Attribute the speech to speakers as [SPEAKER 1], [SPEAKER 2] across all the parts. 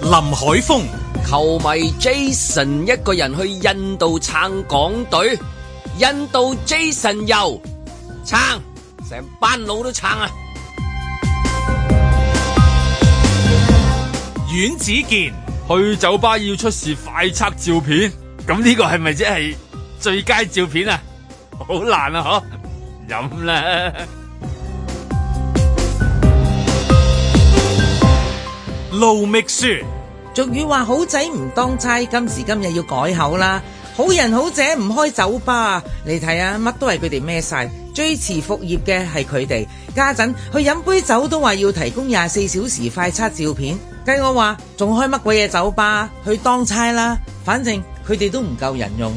[SPEAKER 1] 海風，
[SPEAKER 2] 球迷 Jason 一個人去印度撐港隊，印度 Jason 又撐，成班佬都撐啊！
[SPEAKER 1] 阮子健，
[SPEAKER 3] 去酒吧要出示快測照片，咁呢個係咪即係最佳照片啊？好難啊！嗬，飲啦！
[SPEAKER 1] 盧覓雪，
[SPEAKER 4] 俗語話好仔唔當差，今時今日要改口啦。好人好姐唔開酒吧，你睇下乜都係佢哋孭晒。最遲復業嘅係佢哋。家陣去飲杯酒都話要提供廿四小時快測照片，計我話仲開乜鬼嘢酒吧去當差啦？反正佢哋都唔夠人用。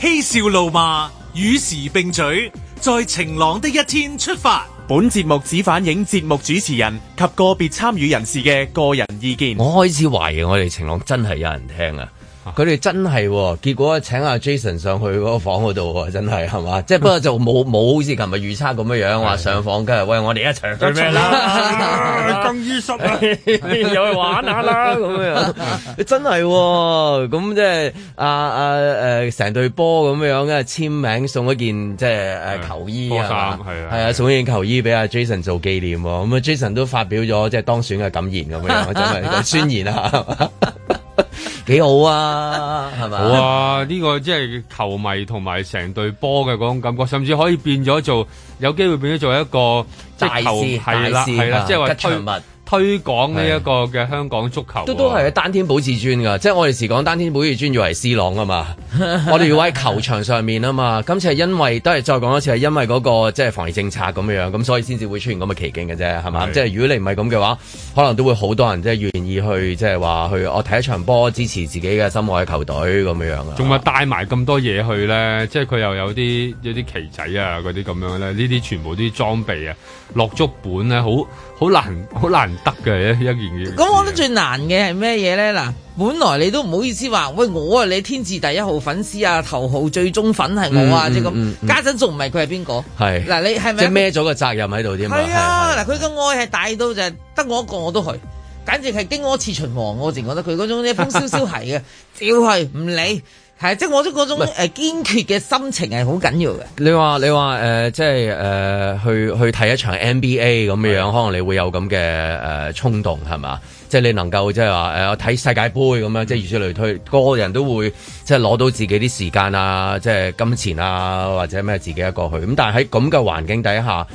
[SPEAKER 1] 嬉笑怒罵，與時並舉，在晴朗的一天出發。
[SPEAKER 5] 本節目只反映節目主持人及個別參與人士嘅個人意見。
[SPEAKER 2] 我開始懷疑我哋晴朗真係有人聽啊！佢哋真係喎，結果請阿 Jason 上去嗰個房嗰度喎，真係係嘛？ 即係不過就冇冇好似琴日預測咁樣樣話上房，跟住喂我哋一齊去咩啦？
[SPEAKER 3] 更衣室 啊！
[SPEAKER 2] 又去玩下啦啊咁樣，真係喎！咁即係啊啊誒成隊波咁樣嘅簽名送一件即係誒球衣啊嘛，
[SPEAKER 3] 波衫係啊
[SPEAKER 2] 係啊送一件球衣俾阿 Jason 做紀念喎。咁啊 Jason 都發表咗即係當選嘅感言咁樣，真係宣言啊， 係嘛幾好啊，係咪？
[SPEAKER 3] 好啊！呢、個即係球迷同埋成隊波嘅嗰種感覺，甚至可以變咗做有機會變咗做一個即
[SPEAKER 2] 大
[SPEAKER 3] 係
[SPEAKER 2] 師
[SPEAKER 3] 球係啦
[SPEAKER 2] 大師
[SPEAKER 3] 係啦，
[SPEAKER 2] 啊
[SPEAKER 3] 即係話
[SPEAKER 2] 吉祥
[SPEAKER 3] 推
[SPEAKER 2] 物。
[SPEAKER 3] 推廣呢一個嘅香港足球，啊
[SPEAKER 2] 都都係單天保至尊㗎，即係我哋時講單天保至尊要係 C 朗啊嘛，我哋要喺球場上面啊嘛。今次係因為都係再講一次係因為嗰、個即係防疫政策咁樣，咁所以先至會出現咁嘅奇景嘅啫，係嘛？
[SPEAKER 3] 係
[SPEAKER 2] 即係如果你唔係咁嘅話，可能都會好多人即係願意去即係話去我睇一場波支持自己嘅心愛球隊咁樣啊。
[SPEAKER 3] 仲咪帶埋咁多嘢去咧，即係佢又有啲有啲旗仔啊，嗰啲咁樣咧，呢啲全部啲裝備啊，落足本咧，好好難好難得嘅一一件嘢。
[SPEAKER 4] 咁我覺得最難嘅係咩嘢呢？嗱，本來你都唔好意思話，喂我啊你天字第一號粉絲啊，頭號最終粉係我啊，
[SPEAKER 2] 嗯
[SPEAKER 4] 即係
[SPEAKER 2] 嗯
[SPEAKER 4] 咁。家陣仲唔係佢係邊個？
[SPEAKER 2] 係
[SPEAKER 4] 嗱，你係
[SPEAKER 2] 即係
[SPEAKER 4] 咪？
[SPEAKER 2] 孭咗個責任喺度添嘛
[SPEAKER 4] 係
[SPEAKER 2] 係
[SPEAKER 4] 啊，
[SPEAKER 2] 係
[SPEAKER 4] 嗱，佢嘅愛係大到就係得我一個我都去，簡直係經我次秦王，我淨覺得佢嗰種一風蕭蕭 係嘅，照去唔理，係即係我都嗰種誒堅決嘅心情係好緊要嘅。
[SPEAKER 2] 你話你話誒、呃即係誒、呃去去睇一場 NBA 咁樣，可能你會有咁嘅呃誒衝動係嘛？即係你能夠即係話誒我睇世界盃咁樣，即係如此類推，個人都會即係攞到自己啲時間啊，即係金錢啊，或者咩自己一個去。咁但係喺咁嘅環境底下，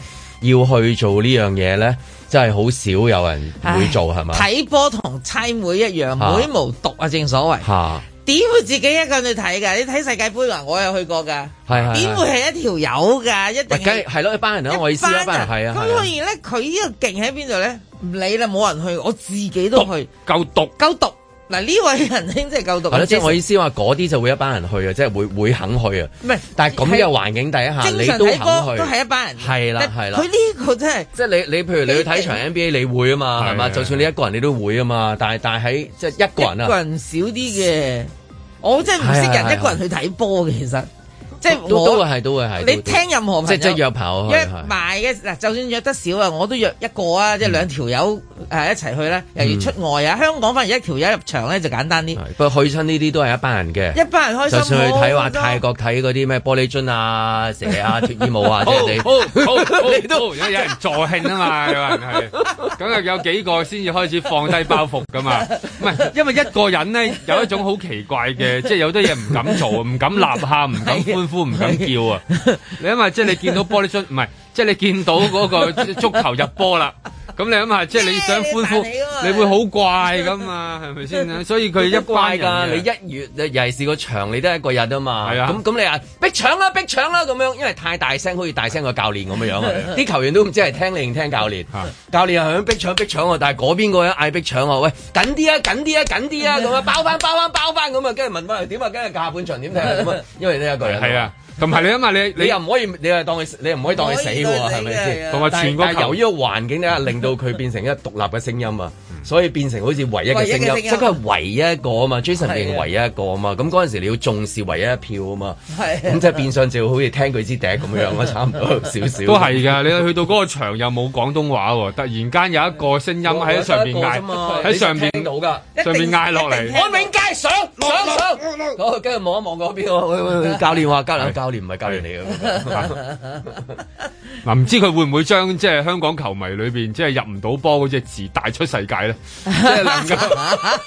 [SPEAKER 2] 要去做呢樣嘢咧，真係好少有人會做係嘛？
[SPEAKER 4] 睇波同猜妹一樣，
[SPEAKER 2] 啊
[SPEAKER 4] 妹無毒啊，正所謂。
[SPEAKER 2] 嚇，
[SPEAKER 4] 點會自己一個人去睇㗎？你睇世界盃啊，我有去過㗎。
[SPEAKER 2] 係係
[SPEAKER 4] 點會係一條友㗎？一
[SPEAKER 2] 喂
[SPEAKER 4] 定
[SPEAKER 2] 梗係
[SPEAKER 4] 係
[SPEAKER 2] 係咯，一班人啦，我意思一班人係啊，
[SPEAKER 4] 咁
[SPEAKER 2] 係
[SPEAKER 4] 所
[SPEAKER 2] 啊
[SPEAKER 4] 以咧，佢呢個勁喺邊度咧？唔理啦，冇人去，我自己都去，
[SPEAKER 3] 夠毒。
[SPEAKER 4] 夠毒。嗱呢位仁兄真係夠毒。
[SPEAKER 2] 係咯，即係我
[SPEAKER 4] 唔
[SPEAKER 2] 意思話嗰啲就會一班人去啊，即係會會肯去啊。
[SPEAKER 4] 係，
[SPEAKER 2] 但係咁嘅環境底下，
[SPEAKER 4] 正
[SPEAKER 2] 你
[SPEAKER 4] 常
[SPEAKER 2] 都
[SPEAKER 4] 睇波都
[SPEAKER 2] 肯去，
[SPEAKER 4] 係一班人。
[SPEAKER 2] 係啦
[SPEAKER 4] 但
[SPEAKER 2] 係啦
[SPEAKER 4] 佢呢個真係
[SPEAKER 2] 即係你你譬如你去睇場 NBA，你會啊嘛，係嘛？
[SPEAKER 3] 係係
[SPEAKER 2] 就算你一個人，你都會啊嘛。但係但係喺即係一個人
[SPEAKER 4] 一個
[SPEAKER 2] 啊，
[SPEAKER 4] 人少啲嘅。我真係唔識
[SPEAKER 2] 係係係
[SPEAKER 4] 人一個人去睇波嘅，其實即係
[SPEAKER 2] 都都會
[SPEAKER 4] 我
[SPEAKER 2] 係都會係。
[SPEAKER 4] 你
[SPEAKER 2] 都
[SPEAKER 4] 聽任何
[SPEAKER 2] 即
[SPEAKER 4] 朋
[SPEAKER 2] 係即係
[SPEAKER 4] 友。
[SPEAKER 2] 約朋友去
[SPEAKER 4] 約
[SPEAKER 2] 係
[SPEAKER 4] 埋嘅嗱，就算約得少啊，我都約一個啊，即係兩條友誒一齊去咧，又要出外啊。香港反而一條友入場咧就簡單啲，
[SPEAKER 2] 係不過去親呢啲都係一班人嘅。
[SPEAKER 4] 一班人開心。
[SPEAKER 2] 就算去睇話
[SPEAKER 4] 好多
[SPEAKER 2] 泰國睇嗰啲咩玻璃樽啊、蛇啊、 脫衣舞啊，即
[SPEAKER 3] 好
[SPEAKER 2] 係你。
[SPEAKER 3] 好好，你都有人助興啊嘛，有人係，咁啊有幾個先至開始放低包袱噶嘛，唔係因為一個人咧有一種好奇怪嘅，即係有啲嘢唔敢做，唔敢呐喊，唔敢歡呼，唔敢叫啊！你因為即係你見到玻璃樽，唔係即係你見到嗰個足球入波啦。咁你諗下，即係你想歡呼，你會好怪噶嘛，係咪先啊？所以佢一班
[SPEAKER 2] 怪㗎，
[SPEAKER 3] 人嘅
[SPEAKER 2] 你一月尤其是個場，你都係一個日啊嘛。
[SPEAKER 3] 係啊
[SPEAKER 2] 咁咁你啊，逼搶啦，逼搶啦咁樣，因為太大聲，好似大聲個教練咁樣樣啊。啲球員都唔知係聽你定聽教練
[SPEAKER 3] 係。
[SPEAKER 2] 教練又響逼搶逼搶喎，但係嗰邊個人嗌逼搶喎，喂緊啲啊，緊啲啊，緊啲 啊咁啊，包翻包翻包翻咁啊，跟住問翻佢點啊，跟住下半場點睇啊咁啊，因為呢一個人
[SPEAKER 3] 係啊，同埋你諗下，你
[SPEAKER 2] 你
[SPEAKER 3] 你
[SPEAKER 2] 又唔可以，你又當佢，你又唔可以當佢死喎，係咪先？
[SPEAKER 3] 同埋全個
[SPEAKER 2] 但係
[SPEAKER 3] 球
[SPEAKER 2] 由於個環境咧，令到佢變成一個獨立嘅聲音啊！所以變成好似唯一嘅聲
[SPEAKER 4] 唯一嘅聲
[SPEAKER 2] 音，
[SPEAKER 4] 音
[SPEAKER 2] 即係佢係唯一一個啊嘛，Jason
[SPEAKER 4] 係啊
[SPEAKER 2] 係唯一一個啊嘛，咁嗰陣時你要重視唯一一票啊嘛，
[SPEAKER 4] 係啊
[SPEAKER 2] 咁即係變相就好似聽佢支笛咁樣咯，差唔多少少。
[SPEAKER 3] 都係㗎，你去到嗰個場又冇廣東話喎，突然間有一個聲音喺上面
[SPEAKER 2] 我覺得一個
[SPEAKER 3] 嗌
[SPEAKER 2] 啫，嘛
[SPEAKER 3] 喺上面
[SPEAKER 2] 你聽到㗎。
[SPEAKER 3] 上面嗌落
[SPEAKER 4] 一定
[SPEAKER 3] 嚟，
[SPEAKER 2] 安永街上上上，好跟住望一望嗰邊，喂喂喂教練話教練
[SPEAKER 3] 係
[SPEAKER 2] 教練唔係教練嚟嘅，
[SPEAKER 3] 嗱唔知佢會唔會將即係香港球迷裏邊即係入唔到波嗰隻字帶出世界咧？即係能夠，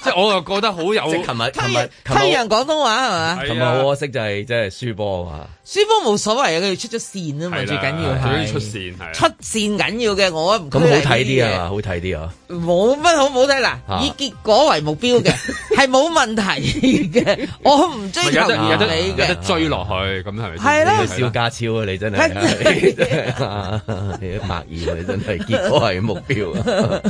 [SPEAKER 3] 即係我又覺得好有啊
[SPEAKER 2] 即係琴日
[SPEAKER 4] 推
[SPEAKER 2] 琴日
[SPEAKER 4] 揚
[SPEAKER 2] 琴
[SPEAKER 4] 推
[SPEAKER 2] 日
[SPEAKER 4] 揚廣東話係嘛？
[SPEAKER 2] 琴日好可惜就係即係輸波啊嘛。
[SPEAKER 4] 輸波冇所謂啊，佢哋出咗線啊嘛，
[SPEAKER 3] 係啦
[SPEAKER 4] 最緊要
[SPEAKER 3] 最緊
[SPEAKER 4] 係
[SPEAKER 3] 要出線係啊
[SPEAKER 4] 出線緊要嘅，我唔
[SPEAKER 2] 咁好睇啲啊嘛，好睇啲啊！
[SPEAKER 4] 冇乜好冇睇嗱，
[SPEAKER 2] 啊
[SPEAKER 4] 以結果為目標嘅係冇問題嘅，我唔追
[SPEAKER 3] 咪
[SPEAKER 4] 求
[SPEAKER 3] 有得有
[SPEAKER 4] 完
[SPEAKER 3] 得
[SPEAKER 4] 美
[SPEAKER 3] 有得
[SPEAKER 4] 嘅。
[SPEAKER 3] 追落去咁係咪先？
[SPEAKER 4] 係啦
[SPEAKER 2] 你笑家超啊！你真 係，你真係你白二你真係，結果係目標 啊！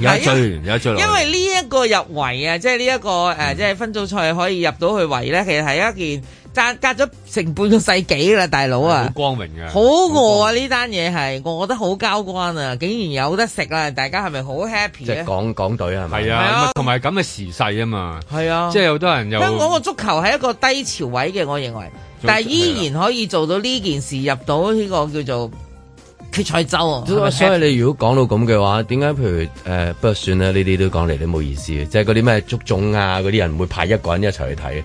[SPEAKER 3] 有得追完，有得追落去。
[SPEAKER 4] 因為呢一個入圍啊，即係呢一個誒，呃即係分組賽可以入到去圍咧，其實係一件隔隔咗成半個世紀啦，大佬
[SPEAKER 3] 好
[SPEAKER 4] 啊！
[SPEAKER 3] 光榮嘅，
[SPEAKER 4] 好餓啊！呢單嘢係，我覺得好交關啊！竟然有得食啦，大家係咪好 happy
[SPEAKER 2] 即係
[SPEAKER 4] 咧？
[SPEAKER 2] 港港隊係咪？
[SPEAKER 3] 係
[SPEAKER 4] 係
[SPEAKER 3] 啊
[SPEAKER 4] 啊，
[SPEAKER 3] 同埋咁嘅時勢啊嘛，
[SPEAKER 4] 係啊，
[SPEAKER 3] 即係好多人又
[SPEAKER 4] 香港個足球係一個低潮位嘅，我認為，但係依然可以做到呢件事，入到呢個叫做決賽周啊！係咪
[SPEAKER 2] 所以你如果講到咁嘅話，點解譬如誒、呃不過算啦，呢啲都講嚟都冇意思嘅，即係嗰啲咩足總啊嗰啲人唔會派一個人一齊去睇，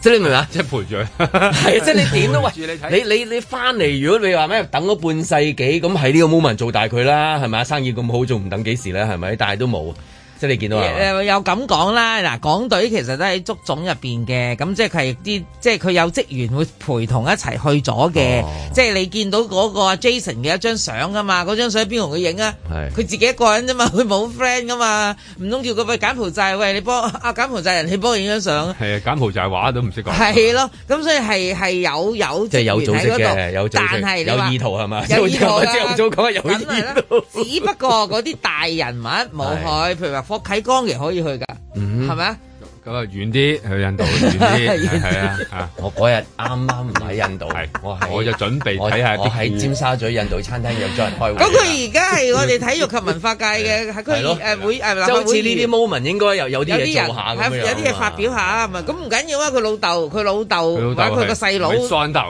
[SPEAKER 2] 即係你明唔明啊？
[SPEAKER 3] 即係陪住佢。
[SPEAKER 2] 係啊，即係你點都喂
[SPEAKER 3] 住你，睇
[SPEAKER 2] 你你你翻嚟，如果你話咩等咗半世紀，咁喺呢個 moment 做大佢啦，係咪啊？生意咁好，仲唔等幾時咧？係咪？但係都冇，即係你見到係咪？
[SPEAKER 4] 誒又咁講啦，嗱，港隊其實都喺足總入邊嘅，咁即係佢係啲，即係佢有職員會陪同一齊去咗嘅，
[SPEAKER 2] 哦
[SPEAKER 4] 即係你見到嗰個阿 Jason 嘅一張相啊嘛，嗰張相邊同佢影啊？
[SPEAKER 2] 係
[SPEAKER 4] 佢自己一個人啫嘛，佢冇 friend 噶嘛，唔通叫佢喂柬埔寨，喂你幫啊柬埔寨人，你幫我影張相啊？
[SPEAKER 3] 係啊，柬埔寨話都唔識講。
[SPEAKER 4] 係咯，咁所以係係有有
[SPEAKER 2] 即係有
[SPEAKER 4] 職
[SPEAKER 2] 組
[SPEAKER 4] 員喺
[SPEAKER 2] 織
[SPEAKER 4] 嗰度
[SPEAKER 2] 嘅，有組
[SPEAKER 4] 但係
[SPEAKER 2] 織，
[SPEAKER 4] 你話
[SPEAKER 2] 有意圖係嘛？
[SPEAKER 4] 有意圖
[SPEAKER 2] 即
[SPEAKER 4] 㗎
[SPEAKER 2] 係朝頭早講有
[SPEAKER 4] 梗係啦
[SPEAKER 2] 意圖。
[SPEAKER 4] 啊只不過嗰啲大人物冇去，譬如話霍啟剛亦可以去㗎，
[SPEAKER 2] 嗯
[SPEAKER 4] 係咪啊？
[SPEAKER 3] 咁啊，遠啲 去印度，遠啲係啊啊，
[SPEAKER 2] 我嗰日啱啱唔喺印度
[SPEAKER 3] 係，
[SPEAKER 2] 我喺
[SPEAKER 3] 我就準備
[SPEAKER 2] 我
[SPEAKER 3] 睇下
[SPEAKER 2] 我喺
[SPEAKER 3] 啲
[SPEAKER 2] 尖沙咀印度餐廳約咗人開會。啊
[SPEAKER 4] 咁佢而家係我哋體育及文化界嘅，係
[SPEAKER 2] 係咯
[SPEAKER 4] 佢誒會誒立
[SPEAKER 2] 即係
[SPEAKER 4] 法
[SPEAKER 2] 好似
[SPEAKER 4] 會議
[SPEAKER 2] 呢啲
[SPEAKER 4] 員
[SPEAKER 2] moment 應該有有啲
[SPEAKER 4] 有
[SPEAKER 2] 嘢
[SPEAKER 4] 啲人
[SPEAKER 2] 做下
[SPEAKER 4] 係
[SPEAKER 2] 咁樣
[SPEAKER 4] 有啲嘢發表下啊嘛，咁唔緊要啊！佢老豆，佢老豆或者
[SPEAKER 3] 佢老豆
[SPEAKER 4] 佢個細佬
[SPEAKER 3] 係桑豆，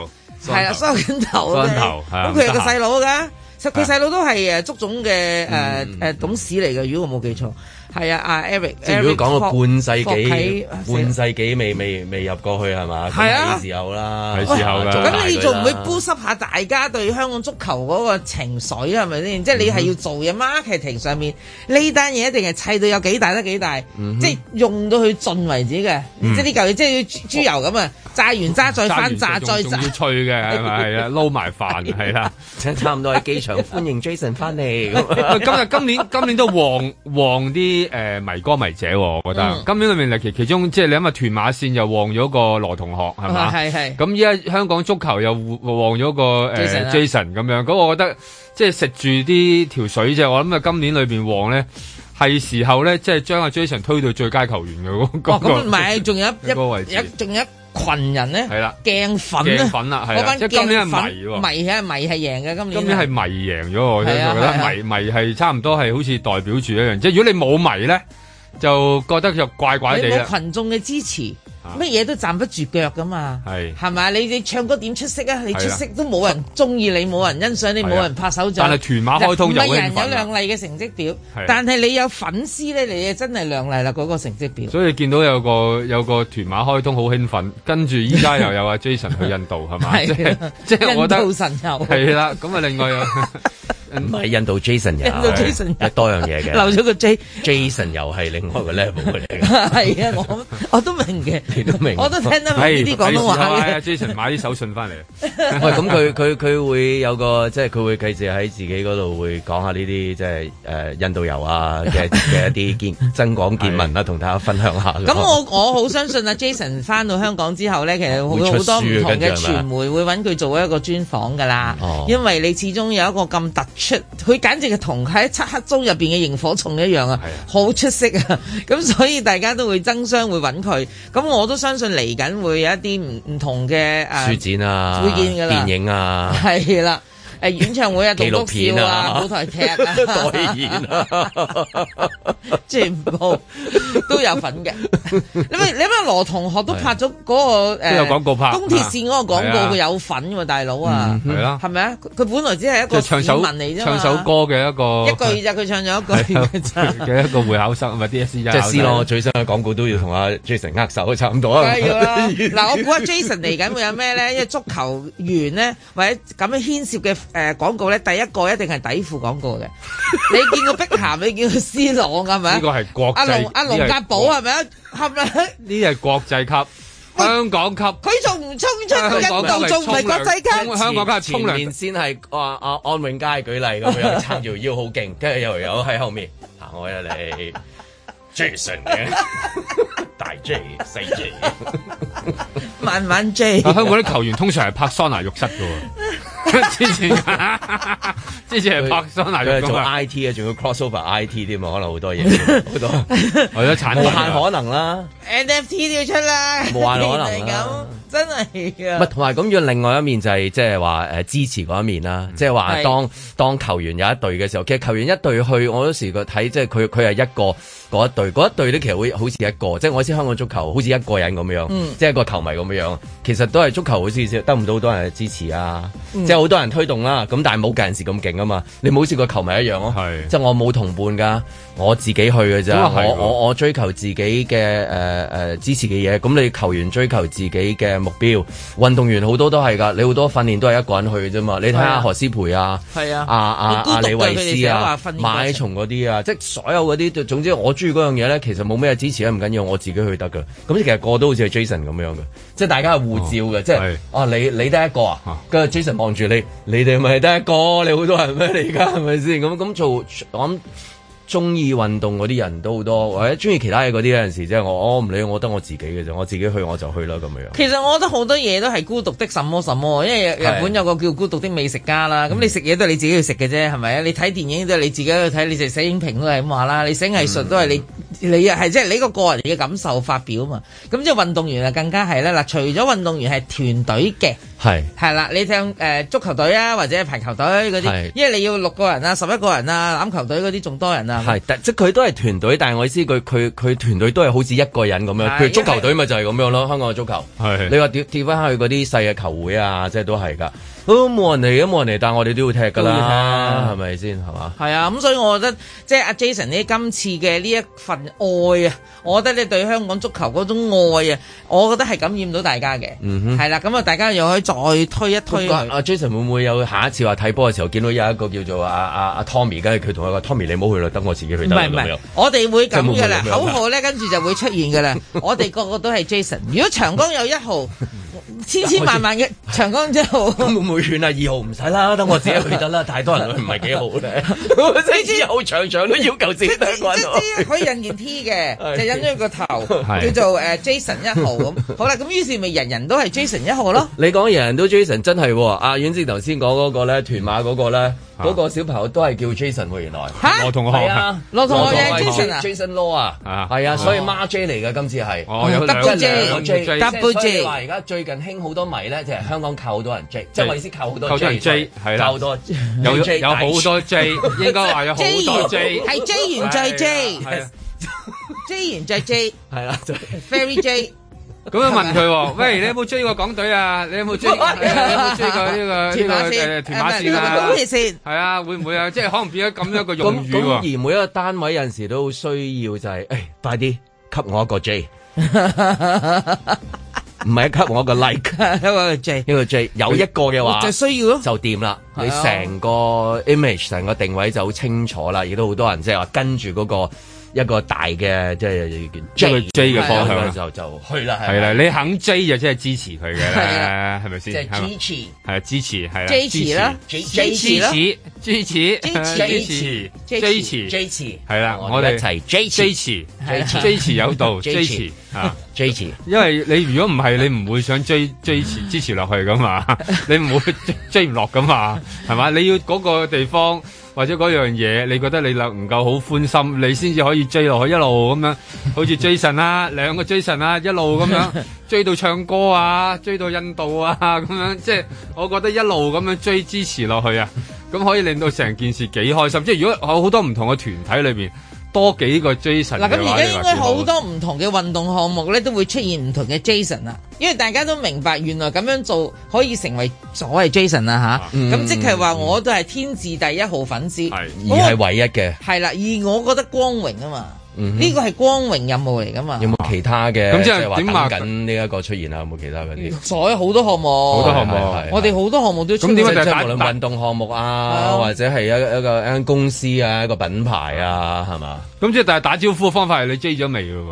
[SPEAKER 4] 係啦，梳啊緊頭
[SPEAKER 3] 梳
[SPEAKER 4] 嘅，
[SPEAKER 3] 緊頭係
[SPEAKER 4] 咁
[SPEAKER 3] 啊
[SPEAKER 4] 佢有個
[SPEAKER 3] 唔得閒
[SPEAKER 4] 細佬㗎，實佢細佬都係誒足總嘅誒誒董事嚟嘅，如果我冇記錯，係啊，阿 Eric，
[SPEAKER 2] 即係如果講到
[SPEAKER 4] Eric
[SPEAKER 2] 半世
[SPEAKER 4] Fok-
[SPEAKER 2] 紀
[SPEAKER 4] Fok-，喺
[SPEAKER 2] 半世紀未未未入過去係嘛？
[SPEAKER 4] 係啊
[SPEAKER 2] 咁係時候啦，
[SPEAKER 3] 係時候啦
[SPEAKER 2] 做大佢
[SPEAKER 4] 咁你仲唔會 boost up 下大家對香港足球嗰個情緒啊係咪先？即係你係要做嘢 marketing 上面呢單嘢一定係砌到有幾大得幾大，即係用到佢盡為止嘅。即係呢嚿嘢，即係要豬油咁啊！炸完渣再翻炸再
[SPEAKER 3] 仲
[SPEAKER 4] 炸
[SPEAKER 3] 仲要，脆嘅係咪？係啊，撈埋飯係啦。
[SPEAKER 2] 差唔多喺機場歡迎 Jason 翻嚟 咁。
[SPEAKER 3] 喂今日啊今年今年都旺旺啲誒迷歌迷者喎，我覺得
[SPEAKER 4] 嗯
[SPEAKER 3] 今年裏面其其中即係你諗下屯馬線又旺咗個羅同學係嘛？
[SPEAKER 4] 哦係係
[SPEAKER 3] 咁依家香港足球又旺咗個誒
[SPEAKER 4] Jason 啊
[SPEAKER 3] Jason 咁樣，咁我覺得即係食住啲條水啫。我諗啊，今年裏邊旺咧係時候咧，即係將阿 Jason 推到最佳球員嘅嗰
[SPEAKER 4] 哦
[SPEAKER 3] 嗰
[SPEAKER 4] 咁唔
[SPEAKER 3] 個
[SPEAKER 4] 係，仲有
[SPEAKER 3] 嗰個位
[SPEAKER 4] 一
[SPEAKER 3] 置
[SPEAKER 4] 一一仲有一群人咧，
[SPEAKER 3] 係啦，
[SPEAKER 4] 鏡粉
[SPEAKER 3] 鏡
[SPEAKER 4] 咧，
[SPEAKER 3] 粉啦，
[SPEAKER 4] 啊
[SPEAKER 3] 係
[SPEAKER 4] 嗰
[SPEAKER 3] 啦，
[SPEAKER 4] 班
[SPEAKER 3] 即係今年係
[SPEAKER 4] 鏡粉
[SPEAKER 3] 迷喎。
[SPEAKER 4] 迷係迷係贏嘅，今年
[SPEAKER 3] 今年係迷贏咗，我真
[SPEAKER 4] 係
[SPEAKER 3] 係
[SPEAKER 4] 啊
[SPEAKER 3] 覺
[SPEAKER 4] 係
[SPEAKER 3] 得
[SPEAKER 4] 啊
[SPEAKER 3] 迷迷係差唔多係好似代表住一樣，即係如果你冇迷咧，就覺得就怪怪地
[SPEAKER 4] 你
[SPEAKER 3] 啦
[SPEAKER 4] 冇。群眾嘅支持
[SPEAKER 3] 啊，
[SPEAKER 4] 乜嘢都站不住腳噶嘛。
[SPEAKER 3] 係
[SPEAKER 4] 係咪？你你唱歌點出色啊？你
[SPEAKER 3] 係
[SPEAKER 4] 出
[SPEAKER 3] 啦
[SPEAKER 4] 色都冇人中意你，冇人欣賞你，
[SPEAKER 3] 係啊
[SPEAKER 4] 冇人拍手掌。
[SPEAKER 3] 但係屯馬開通就
[SPEAKER 4] 嗱唔係
[SPEAKER 3] 會
[SPEAKER 4] 人有
[SPEAKER 3] 興奮
[SPEAKER 4] 亮
[SPEAKER 3] 啦，
[SPEAKER 4] 麗嘅成績表
[SPEAKER 3] 係啊，
[SPEAKER 4] 但係你有粉絲咧，你就真係亮麗啦嗰個成 績表。
[SPEAKER 3] 所以見到有個有個屯馬開通好興奮，跟住依家又有阿 Jason 去印度係嘛？即 係
[SPEAKER 4] 係啊
[SPEAKER 3] 即係我
[SPEAKER 4] 印
[SPEAKER 3] 覺
[SPEAKER 4] 度
[SPEAKER 3] 得
[SPEAKER 4] 神油，
[SPEAKER 3] 係啦。咁啊，另外有
[SPEAKER 2] 唔係印度 Jason
[SPEAKER 4] 印度
[SPEAKER 2] 又
[SPEAKER 4] Jason
[SPEAKER 2] 有多樣嘢
[SPEAKER 4] 留
[SPEAKER 2] 嘅
[SPEAKER 4] 咗個 J，
[SPEAKER 2] ，Jason 又係另外一個 level 嚟嘅，
[SPEAKER 4] 係啊，我我都明 嘅，
[SPEAKER 2] 你都明。
[SPEAKER 4] 我都聽得
[SPEAKER 2] 哎
[SPEAKER 4] 明呢啲廣東話
[SPEAKER 3] 係
[SPEAKER 4] 嘅
[SPEAKER 3] 啊。Jason 買啲手信翻嚟，
[SPEAKER 2] 喂，咁佢佢佢會有個即係佢會繼續喺自己嗰度會講下呢啲即係誒印度遊啊 嘅嘅一啲見增廣見聞啦，啊同大家分享下。
[SPEAKER 4] 咁我我好相信啊，Jason 翻到香港之後咧，其實好
[SPEAKER 2] 會出
[SPEAKER 4] 好多唔
[SPEAKER 2] 書啊
[SPEAKER 4] 同
[SPEAKER 2] 跟
[SPEAKER 4] 嘅
[SPEAKER 2] 住係咪
[SPEAKER 4] 傳媒會揾佢做一個專訪噶啦
[SPEAKER 2] 哦，
[SPEAKER 4] 因為你始終有一個咁突出，佢簡直係同喺漆黑中入邊嘅螢火蟲一樣啊
[SPEAKER 3] 係啊，
[SPEAKER 4] 好出色啊！ 咁所以大家都會爭相會揾佢，咁我都相信嚟緊會有一啲唔唔同嘅
[SPEAKER 2] 書
[SPEAKER 4] 誒，
[SPEAKER 2] 展啊，
[SPEAKER 4] 會見㗎啦
[SPEAKER 2] 電影啊。
[SPEAKER 4] 係啦。誒演唱會啊、
[SPEAKER 2] 紀
[SPEAKER 4] 棟
[SPEAKER 2] 錄
[SPEAKER 4] 篤
[SPEAKER 2] 片
[SPEAKER 4] 笑
[SPEAKER 2] 啊，
[SPEAKER 4] 啊、舞台劇 啊
[SPEAKER 2] 代言 啊，
[SPEAKER 4] 全部都有份 嘅。你咪你咪羅同學都拍咗嗰個誒
[SPEAKER 3] 都有廣告拍
[SPEAKER 4] 東鐵線嗰個廣
[SPEAKER 3] 係啊
[SPEAKER 4] 告，佢有份喎，大佬啊，
[SPEAKER 3] 係啦
[SPEAKER 4] 係咪啊？佢佢本來只係一
[SPEAKER 3] 即係
[SPEAKER 4] 個市
[SPEAKER 3] 唱
[SPEAKER 4] 民
[SPEAKER 3] 首
[SPEAKER 4] 嚟啫嘛，
[SPEAKER 3] 唱首歌啊嘅一個
[SPEAKER 4] 一句咋，佢唱咗一句嘅咋。
[SPEAKER 3] 嘅一個會考生，唔啊係 DSE
[SPEAKER 2] 即係 C 朗最新嘅廣告都要同阿 Jason 握手，差唔多。
[SPEAKER 4] 梗係要啦
[SPEAKER 2] 啊
[SPEAKER 3] 啊
[SPEAKER 4] 嗱，我估阿 Jason 嚟緊會有咩咧？因為足球員咧，或者咁樣牽涉嘅誒廣告咧，第一個一定係底褲廣 告嘅。你見過碧咸，你見過 C 朗係咪啊
[SPEAKER 3] 呢個係國際
[SPEAKER 4] 阿龍阿龍
[SPEAKER 3] 呢個係
[SPEAKER 4] 格堡係咪啊？係咪？
[SPEAKER 3] 呢係國際級、香港級，啊
[SPEAKER 4] 佢仲唔衝出印度，仲唔係國際
[SPEAKER 3] 香港都係衝
[SPEAKER 4] 級
[SPEAKER 3] 涼？香港梗係
[SPEAKER 2] 前
[SPEAKER 3] 沖涼
[SPEAKER 2] 面先係啊啊安永佳舉例咁樣撐條腰好勁，跟住又有喺後面行開啦你 Jason 嘅 大 J 細 J，
[SPEAKER 4] 慢慢 J，
[SPEAKER 3] 但香港啲球員通常係拍桑拿浴室嘅喎，之前 之前係拍桑拿浴
[SPEAKER 2] 佢係
[SPEAKER 3] 室
[SPEAKER 2] 做
[SPEAKER 3] 啊，
[SPEAKER 2] IT 啊，仲要 crossover IT 添啊，可能好多嘢，好多
[SPEAKER 3] 為咗產
[SPEAKER 2] 無
[SPEAKER 3] 品
[SPEAKER 2] 限可能啦。
[SPEAKER 4] NFT 都要出啦，
[SPEAKER 2] 冇話可能
[SPEAKER 4] 係咁
[SPEAKER 2] 啦，
[SPEAKER 4] 真係
[SPEAKER 3] 啊
[SPEAKER 2] 唔係
[SPEAKER 4] 㗎。
[SPEAKER 2] 同埋咁樣，另外一面就係即係話誒支持嗰一面啦，
[SPEAKER 3] 嗯
[SPEAKER 2] 即係話
[SPEAKER 4] 係
[SPEAKER 2] 當當球員有一隊嘅時候，其實球員一隊去，我有時個睇即係佢佢係一個嗰一隊，嗰一隊咧其實會好似一個，即係我知香港足球好似一個人咁樣，
[SPEAKER 3] 嗯
[SPEAKER 2] 即係一個球迷咁樣，其實都係足球好似得唔到好多人嘅支持啊，
[SPEAKER 3] 嗯
[SPEAKER 2] 即係好多人推動啦，咁但係冇近陣時咁勁啊嘛，你冇好似個球迷一樣咯，
[SPEAKER 3] 係
[SPEAKER 2] 即係我冇同伴㗎，我自己去嘅
[SPEAKER 3] 咁
[SPEAKER 2] 咋，
[SPEAKER 3] 啊係
[SPEAKER 2] 我
[SPEAKER 3] 喎
[SPEAKER 2] 我我追求自己嘅誒誒支持嘅嘢，咁你球員追求自己嘅目標，運動員好多都係㗎，你好多訓練都係一個人去嘅啫嘛。你睇
[SPEAKER 4] 係
[SPEAKER 2] 下
[SPEAKER 4] 啊
[SPEAKER 2] 何詩蓓啊，
[SPEAKER 4] 係啊
[SPEAKER 2] 啊啊
[SPEAKER 4] 好
[SPEAKER 2] 啊
[SPEAKER 4] 孤獨
[SPEAKER 2] 李
[SPEAKER 4] 㗎
[SPEAKER 2] 慧
[SPEAKER 4] 佢哋成
[SPEAKER 2] 詩
[SPEAKER 4] 日話
[SPEAKER 2] 啊
[SPEAKER 4] 訓練，過程
[SPEAKER 2] 馬拉松嗰啲啊，即係所有嗰啲，總之我中意嗰樣嘢咧，其實冇咩支持咧，啊唔緊要，我自己去得㗎。咁其實個個都好似係 Jason 咁樣嘅，即係大家係互照
[SPEAKER 4] 哦
[SPEAKER 2] 嘅，即係
[SPEAKER 3] 係
[SPEAKER 2] 啊你你得一個
[SPEAKER 3] 啊
[SPEAKER 2] 啊，跟住 Jason 望住你，你哋咪得一個，啊你好多人咩？你而家係咪先咁咁做？我諗。中意運動嗰啲人都好多，
[SPEAKER 4] 嗯
[SPEAKER 2] 或者中意其他嘢嗰啲有陣時，即係我哦我唔理，我得我自己嘅啫，我自己去我就去啦咁樣。
[SPEAKER 4] 其實我覺得好多嘢都係孤獨的什麼什麼，因為日
[SPEAKER 2] 係
[SPEAKER 4] 本有個叫孤獨的美食家啦。咁你食嘢都係你自己去食嘅啫，係咪啊？你睇電影都係你自己去睇，你就寫影評都係咁話啦。你寫藝術都係你你係即係你個個人嘅感受發表嘛。咁即係運動員啊，更加係啦。嗱，除咗運動員係團隊嘅。
[SPEAKER 2] 係
[SPEAKER 4] 係啦，你聽誒、呃足球隊啊，或者係排球隊嗰
[SPEAKER 2] 係
[SPEAKER 4] 啲，因為你要六個人啊、十一個人啊，欖球隊嗰啲仲多人啊。
[SPEAKER 2] 係，但即係佢都係團隊，但係我意思佢佢佢團隊都係好似一個人咁樣。
[SPEAKER 4] 係
[SPEAKER 2] 譬如足球隊咪就係咁樣咯，香港嘅足球。
[SPEAKER 3] 係
[SPEAKER 2] 你話調調翻去嗰啲細嘅球會啊，即係都係㗎，都冇人嚟嘅，冇人嚟，但係我哋都要踢㗎
[SPEAKER 4] 都要
[SPEAKER 2] 啦，
[SPEAKER 4] 踢
[SPEAKER 2] 係咪先係嘛？
[SPEAKER 4] 係啊，咁所以我覺得即係阿 Jason 呢今次嘅呢一份愛啊，我覺得你對香港足球嗰種愛啊，我覺得係感染到大家嘅，
[SPEAKER 2] 嗯
[SPEAKER 4] 係啦、咁啊，大家又可以再推一推佢。
[SPEAKER 2] 阿 Jason 會唔會有下一次話睇波嘅時候見到有一個叫做阿阿阿 Tommy，跟住佢同佢話 Tommy 你唔好去啦，等我自己去
[SPEAKER 4] 唔
[SPEAKER 2] 得啦
[SPEAKER 4] 係唔
[SPEAKER 2] 咁
[SPEAKER 4] 係
[SPEAKER 2] 樣。，
[SPEAKER 4] 我哋會咁
[SPEAKER 2] 即係
[SPEAKER 4] 嘅
[SPEAKER 2] 冇
[SPEAKER 4] 啦
[SPEAKER 2] 冇咁，樣
[SPEAKER 4] 口號咧跟住就會出現 嘅啦。我哋個個都係 Jason，如果長江有一號，千千萬萬嘅長江一號。
[SPEAKER 2] 咁會唔會勸啊二號唔使啦，等我自己去得啦，太多人去唔係幾好 咧。即係二號場場都要求自己得一個人
[SPEAKER 4] 即
[SPEAKER 2] 去
[SPEAKER 4] 知可以印件 T 嘅，
[SPEAKER 2] 係
[SPEAKER 4] 就印咗個頭，
[SPEAKER 3] 係
[SPEAKER 4] 叫做誒 Jason 一號咁。 好啦，咁於是咪人人都係 Jason 一號咯。
[SPEAKER 2] 你講人人都 Jason 真係喎，阿遠志頭先講嗰個咧，屯馬嗰個咧，
[SPEAKER 3] 啊
[SPEAKER 2] 嗰個小朋友都係叫 Jason 喎，原來。
[SPEAKER 4] 嚇
[SPEAKER 3] 我同學
[SPEAKER 2] 係啊，
[SPEAKER 4] 羅同學又係
[SPEAKER 2] 羅同
[SPEAKER 4] Jason 啊
[SPEAKER 2] Jason Law 啊
[SPEAKER 3] 啊，
[SPEAKER 2] 係啊，所以孖 J 嚟嘅今次係。
[SPEAKER 3] 我有兩
[SPEAKER 4] Double
[SPEAKER 3] 即係兩
[SPEAKER 4] J，
[SPEAKER 3] 個 J，
[SPEAKER 4] Double
[SPEAKER 2] 即係所以
[SPEAKER 4] J
[SPEAKER 2] 話而家最近興好多迷咧，就係香港靠好多人 J，即係我意思靠好多
[SPEAKER 3] 靠多人 J，係啦
[SPEAKER 2] 靠好多
[SPEAKER 3] 有有
[SPEAKER 2] 大
[SPEAKER 3] 好多 J，應該話有好
[SPEAKER 4] J
[SPEAKER 3] 多 J，
[SPEAKER 4] 係 J 完再 J，
[SPEAKER 3] 係啊
[SPEAKER 4] J 完再 J，Very
[SPEAKER 2] 係啦，就
[SPEAKER 4] J。
[SPEAKER 3] 咁樣問佢喎，喂，你有冇追過港隊啊？你有冇追？你有冇追過呢個
[SPEAKER 4] 屯
[SPEAKER 3] 呢
[SPEAKER 4] 馬
[SPEAKER 3] 個誒
[SPEAKER 4] 線，
[SPEAKER 3] 屯馬
[SPEAKER 4] 誒唔係
[SPEAKER 3] 線
[SPEAKER 4] 呢
[SPEAKER 3] 啊
[SPEAKER 4] 個？東鐵線。
[SPEAKER 3] 係啊，會唔會啊？即係可能變咗咁樣一個用
[SPEAKER 2] 咁
[SPEAKER 3] 語
[SPEAKER 2] 咁而每
[SPEAKER 3] 喎。
[SPEAKER 2] 一個單位有陣時都需要就係、誒、快啲給我一個 J，唔係給我一個 like，
[SPEAKER 4] 因為 J
[SPEAKER 2] 一個 J 有一個嘅話
[SPEAKER 3] 啊
[SPEAKER 4] 就需要咯，
[SPEAKER 2] 就掂啦，
[SPEAKER 4] 係啊
[SPEAKER 2] 你成個 image 成個定位就好清楚啦，亦都好多人即係話跟住嗰、個。一個大嘅即係
[SPEAKER 3] 一個 J 嘅方向啦
[SPEAKER 2] 就就去啦，
[SPEAKER 3] 係啦，
[SPEAKER 2] 咪，
[SPEAKER 3] 你肯 J 就即係支持佢嘅
[SPEAKER 4] 係
[SPEAKER 3] 啦，係咪
[SPEAKER 2] 即
[SPEAKER 3] 先？係嘛
[SPEAKER 2] 係支持
[SPEAKER 3] 係啊支持係啦
[SPEAKER 4] J 詞啦
[SPEAKER 2] 支持
[SPEAKER 4] ，J 詞啦
[SPEAKER 3] 支持支持
[SPEAKER 4] J
[SPEAKER 2] 詞
[SPEAKER 3] J
[SPEAKER 4] 持
[SPEAKER 3] 詞
[SPEAKER 2] ，J 詞
[SPEAKER 3] 係啦我哋
[SPEAKER 2] 一齊 J
[SPEAKER 3] J
[SPEAKER 2] 詞
[SPEAKER 3] 詞
[SPEAKER 2] 係啦
[SPEAKER 3] J 詞有道
[SPEAKER 2] J
[SPEAKER 3] J 詞啊。
[SPEAKER 2] J 詞，
[SPEAKER 3] 因為你如果唔係，你唔會想追追持 支持落去噶嘛，你唔會追追唔落噶嘛，係嘛？你要嗰個地方或者嗰樣嘢，你覺得你能夠好歡心，你先至可以追落去一路咁樣，好似啊 Jason 啦，兩個 Jason 啦，一路咁樣追到唱歌啊，追到印度啊咁樣，即係我覺得一路咁樣追支持落去啊，咁可以令到成件事幾開心。即係如果有好多唔同嘅團體裏邊多幾個
[SPEAKER 2] 啊
[SPEAKER 3] Jason
[SPEAKER 4] 嗱，咁
[SPEAKER 3] 嘅
[SPEAKER 4] 而家
[SPEAKER 3] 話你話
[SPEAKER 4] 應該
[SPEAKER 3] 幾
[SPEAKER 4] 好多唔同嘅運動項目咧，都會出現唔同嘅 Jason 啦。因為大家都明白，原來咁樣做可以成為所謂 Jason 啦
[SPEAKER 2] 啊
[SPEAKER 4] 吓，咁、
[SPEAKER 2] 嗯
[SPEAKER 4] 即係話我都係天字第一號粉絲，
[SPEAKER 3] 係
[SPEAKER 2] 而係唯一嘅。
[SPEAKER 4] 係啦。而我覺得光榮啊嘛，呢個係光榮任務嚟噶嘛
[SPEAKER 2] 有。冇其他嘅？
[SPEAKER 3] 咁即係
[SPEAKER 2] 係
[SPEAKER 3] 點
[SPEAKER 2] 話
[SPEAKER 3] 話
[SPEAKER 2] 等緊呢一個出現啊？有冇其他嗰啲？
[SPEAKER 4] 所有好多項目，好
[SPEAKER 3] 多項目
[SPEAKER 4] 我哋好多項目都出
[SPEAKER 3] 咁點解
[SPEAKER 2] 即
[SPEAKER 3] 就
[SPEAKER 2] 係
[SPEAKER 3] 係
[SPEAKER 2] 即
[SPEAKER 3] 打
[SPEAKER 2] 係無論
[SPEAKER 3] 打
[SPEAKER 2] 運動項目
[SPEAKER 4] 係
[SPEAKER 2] 啊，
[SPEAKER 4] 啊
[SPEAKER 2] 或者係一一個一間公司啊，一個品牌啊，係嘛？
[SPEAKER 3] 咁即係但係打招呼嘅方法係你追咗未嘅喎。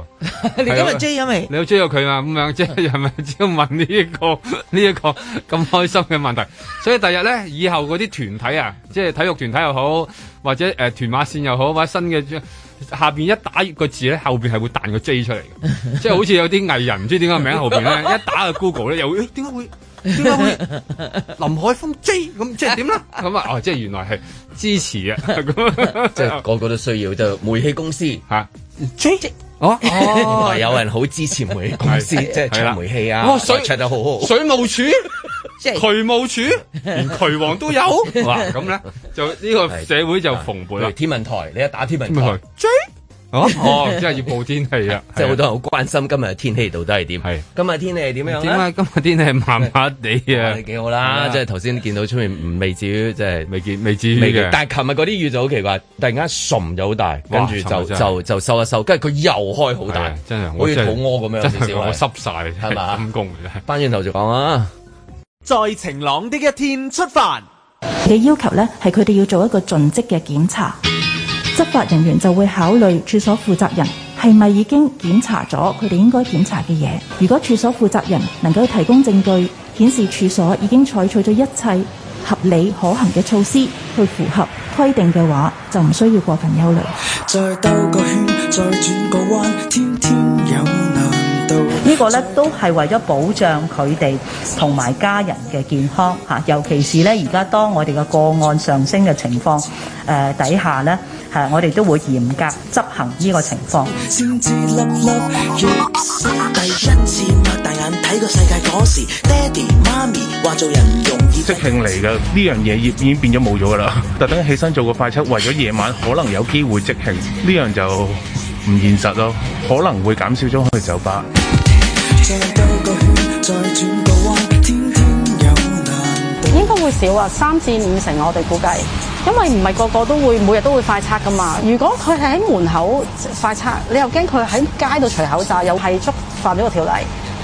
[SPEAKER 4] 你今日 J 咗未？
[SPEAKER 3] 你有追到佢嘛？咁樣即係 係咪只要問呢、一個 呢一、個咁開心嘅問題？所以第日咧，以後嗰啲團體啊，即係體育團體又好，或者誒、呃、團馬線又好，或者新嘅下邊一打個字咧，後邊係會彈個 J 出嚟 嘅，即係好似有啲藝人唔知點解名後邊咧一打個 Google 咧，又會誒哎點解會點解會林海峰 J 咁即 係點咧？咁啊哦，即係原來係支持啊咁
[SPEAKER 2] 即係個個都需要，就煤氣公司。
[SPEAKER 3] 嚇 J 哦哦
[SPEAKER 2] 係有人好支持煤氣公司，
[SPEAKER 3] 係
[SPEAKER 2] 即係
[SPEAKER 3] 係啦
[SPEAKER 2] 唱煤氣啊，
[SPEAKER 3] 哦所以
[SPEAKER 2] 唱得好好。
[SPEAKER 3] 水務署。
[SPEAKER 4] 即係
[SPEAKER 3] 渠務署， 連渠王都有，哇！咁咧就呢個社會就蓬勃
[SPEAKER 2] 譬如
[SPEAKER 3] 啦。
[SPEAKER 2] 天文台，你一打天文
[SPEAKER 3] 咁啊
[SPEAKER 2] 台，
[SPEAKER 3] 追哦哦，即係要報天氣 啦，
[SPEAKER 2] 即係好多人啊好關心今日嘅天氣到底係點。
[SPEAKER 3] 啊係
[SPEAKER 2] 今日天氣係點樣
[SPEAKER 3] 啊點
[SPEAKER 2] 咧？
[SPEAKER 3] 解今日天氣麻麻地 啊
[SPEAKER 2] 啊？幾好
[SPEAKER 3] 係
[SPEAKER 2] 啦！
[SPEAKER 3] 啊
[SPEAKER 2] 即係頭先見到出面未至於即係
[SPEAKER 3] 未見未至於
[SPEAKER 2] 未嘅，
[SPEAKER 3] 嘅，啊
[SPEAKER 2] 但係琴日嗰啲雨就好奇怪，突然間滲咗好大，跟住
[SPEAKER 3] 尋
[SPEAKER 2] 就
[SPEAKER 3] 日真係
[SPEAKER 2] 就就收一收，跟住佢又開好
[SPEAKER 3] 係
[SPEAKER 2] 大
[SPEAKER 3] 啊，真係
[SPEAKER 2] 好
[SPEAKER 3] 我
[SPEAKER 2] 似
[SPEAKER 3] 真
[SPEAKER 2] 肚
[SPEAKER 3] 係
[SPEAKER 2] 屙咁樣
[SPEAKER 3] 真
[SPEAKER 2] 有
[SPEAKER 3] 係我
[SPEAKER 2] 少少。
[SPEAKER 3] 濕晒，
[SPEAKER 2] 係嘛
[SPEAKER 3] 陰公嘅啫。
[SPEAKER 2] 翻轉頭啊就講啊啦，
[SPEAKER 5] 在晴朗的一天出發。
[SPEAKER 6] 嘅要求呢，係佢哋要做一個盡職嘅檢查，執法人員就會考慮處所負責人係咪已經檢查咗佢哋應該檢查嘅嘢。如果處所負責人能夠提供證據顯示處所已經採取咗一切合理可行嘅措施去符合規定嘅話，就唔需要過分憂慮。
[SPEAKER 7] 再兜個圈，再轉個彎，天天有難度。
[SPEAKER 8] 呢個咧都係為咗保障佢哋同埋家人嘅健康嚇，尤其是咧而家當我哋嘅個案上升嘅情況誒、呃底下咧，係我哋都會嚴格執行呢個情況。
[SPEAKER 7] 先至粒粒肉絲。第一次擘大眼睇個世界嗰時，爹哋媽咪話做人唔容易。
[SPEAKER 9] 即興嚟嘅呢樣嘢已經變咗冇咗噶啦， 特登起身做個快測，為咗夜晚可能有機會即興，呢樣就唔現實咯，可能會減少咗去酒吧。
[SPEAKER 7] 再兜個圈，再轉個彎，天天有難度。
[SPEAKER 10] 應該會少啊，三至五成我哋估計，因為唔係個個都會每日都會快測噶嘛。如果佢係喺門口快測，你又驚佢喺街度除口罩，又係觸犯咗個條例。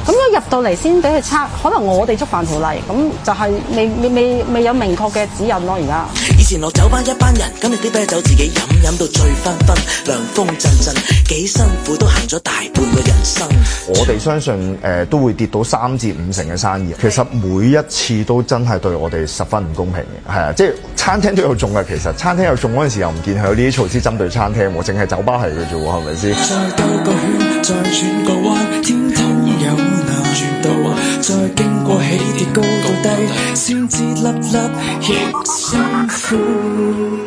[SPEAKER 10] 咁如果入到嚟先俾佢測，可能我哋觸犯條例，咁就係未未未未有明確嘅指引咯。而家。
[SPEAKER 7] 以前落酒吧一班人，今日啲啤酒自己飲，飲到醉醺醺，涼風陣陣，幾辛苦都行咗大半個人生。
[SPEAKER 11] 我哋相信誒、呃都會跌到三至五成嘅生意。其實每一次都真係對我哋十分唔公平嘅，係啊，即係餐廳都有中嘅。其實餐廳有中嗰陣時又唔見佢有呢啲措施針對餐廳喎，淨係酒吧係嘅啫喎，係咪先？
[SPEAKER 7] 再兜個圈，再轉個彎，天堂有難轉到啊！再經過起跌高到低，先知粒粒亦辛苦。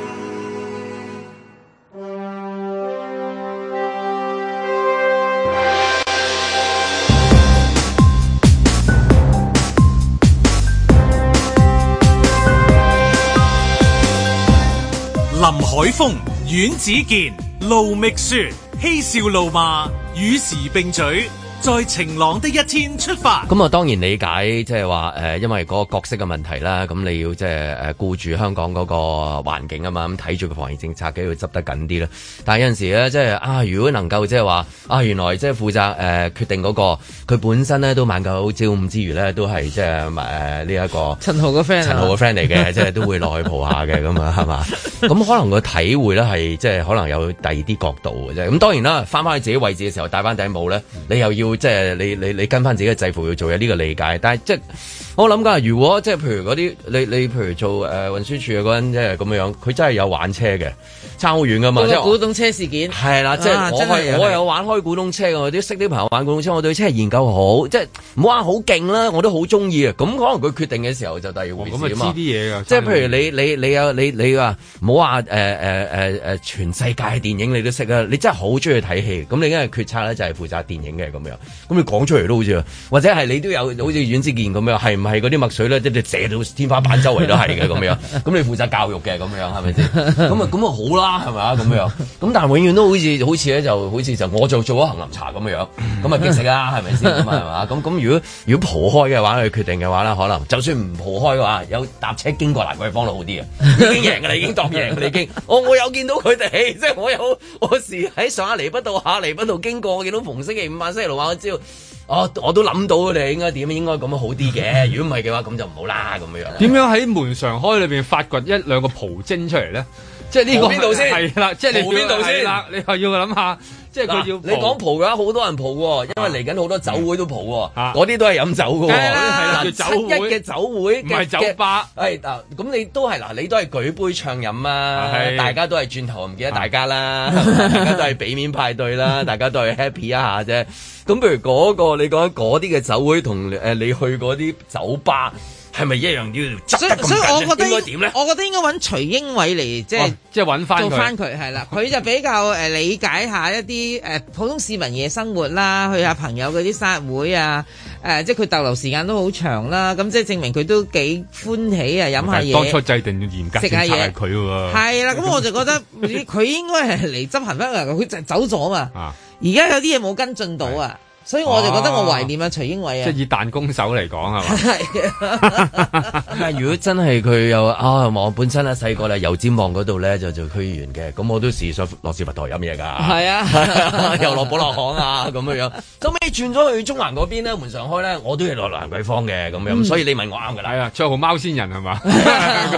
[SPEAKER 1] 林海峰、阮子健、盧覓雪，嬉笑怒罵，與時並舉，在晴朗的一天出發。
[SPEAKER 2] 咁啊當然理解，即係話誒，因為嗰個角色嘅問題啦，咁你要即係誒顧住香港嗰個環境啊嘛，咁睇住個防疫政策梗係要執得緊啲啦。但係有陣時咧，即係啊，如果能夠即係話啊，原來即係負責誒、呃、決定嗰、個，佢本身咧都晚九朝五之餘咧，都係即係誒呢一個。
[SPEAKER 4] 陳豪個 friend
[SPEAKER 2] 陳豪嘅
[SPEAKER 4] 啊，
[SPEAKER 2] friend 嚟 嘅，即係都會落去蒲下嘅咁啊，係嘛？咁可能個體會咧係即係可能有第二啲角度嘅啫。咁當然啦，翻翻去自己位置嘅
[SPEAKER 4] 嗯
[SPEAKER 2] 時候戴翻頂帽咧，你又要即係你你你跟翻自己嘅制服要做嘢，呢個理解。但係即係我諗㗎，如果即係譬如嗰啲你你譬如做誒、呃、運輸署嘅嗰陣即係咁樣，佢真係有玩車嘅，差好遠㗎嘛，
[SPEAKER 4] 嗰
[SPEAKER 2] 即
[SPEAKER 4] 個
[SPEAKER 2] 係
[SPEAKER 4] 古董車事件
[SPEAKER 2] 係啦，即係
[SPEAKER 4] 啊
[SPEAKER 2] 我
[SPEAKER 4] 真係
[SPEAKER 2] 係
[SPEAKER 4] 啊
[SPEAKER 2] 我有玩開古董車嘅，我啲識啲朋友玩古董車，我對車研究好，即係唔好話好勁啦，我都好中意啊。咁可能佢決定嘅時候就第二回
[SPEAKER 4] 哦
[SPEAKER 3] 咁啊
[SPEAKER 2] 事啊嘛。
[SPEAKER 3] 知啲嘢㗎，
[SPEAKER 2] 即係譬如你你你有你你話唔好話誒誒誒誒全世界電影你都識啊！你真係好中意睇戲，咁你梗係決策咧就係負責電影嘅咁樣。咁你講出嚟都好似，或者係你都有好似阮之健咁樣，係唔係嗰啲墨水咧，即係射到天花板周圍都係嘅咁樣。咁你負責教育嘅咁樣係咪先？咁啊咁啊好啦係咪啊咁樣？咁但係永遠都好似好似咧就好似就我就做咗杏林哦茶咁樣，咁啊激死啦係咪先咁啊係 嘛？咁咁如果如果蒲開嘅話，佢決定嘅話啦，可能就算唔蒲開嘅話，有搭車經過蘭桂坊路好啲啊，已經贏㗎啦，已經當贏㗎啦，已經。我我有見到佢哋， 即係我有我時喺上下彌不道下彌不道經過，我見到逢星期五晚星期六晚我知道。我我都諗到佢哋應該點，應該咁樣好啲 嘅。如果唔係嘅話，咁就唔好啦咁樣。
[SPEAKER 3] 點樣喺門常開裏邊發掘一兩個蒲精出嚟咧？即係呢個
[SPEAKER 2] 蒲邊度先
[SPEAKER 3] 係啦，即係你
[SPEAKER 2] 蒲邊度先
[SPEAKER 3] 係啦，你又要諗下，即係佢
[SPEAKER 2] 嗱
[SPEAKER 3] 要
[SPEAKER 2] 你講蒲嘅話，好多人蒲喎，因為嚟緊好多酒會都蒲喎，嗰啲都係飲酒嘅喎。
[SPEAKER 3] 哦梗係啦
[SPEAKER 2] 嗱
[SPEAKER 3] 叫酒會
[SPEAKER 2] 七一嘅酒會
[SPEAKER 3] 唔係酒吧。
[SPEAKER 2] 係哎嗱，咁你都係嗱，你都係舉杯暢飲啊
[SPEAKER 3] 係，
[SPEAKER 2] 大家都係啊轉頭唔記得大家啦， 大家都係俾面派對 啦，大家都係 happy 一下啫。咁譬如嗰個你講嗰啲嘅酒會同誒你去嗰啲酒吧，係咪一樣要執
[SPEAKER 4] 所以
[SPEAKER 2] 得咁
[SPEAKER 4] 所以我覺
[SPEAKER 2] 緊？
[SPEAKER 4] 得
[SPEAKER 2] 應該點咧？
[SPEAKER 4] 我覺得應該揾徐英偉嚟即係
[SPEAKER 2] 哦即係揾返佢
[SPEAKER 4] 做翻佢係 啦，佢就比較誒理解下一啲誒普通市民夜生活啦，去下朋友嗰啲生日會啊，誒即係佢逗留時間都好長啦，咁即係證明佢都幾歡喜啊，飲下
[SPEAKER 3] 但係當初
[SPEAKER 4] 嘢。
[SPEAKER 3] 制定嚴格政策係佢喎，
[SPEAKER 4] 係啦，咁我就覺 得佢應該係嚟執行翻佢，佢就走咗嘛。
[SPEAKER 3] 啊，
[SPEAKER 4] 而家有啲嘢冇跟進到啊，所以我就覺得我懷念啊徐英
[SPEAKER 3] 即
[SPEAKER 4] 偉
[SPEAKER 3] 係
[SPEAKER 4] 啊。
[SPEAKER 3] 以彈弓手嚟講 係嘛？
[SPEAKER 4] 係
[SPEAKER 2] 但啊係如果真係佢又啊，我本身咧細個咧油尖旺嗰度咧就做區議員嘅，咁我都時常落士佛台飲 嘢㗎。
[SPEAKER 4] 係
[SPEAKER 2] 啊，又落寶樂巷啊咁 樣樣。收尾轉咗去中環嗰邊咧，門上開咧，我都係落蘭桂坊嘅咁樣，
[SPEAKER 3] 嗯
[SPEAKER 2] 所以你問我啱㗎啦。
[SPEAKER 3] 係啊，綽號貓仙人係嘛？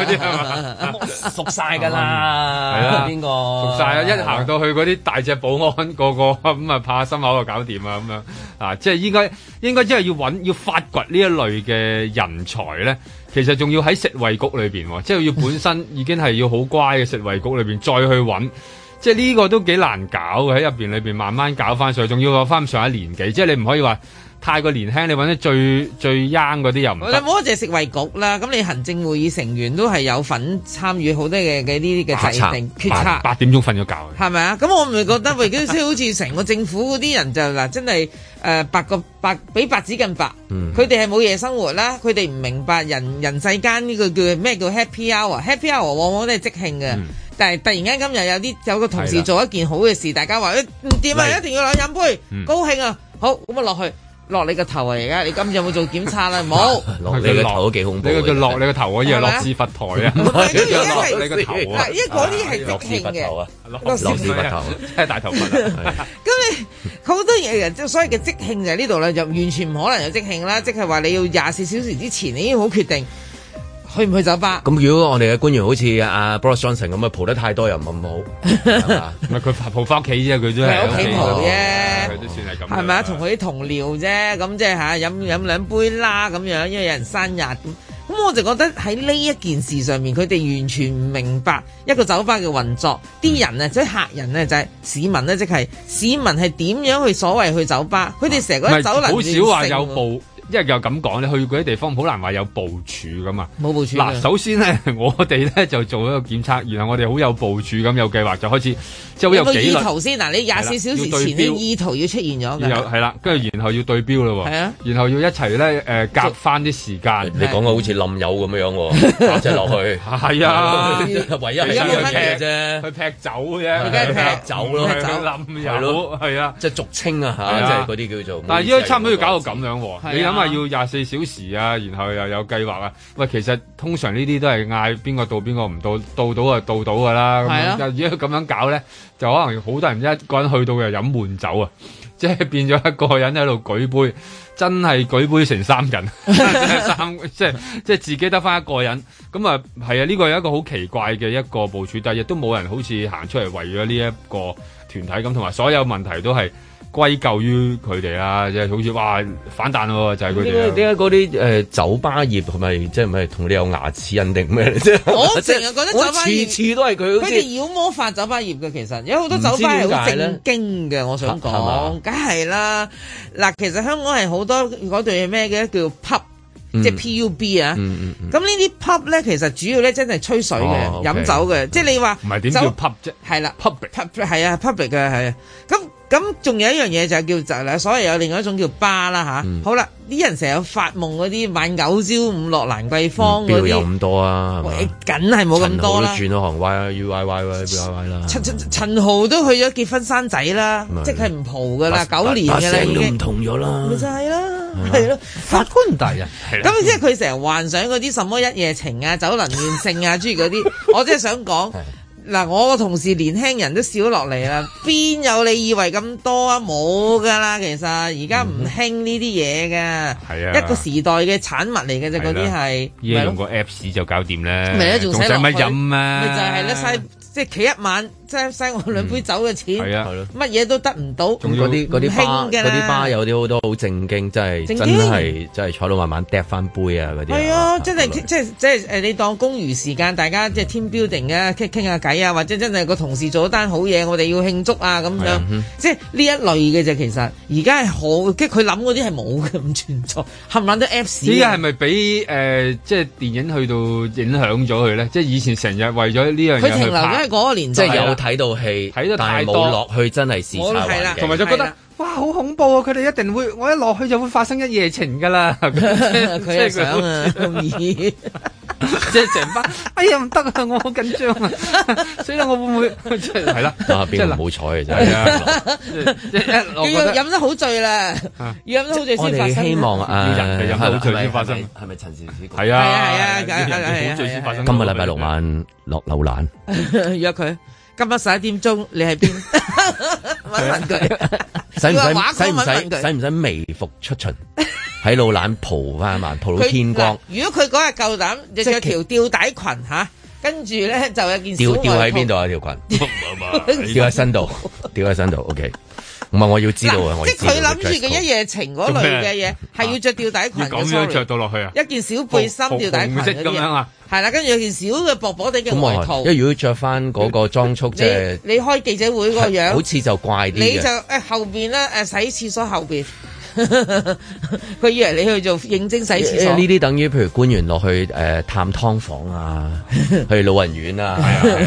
[SPEAKER 2] 熟晒㗎 啦，
[SPEAKER 3] 係啊
[SPEAKER 2] 邊個
[SPEAKER 3] 熟晒啊！一行到去嗰啲大隻保安，個個咁啊怕心口就搞掂啊咁樣啊！即係應該應該即係要揾要發掘呢一類嘅人才咧。其實仲要喺食衞局裏邊喎，即係要本身已經係要好乖嘅食衞局裏邊再去揾。即係呢個都幾難搞嘅，喺入邊裏邊慢慢搞翻上去，仲要攞翻上一年紀，即係你唔可以話太過年輕，你揾啲最最 young 嗰啲又唔
[SPEAKER 4] 我哋
[SPEAKER 3] 得。
[SPEAKER 4] 冇淨係食衞局啦，咁你行政會議成員都係有份參與好多嘅嘅呢啲嘅制定決
[SPEAKER 3] 八
[SPEAKER 4] 策，
[SPEAKER 3] 八點鐘瞓咗覺。
[SPEAKER 4] 係咪啊？咁我咪覺得喂，即係好似成個政府嗰啲人就嗱，真係誒、呃白個白比白紙更白，
[SPEAKER 2] 嗯
[SPEAKER 4] 佢哋係冇夜生活啦，佢哋唔明白人人世間呢個叫咩叫 happy hour，happy hour 往往都係即興嘅。但係突然間今日有啲有個同
[SPEAKER 12] 係
[SPEAKER 4] 事
[SPEAKER 12] 啦
[SPEAKER 4] 做一件好嘅事，大家話誒唔掂啊，
[SPEAKER 12] 嚟
[SPEAKER 4] 一定要落去飲杯，
[SPEAKER 12] 嗯
[SPEAKER 4] 高興啊，好咁啊落去落你個頭啊！而家你今日有冇做檢查啦？冇。
[SPEAKER 2] 落你個頭都幾恐怖
[SPEAKER 3] 啊你
[SPEAKER 2] 嘅
[SPEAKER 3] 個落你個頭，我以為
[SPEAKER 4] 係咪
[SPEAKER 3] 落
[SPEAKER 4] 啊
[SPEAKER 3] 至佛台啊！
[SPEAKER 4] 係
[SPEAKER 3] 落你個頭啊！
[SPEAKER 4] 嗱因為嗰啲係
[SPEAKER 3] 落
[SPEAKER 4] 即興嘅
[SPEAKER 3] 啊！
[SPEAKER 4] 落
[SPEAKER 3] 落
[SPEAKER 4] 屎忽頭
[SPEAKER 3] 屎佛頭，真係大頭佛啊！
[SPEAKER 4] 咁你好多嘢人即係所謂嘅即興就係呢度啦，就完全唔可能有即興啦，即係話你要廿四小時之前你已經好決定去唔去酒吧。
[SPEAKER 2] 咁如果我哋嘅官員好似阿 Boris Johnson 咁啊，蒲得太多又唔係咁好，係嘛？
[SPEAKER 3] 唔係佢蒲翻屋企啫，佢真
[SPEAKER 4] 係喺屋企蒲啫
[SPEAKER 3] 佢都算係咁。
[SPEAKER 4] 係咪啊？同佢啲同僚啫，咁即係嚇飲飲兩杯啦咁樣，因為有人生日咁。咁我就覺得喺呢一件事上面，佢哋完全唔明白一個酒吧嘅運作，啲人啊，即係客人啊，就係市民咧，即係市民係點樣去所謂去酒吧？佢哋成
[SPEAKER 3] 唔
[SPEAKER 4] 個酒樓
[SPEAKER 3] 係好少話
[SPEAKER 4] 亂性喎
[SPEAKER 3] 有部，因為又咁講咧，去嗰啲地方好難話有部署噶嘛。
[SPEAKER 4] 冇啊部署
[SPEAKER 3] 嗱，
[SPEAKER 4] 嘅
[SPEAKER 3] 首先咧， 我哋咧就做一個檢測，然後我哋好有部署咁，有計劃就開始，即係
[SPEAKER 4] 有
[SPEAKER 3] 好有
[SPEAKER 4] 個
[SPEAKER 3] 紀
[SPEAKER 4] 意圖
[SPEAKER 3] 律。
[SPEAKER 4] 先嗱，你廿四小時前
[SPEAKER 3] 要對
[SPEAKER 4] 啲
[SPEAKER 3] 標
[SPEAKER 4] 意圖要出現咗
[SPEAKER 3] 然後
[SPEAKER 4] 㗎。
[SPEAKER 3] 係啦，跟住然後要對標咯喎，
[SPEAKER 4] 係啊
[SPEAKER 3] 然後要一齊咧誒夾翻啲時間。
[SPEAKER 2] 你講嘅好似冧友咁樣樣喎，打隻落去，
[SPEAKER 3] 係啊，
[SPEAKER 2] 唯一係呢樣嘢啫。
[SPEAKER 3] 佢劈酒啫，
[SPEAKER 2] 佢梗係劈酒咯
[SPEAKER 3] 佢冧友，係啊，
[SPEAKER 2] 即係俗稱啊
[SPEAKER 3] 係啊
[SPEAKER 2] 嚇，即係嗰啲叫做。
[SPEAKER 3] 但係依家差唔多要搞到咁樣
[SPEAKER 2] 係
[SPEAKER 3] 喎，
[SPEAKER 2] 啊
[SPEAKER 3] 你諗下要廿四小時啊，然後又有計劃啊。喂，其實通常呢啲都係嗌邊個到邊個唔到，到到啊到到㗎啦。咁樣
[SPEAKER 2] 係啊
[SPEAKER 3] 但係如果咁樣搞咧，就可能好多人一個人去到又飲悶酒啊，即係變咗一個人喺度舉杯，真係舉杯成三人， 即係三即係即係自己得翻一個人。咁啊係啊，呢個有一個好奇怪嘅一個部署，但係亦都冇人好似行出嚟為咗呢一個團體咁，同埋所有問題都係。歸咎於佢哋啦，即係好似哇反彈喎，就係佢
[SPEAKER 2] 點
[SPEAKER 3] 哋啊
[SPEAKER 2] 解
[SPEAKER 3] 啦。
[SPEAKER 2] 點解嗰啲誒酒吧業係咪即係咪同你有牙齒印定咩？ 即係
[SPEAKER 4] 我成日覺得酒吧
[SPEAKER 2] 即
[SPEAKER 4] 業
[SPEAKER 2] 係次次都係佢好
[SPEAKER 4] 佢
[SPEAKER 2] 似
[SPEAKER 4] 哋妖魔化酒吧業嘅，其實有好多酒吧係好正經嘅，我想
[SPEAKER 2] 係嘛
[SPEAKER 4] 講，梗係啦。嗱，其實香港係好多嗰對咩嘅叫 pub，即係 pub 啊。
[SPEAKER 3] 嗯嗯
[SPEAKER 4] 咁呢啲 pub 咧，其實主要咧真係吹水嘅
[SPEAKER 3] 哦，，OK
[SPEAKER 4] 飲酒嘅，即係你話
[SPEAKER 3] 唔係點
[SPEAKER 4] 酒
[SPEAKER 3] 叫 pub 啫？
[SPEAKER 4] 係啦
[SPEAKER 3] ，public
[SPEAKER 4] pub 係啊，public 嘅係啊。咁咁仲有一樣嘢就係叫就係所謂有另外一種叫巴啦吓，
[SPEAKER 2] 嗯
[SPEAKER 4] 好啦，啲人成日有發夢嗰啲萬九朝五落蘭桂坊嗰
[SPEAKER 2] 嗯邊有
[SPEAKER 4] 啲，
[SPEAKER 2] 咁多啊？係
[SPEAKER 4] 喂
[SPEAKER 2] 嘛
[SPEAKER 4] 梗係冇咁
[SPEAKER 2] 陳豪
[SPEAKER 4] 多啦。
[SPEAKER 2] 都轉咗行 Y U Y Y Y Y Y 啦。
[SPEAKER 4] 陳陳陳豪都去咗結婚生仔啦
[SPEAKER 2] 咪，
[SPEAKER 4] 即係唔蒲噶啦，
[SPEAKER 2] 把
[SPEAKER 4] 九年噶
[SPEAKER 2] 把
[SPEAKER 4] 啦
[SPEAKER 2] 聲
[SPEAKER 4] 已
[SPEAKER 2] 都
[SPEAKER 4] 經
[SPEAKER 2] 唔同咗啦啊
[SPEAKER 4] 咪就係啦，係咯。
[SPEAKER 2] 法官大人，
[SPEAKER 4] 咁即係佢成日幻想嗰啲什麼一夜情啊、酒能亂性啊，諸如嗰 啲，我真係想講。嗱，我個同事年輕人都少落嚟啦，邊有你以為咁多啊？冇噶啦，其實而家
[SPEAKER 2] 嗯
[SPEAKER 4] 唔興呢啲嘢噶，
[SPEAKER 3] 係啊
[SPEAKER 4] 一個時代嘅產物嚟嘅啫，嗰啲係
[SPEAKER 3] 依家
[SPEAKER 4] 咪咯
[SPEAKER 3] 用個 Apps 就搞掂咧，
[SPEAKER 4] 咪咧仲
[SPEAKER 3] 仲
[SPEAKER 4] 使
[SPEAKER 3] 使
[SPEAKER 4] 落
[SPEAKER 3] 乜
[SPEAKER 4] 去
[SPEAKER 3] 飲啊？嗯
[SPEAKER 4] 咪就係咧嘥，即係企一晚，即係嘥我兩杯酒嘅錢，
[SPEAKER 2] 係啊係咯
[SPEAKER 4] 乜嘢都得唔到，
[SPEAKER 2] 咁嗰啲嗰啲巴
[SPEAKER 4] 唔興㗎
[SPEAKER 2] 嗰
[SPEAKER 4] 啦
[SPEAKER 2] 啲啊巴有啲好多好正經，真係
[SPEAKER 4] 正
[SPEAKER 2] 真
[SPEAKER 4] 經
[SPEAKER 2] 係真係坐到慢慢嗒翻杯啊嗰嗯啲。
[SPEAKER 4] 係啊，真係即係即係誒，你當公餘時間，大家即係 team building 啊，傾傾下偈啊，或者真係個同事做咗單好嘢，我哋要慶祝啊咁
[SPEAKER 2] 係
[SPEAKER 4] 樣
[SPEAKER 2] 啊嗯，
[SPEAKER 4] 即係呢一類嘅啫。其實而家係好，即係佢諗嗰啲係冇嘅，唔存在，冚唪唥都 Apps 啊。
[SPEAKER 3] 依家係咪俾誒即係電影去到影響咗佢咧？即係以前成日為咗呢樣嘢
[SPEAKER 4] 佢停留咗喺嗰個年
[SPEAKER 2] 即
[SPEAKER 4] 代啦？
[SPEAKER 2] 係有睇到戲，
[SPEAKER 3] 睇得
[SPEAKER 2] 但係
[SPEAKER 3] 太多
[SPEAKER 2] 冇落去真係視
[SPEAKER 3] 我
[SPEAKER 2] 察
[SPEAKER 3] 係
[SPEAKER 2] 環
[SPEAKER 3] 啦
[SPEAKER 2] 境，
[SPEAKER 3] 同埋就覺得哇好恐怖啊！佢哋一定會，我一落去就會發生一夜情噶啦。咁
[SPEAKER 4] 佢又
[SPEAKER 3] 即係
[SPEAKER 4] 想啊，咁
[SPEAKER 3] 即係成班，哎呀唔得啊！我好緊張啊！所以咧，我會唔會即係係啦？
[SPEAKER 2] 啊
[SPEAKER 3] 即係
[SPEAKER 2] 邊個唔好彩嘅
[SPEAKER 3] 係
[SPEAKER 2] 啫。
[SPEAKER 3] 啊！即係一
[SPEAKER 4] 佢
[SPEAKER 3] 我覺
[SPEAKER 4] 要
[SPEAKER 3] 得
[SPEAKER 4] 飲得好醉啦，要飲得好醉
[SPEAKER 2] 我
[SPEAKER 4] 先發
[SPEAKER 2] 哋
[SPEAKER 4] 生。
[SPEAKER 2] 希望誒，
[SPEAKER 3] 要人哋飲到醉先發生
[SPEAKER 2] 係咪，係咪陳善思講？
[SPEAKER 3] 係啊
[SPEAKER 4] 係啊係啊係啊係啊
[SPEAKER 3] 好最先發生
[SPEAKER 2] 今日禮拜六晚落牛欄，
[SPEAKER 4] 約佢今晚十一點鐘，你喺邊？問問佢。
[SPEAKER 2] 使唔使
[SPEAKER 4] 要話
[SPEAKER 2] 使唔
[SPEAKER 4] 講問問
[SPEAKER 2] 使
[SPEAKER 4] 佢
[SPEAKER 2] 使唔使微服出巡？喺老蘭蒲翻晚，蒲到天光
[SPEAKER 4] 嗱，如果佢嗰日夠膽，就着條吊帶裙吓，跟住咧就有件小
[SPEAKER 2] 吊吊
[SPEAKER 4] 外
[SPEAKER 2] 喺
[SPEAKER 4] 套
[SPEAKER 2] 邊度？啊？條裙 吊喺身度，吊喺身度。OK，唔係我要知道啊，我
[SPEAKER 4] 即
[SPEAKER 2] 要
[SPEAKER 4] 係
[SPEAKER 2] 知道
[SPEAKER 4] 佢諗住嘅一夜情嗰類嘅嘢，係要着吊帶裙
[SPEAKER 3] 要
[SPEAKER 4] 嘅
[SPEAKER 3] 咁樣着
[SPEAKER 4] ，sorry。
[SPEAKER 3] 到落去啊！
[SPEAKER 4] 一件小背心、
[SPEAKER 3] 紅
[SPEAKER 4] 吊帶裙
[SPEAKER 3] 紅色
[SPEAKER 4] 嗰
[SPEAKER 3] 咁
[SPEAKER 4] 啲
[SPEAKER 3] 樣啊，
[SPEAKER 4] 係啦，跟住有件小嘅薄薄地嘅
[SPEAKER 2] 咁
[SPEAKER 4] 外
[SPEAKER 2] 我
[SPEAKER 4] 套
[SPEAKER 2] 因。為如果着翻嗰個裝束，即係
[SPEAKER 4] 你你開記者會個樣
[SPEAKER 2] 好，似就怪啲
[SPEAKER 4] 你就
[SPEAKER 2] 嘅。
[SPEAKER 4] 誒後邊咧誒洗廁所後邊， 佢以為你去做認真洗廁
[SPEAKER 2] 因為呢
[SPEAKER 4] 所。
[SPEAKER 2] 啲等於譬如官員落去誒、呃探劏房 啊，去老人院啊，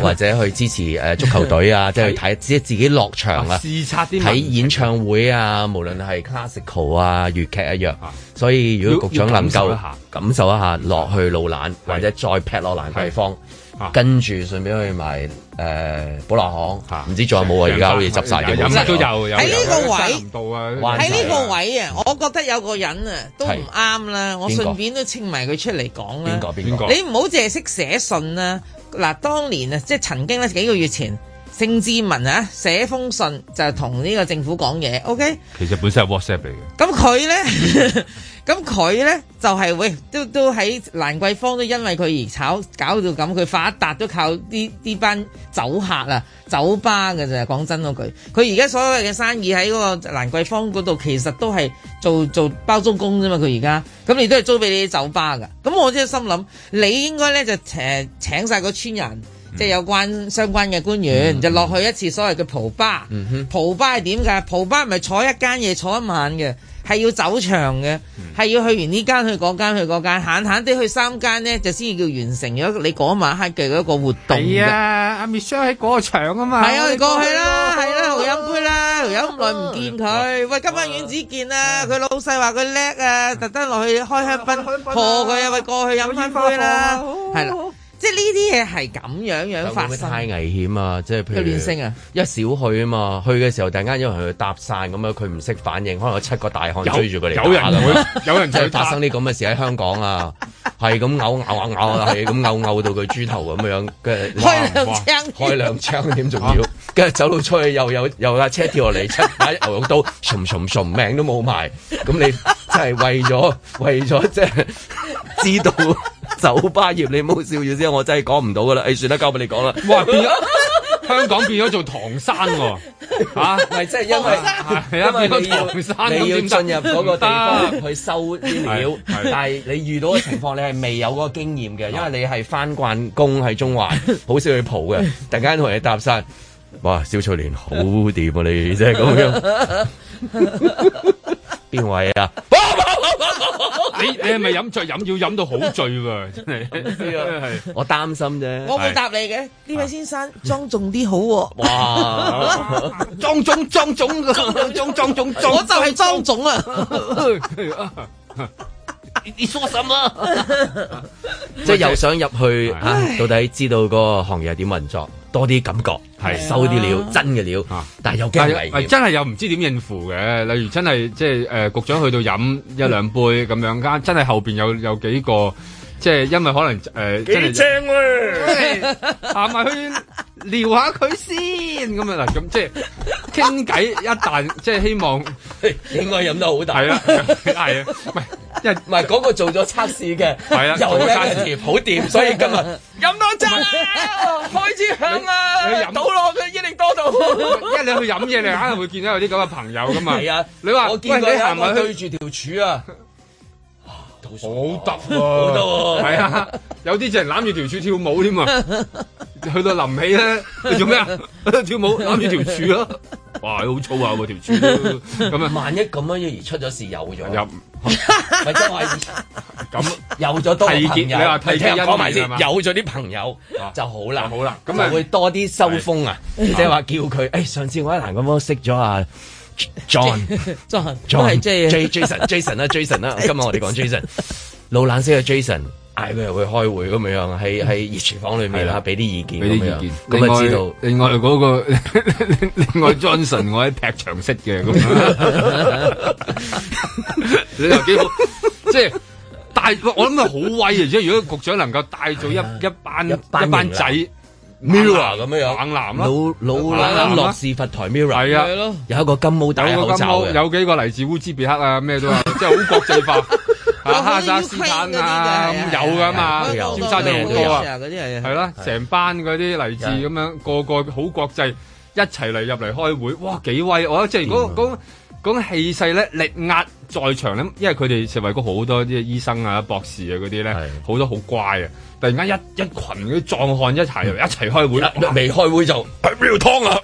[SPEAKER 2] 或者去支持誒、呃足球隊啊，即係去睇即係自己落場啊，
[SPEAKER 3] 視察啲
[SPEAKER 2] 睇演唱會啊，無論係 classical 啊、粵劇一樣。所以如果局長
[SPEAKER 3] 要要
[SPEAKER 2] 能
[SPEAKER 3] 感受
[SPEAKER 2] 夠
[SPEAKER 3] 一下
[SPEAKER 2] 感受一下落去老蘭，或者再劈落蘭桂坊，
[SPEAKER 3] 啊
[SPEAKER 2] 跟住順便去埋誒寶樂巷，唔知仲有冇啊？而家好似執晒嘅，
[SPEAKER 3] 有
[SPEAKER 2] 冇晒
[SPEAKER 3] 都
[SPEAKER 2] 啦
[SPEAKER 3] 有有
[SPEAKER 4] 喺呢個位
[SPEAKER 3] 個位
[SPEAKER 2] 灣仔
[SPEAKER 4] 喺呢個位啊，我覺得有個人啊都唔啱啦，我
[SPEAKER 2] 邊個
[SPEAKER 4] 順便都稱埋佢出嚟講啦。
[SPEAKER 2] 邊個邊個？
[SPEAKER 4] 你唔好淨係識寫信啦、嗱，當年啊，即係曾經咧幾個月前，盛志文啊寫封信就同呢個政府講嘢，OK？
[SPEAKER 3] 其實本身係 WhatsApp 嚟嘅。
[SPEAKER 4] 咁佢咧， 咁佢咧就係、喂，都都喺蘭桂坊都因為佢而炒，搞到咁，佢發達都靠呢呢班酒客啊、酒吧嘅咋。講真嗰句，佢而家所有嘅生意喺嗰個蘭桂坊嗰度，其實都係做做包租公啫嘛。佢而家咁你都係租俾你啲酒吧噶。咁我真係心諗，你應該咧就誒請晒個村人。即係有關相關嘅官員，就落去一次所謂嘅蒲巴。蒲巴係點㗎？蒲巴唔係坐一間嘢坐一晚嘅，係要走場嘅，係、要去完呢間去嗰間去嗰間，閒閒地去三間呢，就先至叫完成咗你嗰晚黑嘅一個活動
[SPEAKER 3] 係
[SPEAKER 4] 嘅。
[SPEAKER 3] 啊，阿 Michelle 喺嗰個場啊嘛。
[SPEAKER 4] 係啊，我哋過去哦啦，係啦，豪飲杯啦，豪飲咁耐唔見佢，喂，今晚阮子健啦，佢老細話佢叻啊，特登落去哦開香檳破佢啊，喂，過去飲翻杯啦，係啦，即係呢啲嘢係咁樣樣
[SPEAKER 2] 會
[SPEAKER 4] 發
[SPEAKER 2] 唔會
[SPEAKER 4] 生。
[SPEAKER 2] 太危險啊！即係譬如
[SPEAKER 4] 佢亂性啊，
[SPEAKER 2] 一少去啊嘛，去嘅時候突然間有人去搭訕咁樣，佢唔識反應，可能有七個大漢追住佢嚟打
[SPEAKER 3] 有人
[SPEAKER 2] 㗎嘛
[SPEAKER 3] 會有 人
[SPEAKER 2] 即
[SPEAKER 3] 就
[SPEAKER 2] 係發生啲咁嘅事喺香港 啊，係咁咬咬咬咬啊，係咁咬咬到佢豬頭咁樣，跟 住
[SPEAKER 4] 開兩啊槍，
[SPEAKER 2] 開兩槍點 仲要，跟住走到出去又有又架車跳落嚟，七把牛肉刀，馴馴馴命都冇埋，咁你真係為咗 為咗即係知道。酒吧業你唔好笑住先，哎我真係講唔到噶啦。誒、算啦，交俾你講啦。
[SPEAKER 3] 哇，變咗香港變咗做唐山喎，嚇，
[SPEAKER 2] 咪即係 因為
[SPEAKER 3] 係啊
[SPEAKER 2] 因為你
[SPEAKER 3] 變咗唐
[SPEAKER 2] 要
[SPEAKER 3] 山咁啊
[SPEAKER 2] 你要進入嗰個地
[SPEAKER 3] 點
[SPEAKER 2] 方
[SPEAKER 3] 得
[SPEAKER 2] 去收啲料
[SPEAKER 3] 係，係哦
[SPEAKER 2] 但係你遇到嘅情況你係未有嗰個經驗嘅，因為你係翻慣工喺中環，好少去 蒲嘅，突然間同你搭訕。哇！蕭翠蓮好掂啊， 你即係咁樣，邊位啊？
[SPEAKER 3] 你你係咪飲醉飲要飲到好醉喎？真 係，
[SPEAKER 2] 我擔心啫
[SPEAKER 4] 我會答你嘅，呢位先生莊重啲好喎。
[SPEAKER 2] 哇！
[SPEAKER 3] 莊重莊重莊重莊重莊，
[SPEAKER 4] 我就係莊重 啊！
[SPEAKER 2] 你說什麼？即係又想入去啊，到底知道個行業係點運作，多啲感覺，係收啲料，真嘅料，但係又驚危
[SPEAKER 3] 啊係
[SPEAKER 2] 險。
[SPEAKER 3] 真係又唔知點應付嘅。例如真係即係誒局長去到飲一兩杯咁樣，間真係後邊有有幾個。即係因為可能誒、呃，真係
[SPEAKER 7] 喎，
[SPEAKER 3] 行埋去撩下佢先咁啊嗱，咁即係傾偈一旦 即係希望
[SPEAKER 2] 應該飲得好大
[SPEAKER 3] 係啦，係啊，唔係
[SPEAKER 2] 唔係嗰個做咗測試嘅，
[SPEAKER 3] 係啦，
[SPEAKER 2] 又
[SPEAKER 3] 做
[SPEAKER 2] 一
[SPEAKER 3] 咗測
[SPEAKER 2] 個碟好掂，所以今日飲多陣啦，開始響啦，倒落去益力多度。
[SPEAKER 3] 因為你去飲嘢，你硬係會見到有啲咁嘅朋友噶嘛。
[SPEAKER 2] 係啊，
[SPEAKER 3] 你話
[SPEAKER 2] 我見
[SPEAKER 3] 喂
[SPEAKER 2] 佢
[SPEAKER 3] 你行埋
[SPEAKER 2] 行
[SPEAKER 3] 去
[SPEAKER 2] 對住條柱啊，
[SPEAKER 3] 好得喎，
[SPEAKER 2] 好得喎
[SPEAKER 3] 係啊，有啲就係攬住條柱跳舞添啊，去到臨尾咧，你做咩啊？ 跳舞攬住條柱咯，哇，好粗啊喎條柱，咁啊，
[SPEAKER 2] 萬一咁樣而出咗事有咗，
[SPEAKER 3] 入
[SPEAKER 2] 咪即係話
[SPEAKER 3] 咁
[SPEAKER 2] 有咗多個朋
[SPEAKER 3] 締結
[SPEAKER 2] 友，
[SPEAKER 3] 你話締結
[SPEAKER 2] 聽我講埋先，
[SPEAKER 3] 姻緣係嘛
[SPEAKER 2] 有咗啲朋友就好啦，好
[SPEAKER 3] 啦，
[SPEAKER 2] 咁啊會多啲收風啊，即係話叫佢，誒上次我喺蘭桂坊識咗啊 John。
[SPEAKER 4] 莊都
[SPEAKER 2] John
[SPEAKER 4] 係即係
[SPEAKER 2] J Jason Jason 啦，Jason 啦，今日我哋講 Jason，老懶識嘅 Jason。嗌佢入去開會咁樣樣，喺喺熱廚房裏面嗯啦，俾啲意見
[SPEAKER 3] 俾啲
[SPEAKER 2] 咁
[SPEAKER 3] 意
[SPEAKER 2] 樣
[SPEAKER 3] 見，，
[SPEAKER 2] 咁啊知道。
[SPEAKER 3] 另外嗰個 另外 Johnson，我喺劈牆式嘅咁樣， 你又幾好，即係。帶我諗係好威啊！即係如果局長能夠帶咗一一班一班仔
[SPEAKER 2] Mirror 咁樣樣，
[SPEAKER 3] 猛男啦，
[SPEAKER 2] 老老懶落士佛台 Mirror，
[SPEAKER 3] 係啊係
[SPEAKER 2] 咯，有一個金毛戴
[SPEAKER 3] 有個
[SPEAKER 2] 口
[SPEAKER 3] 金
[SPEAKER 2] 罩
[SPEAKER 3] 毛，
[SPEAKER 2] 嘅，
[SPEAKER 3] 有幾個嚟自烏茲別克啊，咩都有，即係好國際化。啊，哈薩斯坦啊，咁有噶嘛，
[SPEAKER 2] 都有
[SPEAKER 3] 尖沙咀好多啊，
[SPEAKER 2] 都有嗰啲係啊
[SPEAKER 3] 係啦，成班嗰啲嚟自咁樣，個個好國際，一齊嚟入嚟開會，哇，幾威！我覺得即係嗰嗰嗰種氣勢咧，力壓在場咧，因為佢哋食衞局好多啲醫生啊、博士啊嗰啲咧，好多好乖啊，突然間一一群嗰啲壯漢一齊一齊開會，
[SPEAKER 2] 未開會就哎
[SPEAKER 3] 係廟湯 啊！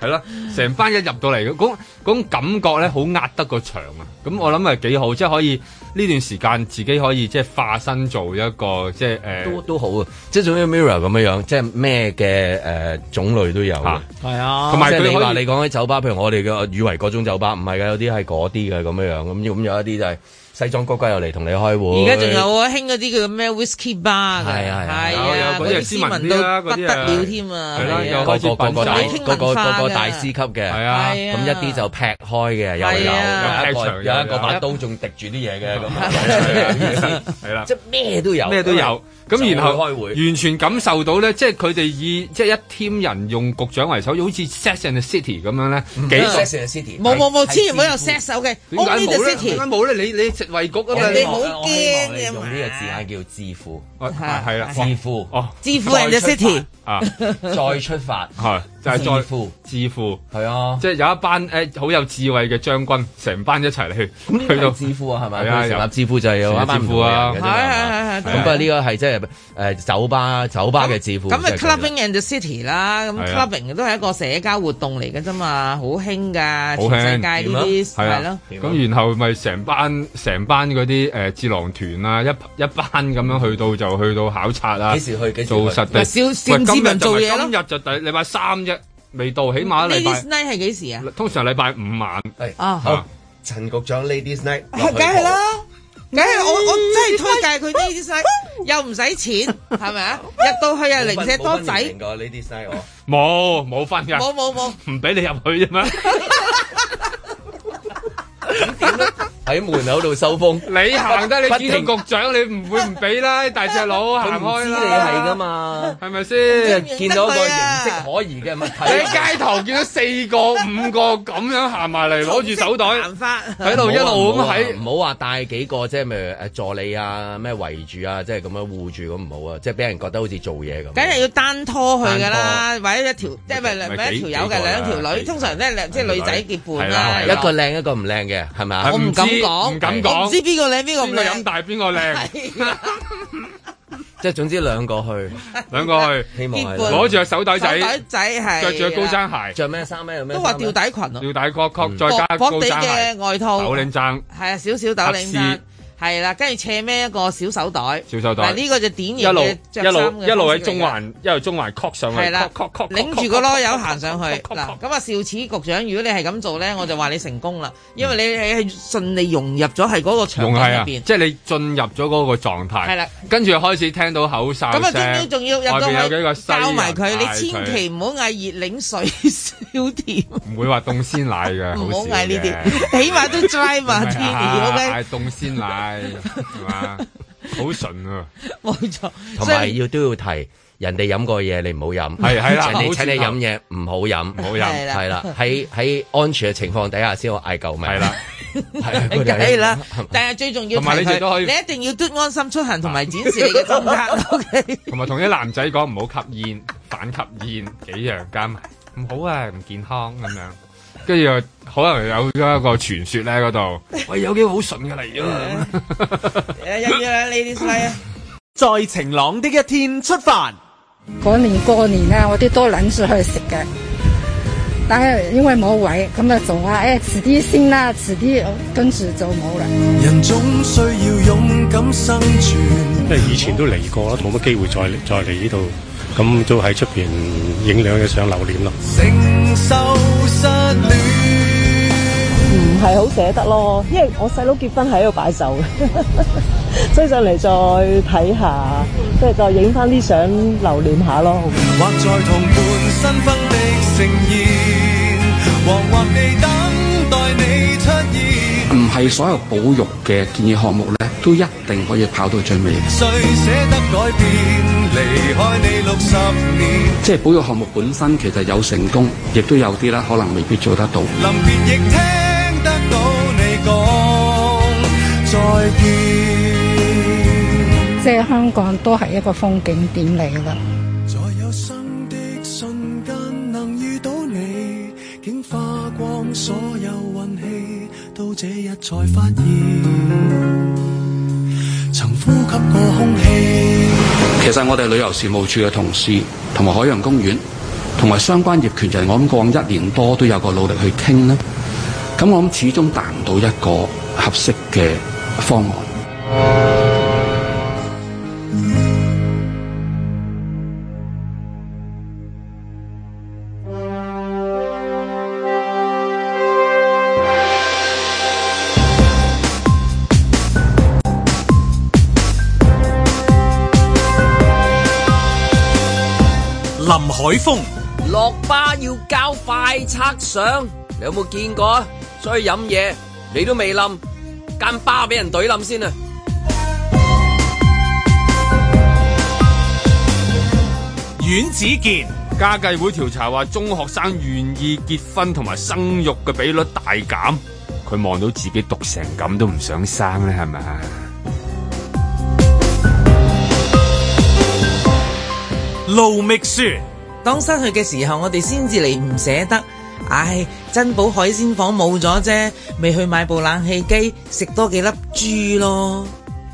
[SPEAKER 3] 係啦，成班一入到嚟嘅，嗰嗰種感覺咧，好壓得個場啊！咁我諗係幾好，即係可以呢段時間自己可以即係化身做一個即係誒，
[SPEAKER 2] 都都好啊！即係總之 Mirror 咁樣樣，即係咩嘅誒種類都有嘅。
[SPEAKER 3] 係
[SPEAKER 2] 同
[SPEAKER 3] 啊同
[SPEAKER 2] 埋
[SPEAKER 3] 埋
[SPEAKER 2] 你
[SPEAKER 3] 佢
[SPEAKER 2] 話
[SPEAKER 3] 話
[SPEAKER 2] 你
[SPEAKER 3] 你
[SPEAKER 2] 講喺酒吧，譬如我哋嘅以為嗰種酒吧，唔係嘅，有啲係嗰啲嘅咁樣樣，咁咁有一啲就係西裝骨骨又嚟同你開
[SPEAKER 4] 而
[SPEAKER 2] 會。
[SPEAKER 4] 家仲有啊，興嗰啲叫咩 whisky bar 㗎
[SPEAKER 2] 係啊係啊
[SPEAKER 4] 係
[SPEAKER 2] 有有
[SPEAKER 4] 啊，
[SPEAKER 2] 嗰啲係斯文
[SPEAKER 4] 斯文
[SPEAKER 2] 啲啦
[SPEAKER 4] 到
[SPEAKER 2] 嗰
[SPEAKER 4] 不
[SPEAKER 2] 啲
[SPEAKER 4] 得
[SPEAKER 2] 啊
[SPEAKER 4] 了添啊，
[SPEAKER 2] 係啦，
[SPEAKER 4] 係啊
[SPEAKER 2] 有個個個個大
[SPEAKER 4] 你聽
[SPEAKER 2] 個個
[SPEAKER 4] 文化
[SPEAKER 2] 個個
[SPEAKER 4] 㗎
[SPEAKER 2] 大師級嘅，係
[SPEAKER 3] 啊
[SPEAKER 2] 咁一啲就劈開嘅，又有
[SPEAKER 4] 係啊
[SPEAKER 2] 有一個
[SPEAKER 3] 有劈場
[SPEAKER 2] 有一個
[SPEAKER 3] 有
[SPEAKER 2] 把刀仲滴住啲嘢嘅啊
[SPEAKER 3] 係
[SPEAKER 2] 咁，
[SPEAKER 3] 係啦
[SPEAKER 2] 即係咩都有，
[SPEAKER 3] 咩都
[SPEAKER 4] 啊
[SPEAKER 3] 有。咁然後
[SPEAKER 2] 就去開會。
[SPEAKER 3] 完全感受到咧，即係佢哋以即係一 team 人用局長為首，好似 Sex and the City 咁樣咧，幾個
[SPEAKER 2] Sex and the City
[SPEAKER 4] 冇冇冇，千祈唔好有 set 手嘅
[SPEAKER 3] 點解
[SPEAKER 4] ，only the
[SPEAKER 3] 冇咧？點
[SPEAKER 4] city
[SPEAKER 3] 解。冇咧？你你食衞局啊嘛？
[SPEAKER 4] 人哋好驚
[SPEAKER 2] 你
[SPEAKER 4] 嘅
[SPEAKER 2] 用
[SPEAKER 4] 嘛
[SPEAKER 2] 呢，個字眼叫致富，
[SPEAKER 3] 係啦，
[SPEAKER 2] 致富
[SPEAKER 3] 哦，
[SPEAKER 4] 致富 and the city
[SPEAKER 3] 啊，
[SPEAKER 2] 再出發
[SPEAKER 3] 係就係再
[SPEAKER 2] 致富，
[SPEAKER 3] 致富
[SPEAKER 2] 係啊，
[SPEAKER 3] 即係有一班誒好有智慧嘅將軍，成班一齊嚟去
[SPEAKER 2] 咁呢個
[SPEAKER 3] 去到
[SPEAKER 2] 係致富啊，係咪？
[SPEAKER 3] 係啊
[SPEAKER 2] 佢成立
[SPEAKER 3] 有
[SPEAKER 2] 致富就係有一班
[SPEAKER 3] 致富啊
[SPEAKER 2] 唔同嘅人嘅啫嘛
[SPEAKER 4] 係係係係
[SPEAKER 2] 咁不過呢個係即係誒酒吧酒吧嘅致富，
[SPEAKER 4] 咁咪
[SPEAKER 2] 即係咁樣
[SPEAKER 4] clubbing and the city 啦，咁
[SPEAKER 2] 係啊
[SPEAKER 4] clubbing 都係一個社交活動嚟嘅啫嘛，好興㗎，
[SPEAKER 3] 好
[SPEAKER 4] 全世
[SPEAKER 3] 輕，
[SPEAKER 4] 界呢啲
[SPEAKER 3] 係
[SPEAKER 4] 係
[SPEAKER 3] 啊
[SPEAKER 4] 咯，。
[SPEAKER 3] 咁然後咪成班成班嗰啲誒智囊團啊，一一班咁樣去到就去到考察啊，
[SPEAKER 2] 幾時去幾時去
[SPEAKER 3] 做實地
[SPEAKER 4] 咪，少
[SPEAKER 3] 喂
[SPEAKER 4] 少
[SPEAKER 3] 今
[SPEAKER 4] 市
[SPEAKER 3] 日
[SPEAKER 4] 民
[SPEAKER 3] 就
[SPEAKER 4] 做
[SPEAKER 3] 咪
[SPEAKER 4] 嘢咯
[SPEAKER 3] 今日就第禮拜三啫，未到，起碼禮
[SPEAKER 4] Ladies
[SPEAKER 3] 拜
[SPEAKER 4] night 係幾時啊？
[SPEAKER 3] 通常禮拜五晚。
[SPEAKER 4] 啊
[SPEAKER 2] 好，陳局長 Ladies Night，
[SPEAKER 4] 梗係啦，梗係我我真係推介佢 Ladies night，又唔使錢，係咪啊？入到去又零舍多仔，
[SPEAKER 2] 冇分年齡㗎 Ladies Night 我。
[SPEAKER 3] 冇冇分㗎，
[SPEAKER 4] 冇冇冇，
[SPEAKER 3] 唔俾你入去啫嘛。
[SPEAKER 2] 喺門口度收風。
[SPEAKER 3] 你行得，
[SPEAKER 2] 不
[SPEAKER 3] 你見
[SPEAKER 2] 停
[SPEAKER 3] 到局長，你唔會唔俾 啦，大隻佬行開
[SPEAKER 2] 佢
[SPEAKER 3] 啦。
[SPEAKER 2] 唔知你係㗎嘛，
[SPEAKER 3] 係咪先？
[SPEAKER 2] 見到一個形跡可疑嘅物體。
[SPEAKER 3] 你喺街頭見到四個、五個咁樣行埋嚟，攞住手袋，喺度一路咁喺。
[SPEAKER 2] 唔好話帶幾個即係咪誒助理啊咩圍住啊，即係咁樣護住咁唔好啊，即係俾人覺得好似做嘢咁。
[SPEAKER 4] 梗係要單拖佢㗎啦，或者一條即係咪兩
[SPEAKER 2] 咪
[SPEAKER 4] 咪一條
[SPEAKER 2] 幾
[SPEAKER 4] 友
[SPEAKER 2] 幾個
[SPEAKER 4] 嘅
[SPEAKER 2] 啦
[SPEAKER 4] 兩條女，通常都係兩即係女仔結伴啦。
[SPEAKER 2] 一個靚一個唔靚嘅係咪啊？
[SPEAKER 4] 我唔敢講，
[SPEAKER 2] 唔敢講
[SPEAKER 4] 我唔知邊個靚邊個唔
[SPEAKER 3] 邊個飲
[SPEAKER 4] 靚。
[SPEAKER 3] 大邊 個靚，
[SPEAKER 2] 即係總之兩個去，
[SPEAKER 3] 兩個去，
[SPEAKER 2] 希望係
[SPEAKER 4] 結伴
[SPEAKER 2] 啦
[SPEAKER 3] 攞住個手袋
[SPEAKER 4] 手袋
[SPEAKER 3] 仔，
[SPEAKER 4] 仔係
[SPEAKER 3] 着住個高踭鞋，
[SPEAKER 2] 着咩衫咩？有咩
[SPEAKER 4] 都話吊帶裙咯，
[SPEAKER 3] 吊帶確確，再加
[SPEAKER 4] 薄
[SPEAKER 3] 高
[SPEAKER 4] 薄地
[SPEAKER 3] 踭鞋
[SPEAKER 4] 嘅外套
[SPEAKER 3] 手領踭。
[SPEAKER 4] 係啊，少少斗領
[SPEAKER 3] 合
[SPEAKER 4] 衫
[SPEAKER 3] 適，
[SPEAKER 4] 係啦，跟住斜孭一個小手袋，
[SPEAKER 3] 小手袋
[SPEAKER 4] 嗱呢個就典
[SPEAKER 3] 一
[SPEAKER 4] 型
[SPEAKER 3] 路
[SPEAKER 4] 嘅
[SPEAKER 3] 一
[SPEAKER 4] 着衫
[SPEAKER 3] 路
[SPEAKER 4] 嘅
[SPEAKER 3] 一路喺
[SPEAKER 4] 方式嚟㗎
[SPEAKER 3] 中環，一路中環 c 上去，
[SPEAKER 4] 係 啦
[SPEAKER 3] cock- cock-，cock-
[SPEAKER 4] 擰住個籮柚行上去。嗱，咁啊，邵此局長，如果你係咁做咧，我就話你成功啦，因為你你係順利融入咗係嗰個場景
[SPEAKER 3] 用
[SPEAKER 4] 入
[SPEAKER 3] 係啊，即
[SPEAKER 4] 邊。
[SPEAKER 3] 係你進入咗嗰個狀態，
[SPEAKER 4] 係啦，
[SPEAKER 3] 跟住開始聽到口哨
[SPEAKER 4] 咁啊，
[SPEAKER 3] 聲，
[SPEAKER 4] 點都仲要入
[SPEAKER 3] 外
[SPEAKER 4] 到
[SPEAKER 3] 邊有幾個
[SPEAKER 4] 去
[SPEAKER 3] 西人
[SPEAKER 4] 教埋佢，
[SPEAKER 3] 嗌
[SPEAKER 4] 你千祈唔好嗌熱檸水 少甜，
[SPEAKER 3] 唔會話凍鮮奶 嘅，
[SPEAKER 4] 唔好
[SPEAKER 3] 少
[SPEAKER 4] 嗌呢
[SPEAKER 3] 嘅
[SPEAKER 4] 啲，起碼都 dry 嘛
[SPEAKER 3] 係
[SPEAKER 4] 啲
[SPEAKER 3] 啊
[SPEAKER 4] ，OK，
[SPEAKER 3] 嗌凍鮮奶係嘛，好純啊！
[SPEAKER 4] 冇錯。
[SPEAKER 2] 同
[SPEAKER 4] 所
[SPEAKER 2] 埋
[SPEAKER 4] 以
[SPEAKER 2] 要都要提。人哋飲過嘢，你唔好飲。
[SPEAKER 3] 係係啦
[SPEAKER 2] 人哋
[SPEAKER 3] 好
[SPEAKER 2] 請你
[SPEAKER 3] 似
[SPEAKER 2] 飲嘢，唔好飲，唔好
[SPEAKER 3] 飲
[SPEAKER 4] 係啦
[SPEAKER 2] 係啦，喺喺安全嘅情況底下先好嗌救命。係
[SPEAKER 3] 啦，
[SPEAKER 2] 係
[SPEAKER 4] 梗 係啦，但係最重要
[SPEAKER 3] 同埋
[SPEAKER 4] 提
[SPEAKER 3] 你哋都
[SPEAKER 4] 佢，
[SPEAKER 3] 可以
[SPEAKER 4] 你一定要嘟安心出行同埋展示你嘅針卡。OK，
[SPEAKER 3] 同埋同啲男仔講唔好吸煙，反吸煙幾樣加埋，唔好啊，唔健康咁樣。跟住又可能有咗一個傳說咧，嗰度喂有幾個好純嘅嚟咗。
[SPEAKER 4] 誒，有嘢啦，ladies night 啊！
[SPEAKER 13] 在晴朗的一天出發。
[SPEAKER 8] 嗰年過年啊，我啲都諗住去食嘅，但係因為冇位，咁就做啊，誒、遲啲先啦，遲啲，跟住就冇啦。
[SPEAKER 1] 人總需要勇敢生存。
[SPEAKER 14] 因為以前都嚟過啦，冇乜機會再嚟再嚟呢度，咁都喺出邊影兩嘢相留念咯。
[SPEAKER 1] 承受失戀，
[SPEAKER 7] 唔係好捨得咯，因為我細佬結婚喺度擺酒嘅， 所以上嚟再睇下，即係再影翻啲相留念下咯。
[SPEAKER 1] 或在同伴新婚的盛宴，惶惑地等待你出現。
[SPEAKER 15] 唔係所有保育嘅建議項目咧，都一定可以跑到最尾嘅。
[SPEAKER 1] 誰捨得改變離開你六十年？
[SPEAKER 15] 即係保育項目本身其實有成功，亦都有啲啦，可能未必做得到。
[SPEAKER 1] 臨別亦聽得到你講再見。
[SPEAKER 8] 即係香港都係一個風景點嚟啦。
[SPEAKER 1] 在有生的瞬間能遇到你，竟花光所有運氣，到這日才發現，曾呼吸過空氣。
[SPEAKER 15] 其實我哋旅遊事務處嘅同事，同埋海洋公園，同埋相關業權人，我諗過往一年多都有個努力去傾啦。咁我諗始終達唔到一個合適嘅方案。
[SPEAKER 16] 林海峰、
[SPEAKER 17] 落巴要交快測相，你有冇見過啊？所以飲嘢你都未冧，間巴俾人懟冧先啊！
[SPEAKER 3] 阮子健家計會調查話，中學生願意結婚同埋生育嘅比率大減。佢望到自己讀成咁都唔想生咧，係咪啊？
[SPEAKER 4] 路觅書，當失去嘅時候，我哋先至嚟唔捨得。唉，珍寶海鮮房冇咗啫，未去買部冷氣機，食多幾粒豬咯。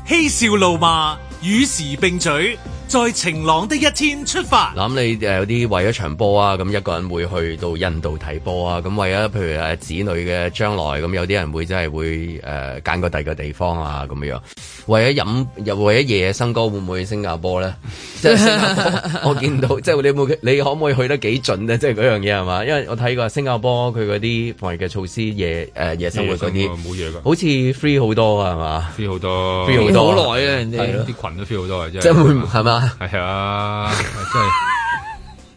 [SPEAKER 16] 嬉笑怒罵，與時並舉，在晴朗的一天出發。
[SPEAKER 2] 諗你誒有啲為咗場波啊，咁一個人會去到印度睇波啊，咁為咗譬如誒子女嘅將來，咁有啲人會真係會誒揀個第二個地方啊咁樣。為咗飲又為咗夜生歌，會唔會去新加坡咧？即係新加坡，我見到即係你有冇你可唔可以去得幾盡咧？即係嗰樣嘢係嘛？因為我睇過新加坡佢嗰啲防疫嘅措施，夜誒、呃夜生活嗰啲
[SPEAKER 3] 夜生活冇嘢㗎
[SPEAKER 2] 好似 free 好多啊係嘛
[SPEAKER 3] ？free 好多
[SPEAKER 2] free 好多係咯
[SPEAKER 3] 啲群都 feel 好多啊，真係。
[SPEAKER 2] 即係會唔係嘛？
[SPEAKER 3] 係啊，真係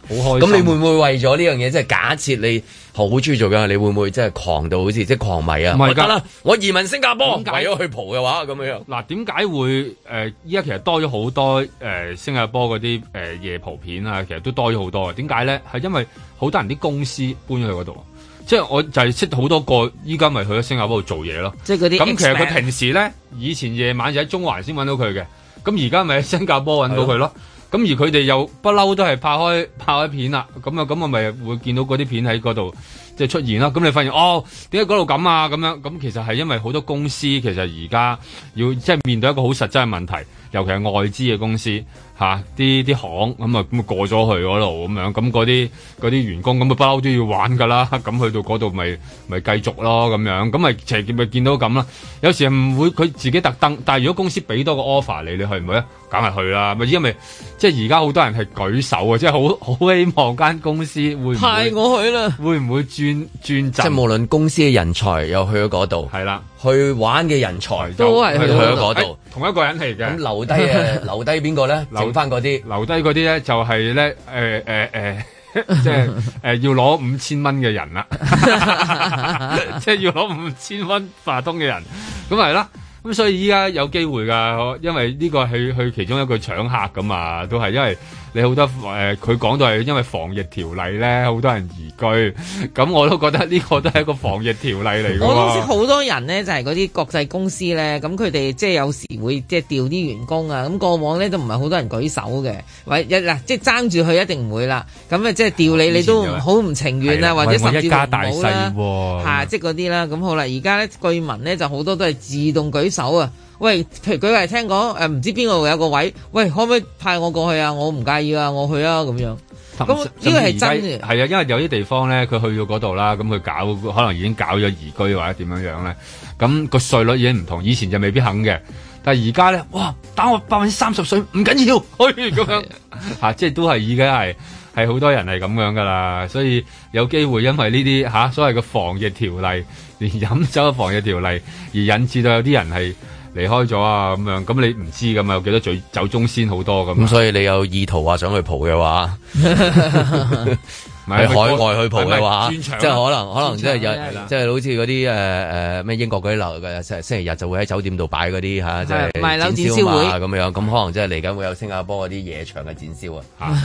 [SPEAKER 3] 好開心。
[SPEAKER 2] 咁你會唔會為咗呢樣嘢，即係假設你好中意做嘅，你會唔會即係狂到好似即係狂迷啊？
[SPEAKER 3] 唔係㗎
[SPEAKER 2] 我得啦，我移民新加坡，為
[SPEAKER 3] 點解
[SPEAKER 2] 咗去蒲嘅話咁樣。
[SPEAKER 3] 嗱，點解會誒依家其實多咗好多誒、呃新加坡嗰啲誒夜蒲片啊，其實都多咗好多嘅。點解咧？係因為好多人啲公司搬咗去嗰度，即係我就係識好多個依家咪去咗新加坡度做嘢咯。
[SPEAKER 4] 即係嗰啲
[SPEAKER 3] 咁其實
[SPEAKER 4] expat
[SPEAKER 3] 佢平時咧，以前夜晚就喺中環先揾到佢嘅，咁而家咪喺新加坡揾到佢咯。咁而佢哋又不嬲都係拍開拍開片啦，咁啊咁我咪會見到嗰啲片喺嗰度即係出現啦。咁你發現哦，點解嗰度咁啊？咁樣咁其實係因為好多公司其實而家要即係面對一個好實質嘅問題，尤其係外資嘅公司嚇，啲啲行咁啊咁啊過咗去嗰度咁樣，咁嗰啲嗰啲員工咁啊不嬲都要玩㗎啦。 咁去到嗰度咪咪繼續咯咁樣，咁咪其實咪見到咁啦。有時唔會佢自己特登，但係如果公司俾多個 offer 你，你去唔去咧？梗係去啦，咪因為即係而家好多人係舉手啊，即係好 好希望間公司會唔會
[SPEAKER 18] 派我去啦，
[SPEAKER 3] 會唔會轉轉陣？
[SPEAKER 2] 即係無論公司嘅人才又去咗嗰度，
[SPEAKER 3] 係啦，
[SPEAKER 2] 去玩嘅人才
[SPEAKER 3] 都係去
[SPEAKER 2] 去咗嗰
[SPEAKER 3] 哎
[SPEAKER 2] 度，
[SPEAKER 3] 同一個人嚟嘅。
[SPEAKER 2] 咁留低誒留低邊個咧？剩翻嗰啲
[SPEAKER 3] 留低嗯嗰啲咧就係咧誒誒誒。 即係誒、要攞五千蚊嘅人啦， 即係要攞五千蚊化通嘅人，咁係啦。咁所以依家有機會㗎，因為呢個係去其中一個搶客㗎嘛，都係因為你好多誒，呃佢、講到係因為防疫條例咧，好多人移居，咁我都覺得呢個都係一個防疫條例嚟㗎喎。
[SPEAKER 4] 我都識好多人咧，就係嗰啲國際公司咧，咁佢哋即係有時會即係調啲員工啊，咁過往咧都唔係好多人舉手嘅，或一嗱即係爭住佢一定唔會啦，咁啊即係調你你都唔好唔情願
[SPEAKER 3] 係
[SPEAKER 4] 啊，
[SPEAKER 3] 啊
[SPEAKER 4] 或者
[SPEAKER 3] 喂
[SPEAKER 4] 甚
[SPEAKER 3] 我
[SPEAKER 4] 至乎
[SPEAKER 3] 一
[SPEAKER 4] 唔
[SPEAKER 3] 家
[SPEAKER 4] 好
[SPEAKER 3] 大細
[SPEAKER 4] 啦，
[SPEAKER 3] 喎
[SPEAKER 4] 嚇即係嗰啲啦，咁好啦，而家咧據聞咧就好多都係自動舉手啊。喂，譬如舉例聽講，誒、呃唔知邊個有個位，喂，可唔可以派我過去啊？我唔介意啊，我去啊，咁樣。咁呢個係真嘅
[SPEAKER 3] 係。啊，因為有啲地方咧，佢去到嗰度啦，咁佢搞可能已經搞咗移居或者點樣樣咧，咁個稅率已經唔同，以前就未必肯嘅。但係而家咧，哇！打我百分之三十稅唔緊要，去咁樣嚇，啊即係都係已經係係好多人係咁樣噶啦，所以有機會因為呢啲嚇所謂嘅防疫條例，連飲酒嘅防疫條例，而引致到有啲人係離開咗啊咁樣，咁你唔知噶嘛，有幾多酒酒中先好多咁。
[SPEAKER 2] 咁，所以你有意圖話想去蒲嘅話，
[SPEAKER 3] 唔
[SPEAKER 2] 去
[SPEAKER 3] 係
[SPEAKER 2] 海外去蒲嘅話，
[SPEAKER 3] 唔係
[SPEAKER 2] 即
[SPEAKER 3] 轉場
[SPEAKER 2] 係
[SPEAKER 3] 啦
[SPEAKER 2] 可能可能即係有
[SPEAKER 3] 轉場啦
[SPEAKER 2] 即係好似嗰啲呃誒誒咩英國嗰啲樓嘅星星期日就會喺酒店度擺嗰啲嚇，即係
[SPEAKER 4] 係賣樓
[SPEAKER 2] 展
[SPEAKER 4] 展
[SPEAKER 2] 銷嘛
[SPEAKER 4] 銷會
[SPEAKER 2] 咁樣，咁可能即係嚟緊會有新加坡嗰啲夜場嘅展銷啊，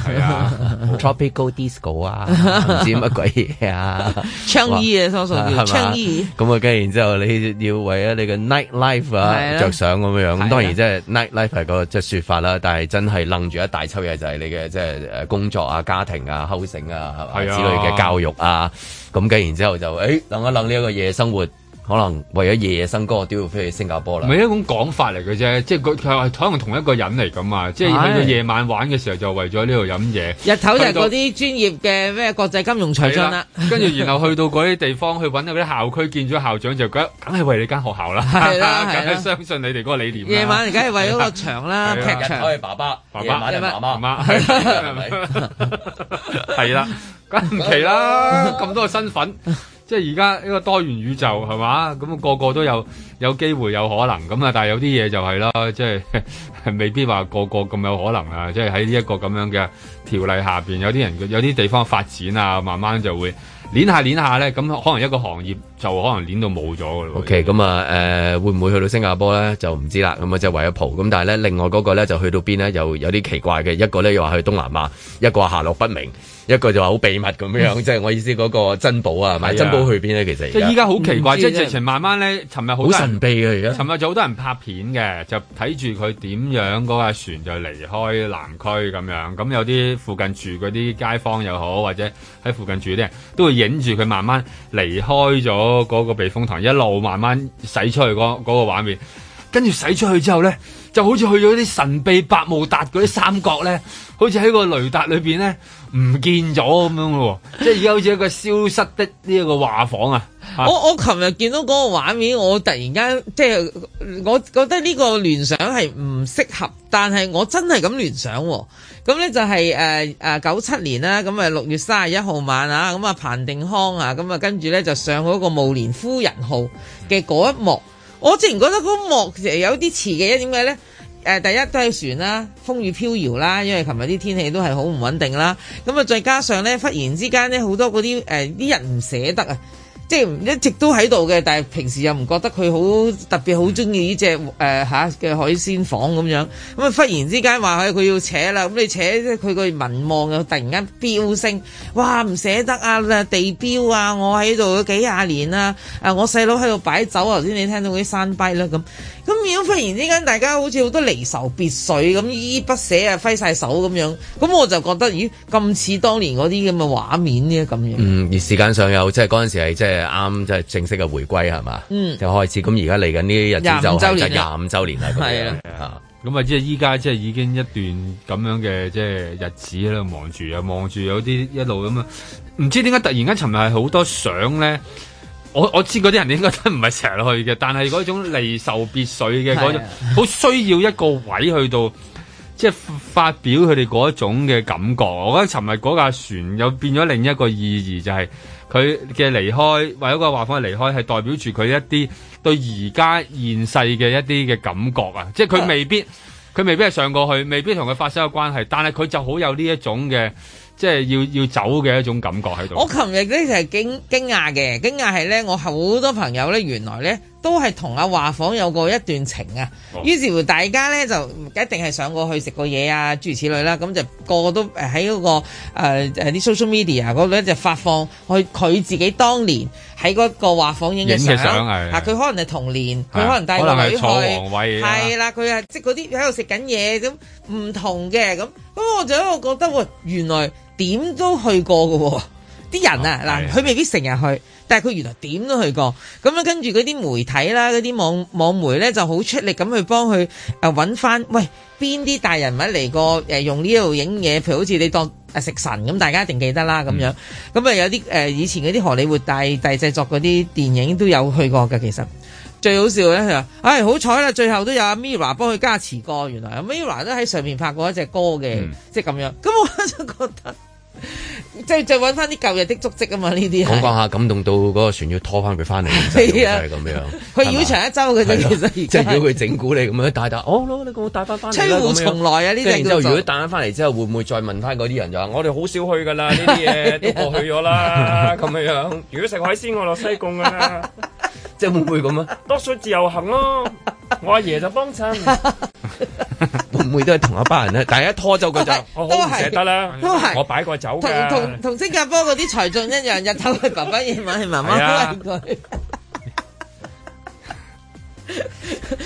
[SPEAKER 3] 係啊
[SPEAKER 2] ，Tropical Disco 啊，唔知乜鬼嘢啊，
[SPEAKER 4] 倡議 啊多數叫
[SPEAKER 2] 係嘛
[SPEAKER 4] 倡議
[SPEAKER 2] 咁啊，跟住然之後你要為咗你嘅 night life
[SPEAKER 4] 係
[SPEAKER 2] 啊
[SPEAKER 4] 啦
[SPEAKER 2] 着想咁樣，
[SPEAKER 4] 係啦
[SPEAKER 2] 咁當然即係 night life 係個即係説法啦，但係真係楞住一大抽嘢就係你嘅即係誒工作啊、家庭啊、後生啊，係嘛
[SPEAKER 3] 係啊
[SPEAKER 2] 之類嘅教育啊，咁跟然之後就誒楞一楞呢一個夜生活，可能為咗夜生歌都要飛去新加坡啦
[SPEAKER 3] 唔。係一種講法嚟嘅啫，即係佢佢係可能同一個人嚟咁嘛，即係
[SPEAKER 4] 係
[SPEAKER 3] 去到夜晚玩嘅時候就為咗呢度飲嘢，
[SPEAKER 4] 日頭就係
[SPEAKER 3] 去到
[SPEAKER 4] 嗰啲專業嘅咩國際金融財進啊啦，
[SPEAKER 3] 係跟住然後去到嗰啲地方去揾嗰啲校區見咗校長就覺得梗係為你間學校啦，
[SPEAKER 4] 係啦係啦
[SPEAKER 3] 梗係相信你哋嗰個理念啦。
[SPEAKER 4] 夜晚而家係為咗個場啦，
[SPEAKER 3] 係
[SPEAKER 4] 劇
[SPEAKER 3] 啦
[SPEAKER 4] 場。
[SPEAKER 2] 日頭係爸爸
[SPEAKER 3] 爸
[SPEAKER 2] 夜晚
[SPEAKER 3] 爸
[SPEAKER 2] 係媽媽
[SPEAKER 3] 媽係咪 係啦，梗唔奇啦，咁多身份，即係而家呢個多元宇宙係嘛，咁個個都有有機會有可能咁啊，但係有啲嘢就係啦，即係未必話個個咁有可能啊，即係喺呢一個咁樣嘅條例下邊，有啲人有啲地方發展啊，慢慢就會攣下攣下咧，咁可能一個行業就可能攣到冇咗噶咯。
[SPEAKER 2] OK，咁啊，誒、會唔會去到新加坡咧？就唔知啦。咁啊，即係為咗蒲。咁但係咧，另外嗰個咧就去到邊咧，又有啲奇怪嘅。一個咧又話去東南亞，一個話下落不明，一個就話好秘密咁樣。即係我意思嗰個珍寶啊，係咪
[SPEAKER 3] 係啊
[SPEAKER 2] 珍寶去邊咧？其實
[SPEAKER 3] 即係依家好奇
[SPEAKER 2] 嗯
[SPEAKER 3] 怪，
[SPEAKER 2] 唔
[SPEAKER 3] 即
[SPEAKER 2] 知啊
[SPEAKER 3] 係直情慢慢咧，尋日好多
[SPEAKER 2] 好
[SPEAKER 3] 人
[SPEAKER 2] 神秘嘅而家。
[SPEAKER 3] 尋日就好多人拍片嘅，就睇住佢點樣嗰架船就離開南區咁樣。咁有啲附近住嗰啲街坊又好，或者喺附近住啲人都會影住佢慢慢離開咗嗰個避風塘，一路慢慢駛出去嗰嗰、個畫面。跟住駛出去之後咧，就好似去咗啲神秘百慕達嗰啲三角咧，好似喺個雷達裏邊咧唔見咗咁樣咯喎。即係而家好似一個消失的呢一個畫舫啊！啊
[SPEAKER 4] 我我琴日見到嗰個畫面，我突然間即係我覺得呢個聯想係唔適合，但係我真係咁聯想喎。咁咧就係誒誒九七年啦，咁啊六月三十一號晚啊，咁啊彭定康啊，咁啊跟住咧就上嗰個慕蓮夫人號嘅嗰一幕，我自然覺得嗰幕有啲似嘅，因為點解咧？誒、誒第一都係船啦，風雨飄搖啦，因為琴日啲天氣都係好唔穩定啦。咁啊，再加上咧，忽然之間咧，好多嗰啲誒啲人唔捨得啊，即係唔一直都喺度嘅，但係平時又唔覺得佢好特別好中意呢隻誒嚇嘅海鮮舫咁樣。咁啊，忽然之間話佢佢要扯啦，咁你扯佢個民望又突然間飆升，哇唔捨得啊地標啊，我喺度幾廿年啦，啊我細佬喺度擺酒，頭先你聽到嗰啲山跛啦咁。咁如果忽然之間大家好似好多離愁別緒咁依依不捨啊，揮晒手咁樣，咁我就覺得咦咁似當年嗰啲咁嘅畫面呢咁樣。
[SPEAKER 2] 嗯，而時間上又即係嗰陣時係即係啱，即係正式嘅回歸係嘛？
[SPEAKER 4] 嗯
[SPEAKER 2] 就開始咁而家嚟緊呢啲日子
[SPEAKER 4] 25
[SPEAKER 2] 就
[SPEAKER 4] 周
[SPEAKER 2] 係
[SPEAKER 4] 年
[SPEAKER 2] 就
[SPEAKER 4] 啦
[SPEAKER 2] 廿五週年啦。咁樣
[SPEAKER 4] 係啊
[SPEAKER 2] 啊，
[SPEAKER 3] 咁啊，即係依家即係已經一段咁樣嘅即係日子喺度望住，又啊望住有啲一路咁啊，唔知點解突然間尋日係好多相咧。我我知嗰啲人應該都唔係成日去嘅，但係嗰種離愁別緒嘅嗰
[SPEAKER 15] 係
[SPEAKER 3] 種
[SPEAKER 15] 啊，
[SPEAKER 3] 好需要一個位去到，即係發表佢哋嗰種嘅感覺。我覺得尋日嗰架船又變咗另一個意義，就係佢嘅離開，或者個話法離開係代表住佢一啲對而家現世嘅一啲嘅感覺啊！即係佢未必，佢未必係上過去，未必同佢發生有關係，但係佢就好有呢一種嘅，即係要要走嘅一種感覺喺度。
[SPEAKER 4] 我琴日咧就係驚驚訝嘅，驚訝係咧我好多朋友咧原來咧都係同阿華房有過一段情啊，
[SPEAKER 19] 哦
[SPEAKER 4] 於是乎大家咧就一定係上過去食過嘢啊，諸如此類啦，咁就個個都誒喺嗰個誒誒啲 social media 嗰度咧就發放去佢自己當年喺嗰個華房影嘅
[SPEAKER 3] 影
[SPEAKER 4] 相
[SPEAKER 3] 嘅相係
[SPEAKER 4] 啊，佢可能係童年，
[SPEAKER 3] 係
[SPEAKER 4] 佢可能帶
[SPEAKER 3] 可
[SPEAKER 4] 個
[SPEAKER 3] 能係
[SPEAKER 4] 女去，
[SPEAKER 3] 坐皇位啊
[SPEAKER 4] 係啦，佢係即係嗰啲喺度食緊嘢咁唔同嘅咁，咁我就喺度覺得喎，原來點都去過嘅喎。啲人啊，嗱，佢未必成日去，但係佢原來點都去過。咁樣跟住嗰啲媒體啦，嗰啲網網媒咧就好出力咁去幫佢誒揾翻，啊喂邊啲大人物嚟過誒、用呢度影嘢，譬如好似你當誒食神咁，大家一定記得
[SPEAKER 2] 嗯
[SPEAKER 4] 啦咁樣。咁啊有啲誒、以前嗰啲荷里活大大製作嗰啲電影都有去過嘅，其實。最好笑咧，佢話：，唉，好彩啦，最後都有阿 Mira 幫佢加持過，原來阿 Mira 都喺上面拍過一隻歌嘅，
[SPEAKER 2] 嗯
[SPEAKER 4] 即係咁樣。咁我就覺得，即係再揾翻啲舊日的足跡啊嘛，呢啲
[SPEAKER 2] 講講
[SPEAKER 4] 係。
[SPEAKER 2] 下感動到嗰個船要拖翻佢翻嚟，
[SPEAKER 4] 係啊
[SPEAKER 2] 就係咁樣。
[SPEAKER 4] 佢繞場一周嘅
[SPEAKER 2] 係咯
[SPEAKER 4] 啫，其實而家
[SPEAKER 2] 即係如果佢整蠱你咁樣，大大哦，攞你個帶翻翻嚟啦
[SPEAKER 4] 吹胡從來啊呢
[SPEAKER 2] 咁樣
[SPEAKER 4] 啲
[SPEAKER 2] 跟住之後，
[SPEAKER 4] 叫做
[SPEAKER 2] 如果帶翻翻嚟之後，會唔會再問翻嗰啲人就話我哋好少去㗎 啦，呢啲嘢都過去咗啦，咁樣樣。如果食海鮮，我落西貢㗎 啦。即係會唔會咁啊？
[SPEAKER 20] 多數自由行咯，我阿爺就幫 襯，
[SPEAKER 2] 會唔會都係同一班人咧？但係一拖走佢就
[SPEAKER 20] 我
[SPEAKER 4] 都
[SPEAKER 20] 好唔
[SPEAKER 4] 係
[SPEAKER 20] 捨得啦，
[SPEAKER 4] 都係
[SPEAKER 20] 我擺過走
[SPEAKER 4] 同
[SPEAKER 20] 㗎。
[SPEAKER 4] 同同新加坡嗰啲財政一樣，日頭係爸爸，夜晚係媽
[SPEAKER 20] 係啊
[SPEAKER 4] 媽，都係佢。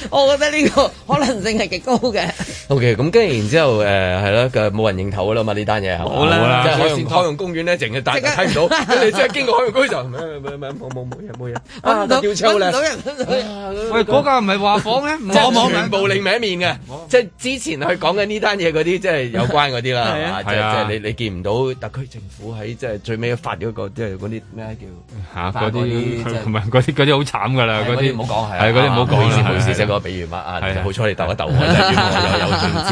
[SPEAKER 4] 我覺得呢個可能性係極高嘅。
[SPEAKER 2] OK，咁跟住然之後誒係啦，佢冇人認頭㗎啦嘛呢單嘢係嘛
[SPEAKER 3] 冇啦
[SPEAKER 2] 即係海
[SPEAKER 3] 海
[SPEAKER 2] 洋
[SPEAKER 3] 鮮
[SPEAKER 2] 海洋公園咧，淨係大家睇唔到，你真係經過海洋公園就咩咩咩冇冇冇嘢冇嘢，
[SPEAKER 4] 揾唔
[SPEAKER 2] 啊
[SPEAKER 4] 到，
[SPEAKER 2] 吊車好
[SPEAKER 4] 揾唔
[SPEAKER 2] 靚
[SPEAKER 4] 到人，揾唔到人。
[SPEAKER 3] 喂，嗰架唔係話 房咩？
[SPEAKER 2] 即係
[SPEAKER 3] 網
[SPEAKER 2] 全部另名一面嘅，即係之前佢講緊呢單嘢嗰啲，即係有關嗰啲啦，
[SPEAKER 3] 係
[SPEAKER 2] 係
[SPEAKER 3] 啊
[SPEAKER 2] 嘛？即係
[SPEAKER 3] 係
[SPEAKER 2] 即
[SPEAKER 3] 啊
[SPEAKER 2] 係你你見唔到特區政府喺即係最尾發咗個即係嗰啲咩叫
[SPEAKER 3] 嚇
[SPEAKER 2] 發
[SPEAKER 3] 嗰 啲
[SPEAKER 2] 即係
[SPEAKER 3] 唔係嗰啲嗰啲好慘㗎啦，
[SPEAKER 2] 係
[SPEAKER 3] 嗰
[SPEAKER 2] 嗰啲
[SPEAKER 3] 啲
[SPEAKER 2] 唔好講係啊
[SPEAKER 3] 係嗰啲唔好
[SPEAKER 2] 唔好
[SPEAKER 3] 講
[SPEAKER 2] 意思
[SPEAKER 3] 啦，
[SPEAKER 2] 唔好意思
[SPEAKER 3] 係
[SPEAKER 2] 即係嗰個比喻嘛啊
[SPEAKER 3] 係
[SPEAKER 2] 好彩你鬥一鬥我，真係原來有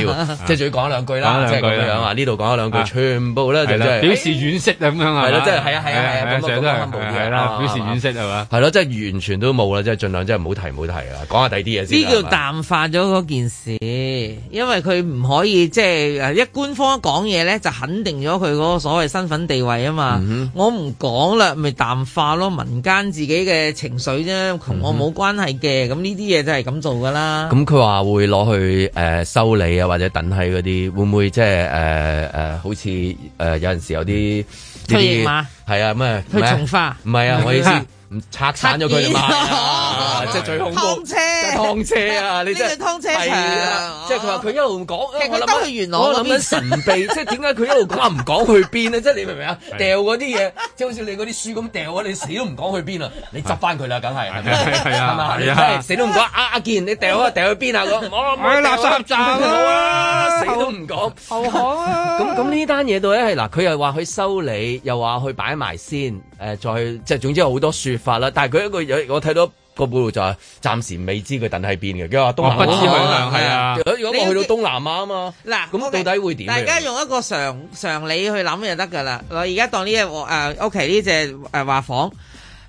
[SPEAKER 2] 有中招，即係最講一兩句啦，
[SPEAKER 3] 講
[SPEAKER 2] 即係
[SPEAKER 3] 兩句
[SPEAKER 2] 咁
[SPEAKER 3] 啦
[SPEAKER 2] 樣啊，呢度講一兩句，
[SPEAKER 3] 啊
[SPEAKER 2] 全部咧就
[SPEAKER 3] 係
[SPEAKER 2] 即
[SPEAKER 3] 啦
[SPEAKER 2] 係
[SPEAKER 3] 表示惋惜咁樣啊，
[SPEAKER 2] 係啦即係係啊係啊係啊咁啊
[SPEAKER 3] 成日都
[SPEAKER 2] 咁啊咁啊
[SPEAKER 3] 係係
[SPEAKER 2] 啊
[SPEAKER 3] 啦，
[SPEAKER 2] 啊
[SPEAKER 3] 表示惋惜係嘛？
[SPEAKER 2] 係咯，即係完全都冇啦，即係盡量即係唔好提唔好提啊，講下第二啲嘢先啦。
[SPEAKER 4] 呢叫
[SPEAKER 2] 係嘛
[SPEAKER 4] 淡化咗嗰件事，因為佢唔可以即係誒一官方講嘢咧，就肯定咗佢嗰個所謂身份地位啊嘛。
[SPEAKER 2] 嗯
[SPEAKER 4] 我唔講啦，咪淡化咯，民間自己嘅情緒啫，同我冇關係嘅。咁呢啲嘢就係咁做噶啦。
[SPEAKER 2] 嗯咁佢話會攞去誒、呃修理啊，或者等喺嗰啲，會唔會即係誒誒，好似誒、呃有陣時有啲呢啲
[SPEAKER 4] 退役馬
[SPEAKER 2] 係啊咩
[SPEAKER 4] 去從化
[SPEAKER 2] 唔係啊，我意思唔拆散咗佢哋嘛，啊即係最恐怖。
[SPEAKER 4] 劏車，
[SPEAKER 2] 劏車 啊！你真係
[SPEAKER 4] 呢個劏車
[SPEAKER 2] 係啊
[SPEAKER 4] 場，哦
[SPEAKER 2] 即係佢話佢一路唔講，
[SPEAKER 4] 其實
[SPEAKER 2] 我諗
[SPEAKER 4] 佢兜
[SPEAKER 2] 緊
[SPEAKER 4] 去元朗
[SPEAKER 2] 我
[SPEAKER 4] 嗰
[SPEAKER 2] 諗緊神
[SPEAKER 4] 邊。
[SPEAKER 2] 秘，即係點解佢一路講話啊唔講去邊咧？即係你明唔明啊？
[SPEAKER 4] 係
[SPEAKER 2] 掉嗰啲嘢，即係好似你嗰啲書咁掉啊，你死都唔講去邊啊！你執翻佢啦，梗係係咪
[SPEAKER 3] 係啊
[SPEAKER 2] 係嘛
[SPEAKER 3] 係
[SPEAKER 2] 真
[SPEAKER 3] 啊
[SPEAKER 2] 係死 都唔講啊！阿健，你
[SPEAKER 4] 哎
[SPEAKER 2] 掉啊，掉去邊啊？咁我
[SPEAKER 3] 哎垃圾站啊
[SPEAKER 2] 啊，死都唔講
[SPEAKER 4] 後巷啊！
[SPEAKER 2] 咁咁呢單嘢到底係嗱，佢又話去修理，又話去擺埋先，誒、再即係總之有好多説法啦。但係佢一個有我睇到。個報道就係暫時未知佢等喺邊嘅，佢話東南亞哦
[SPEAKER 4] 哦
[SPEAKER 3] 我不知去向係啊
[SPEAKER 2] 如果我去到東南亞啊嘛，
[SPEAKER 4] 嗱，
[SPEAKER 2] 咁到底會點樣？啊
[SPEAKER 4] 大家用一個常常理去諗就得㗎啦。我而家當呢只誒屋企呢只誒畫房，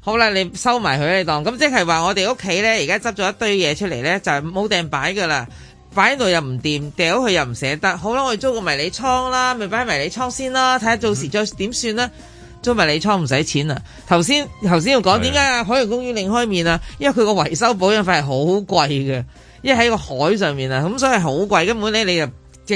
[SPEAKER 4] 好啦，你收埋佢你當，咁即係話我哋屋企咧而家執咗一堆嘢出嚟咧，就係冇掟擺㗎啦。擺喺度又唔掂，掉佢又唔捨得。好啦，我哋租個迷你倉啦，咪擺喺迷你倉先啦，睇下到時再點算啦。租迷你倉唔使錢啊！頭先頭先要講點解啊？海洋公園另開面啊，因為佢個維修保養費係好貴嘅，因為喺個海上面啊，咁所以係好貴。根本咧你就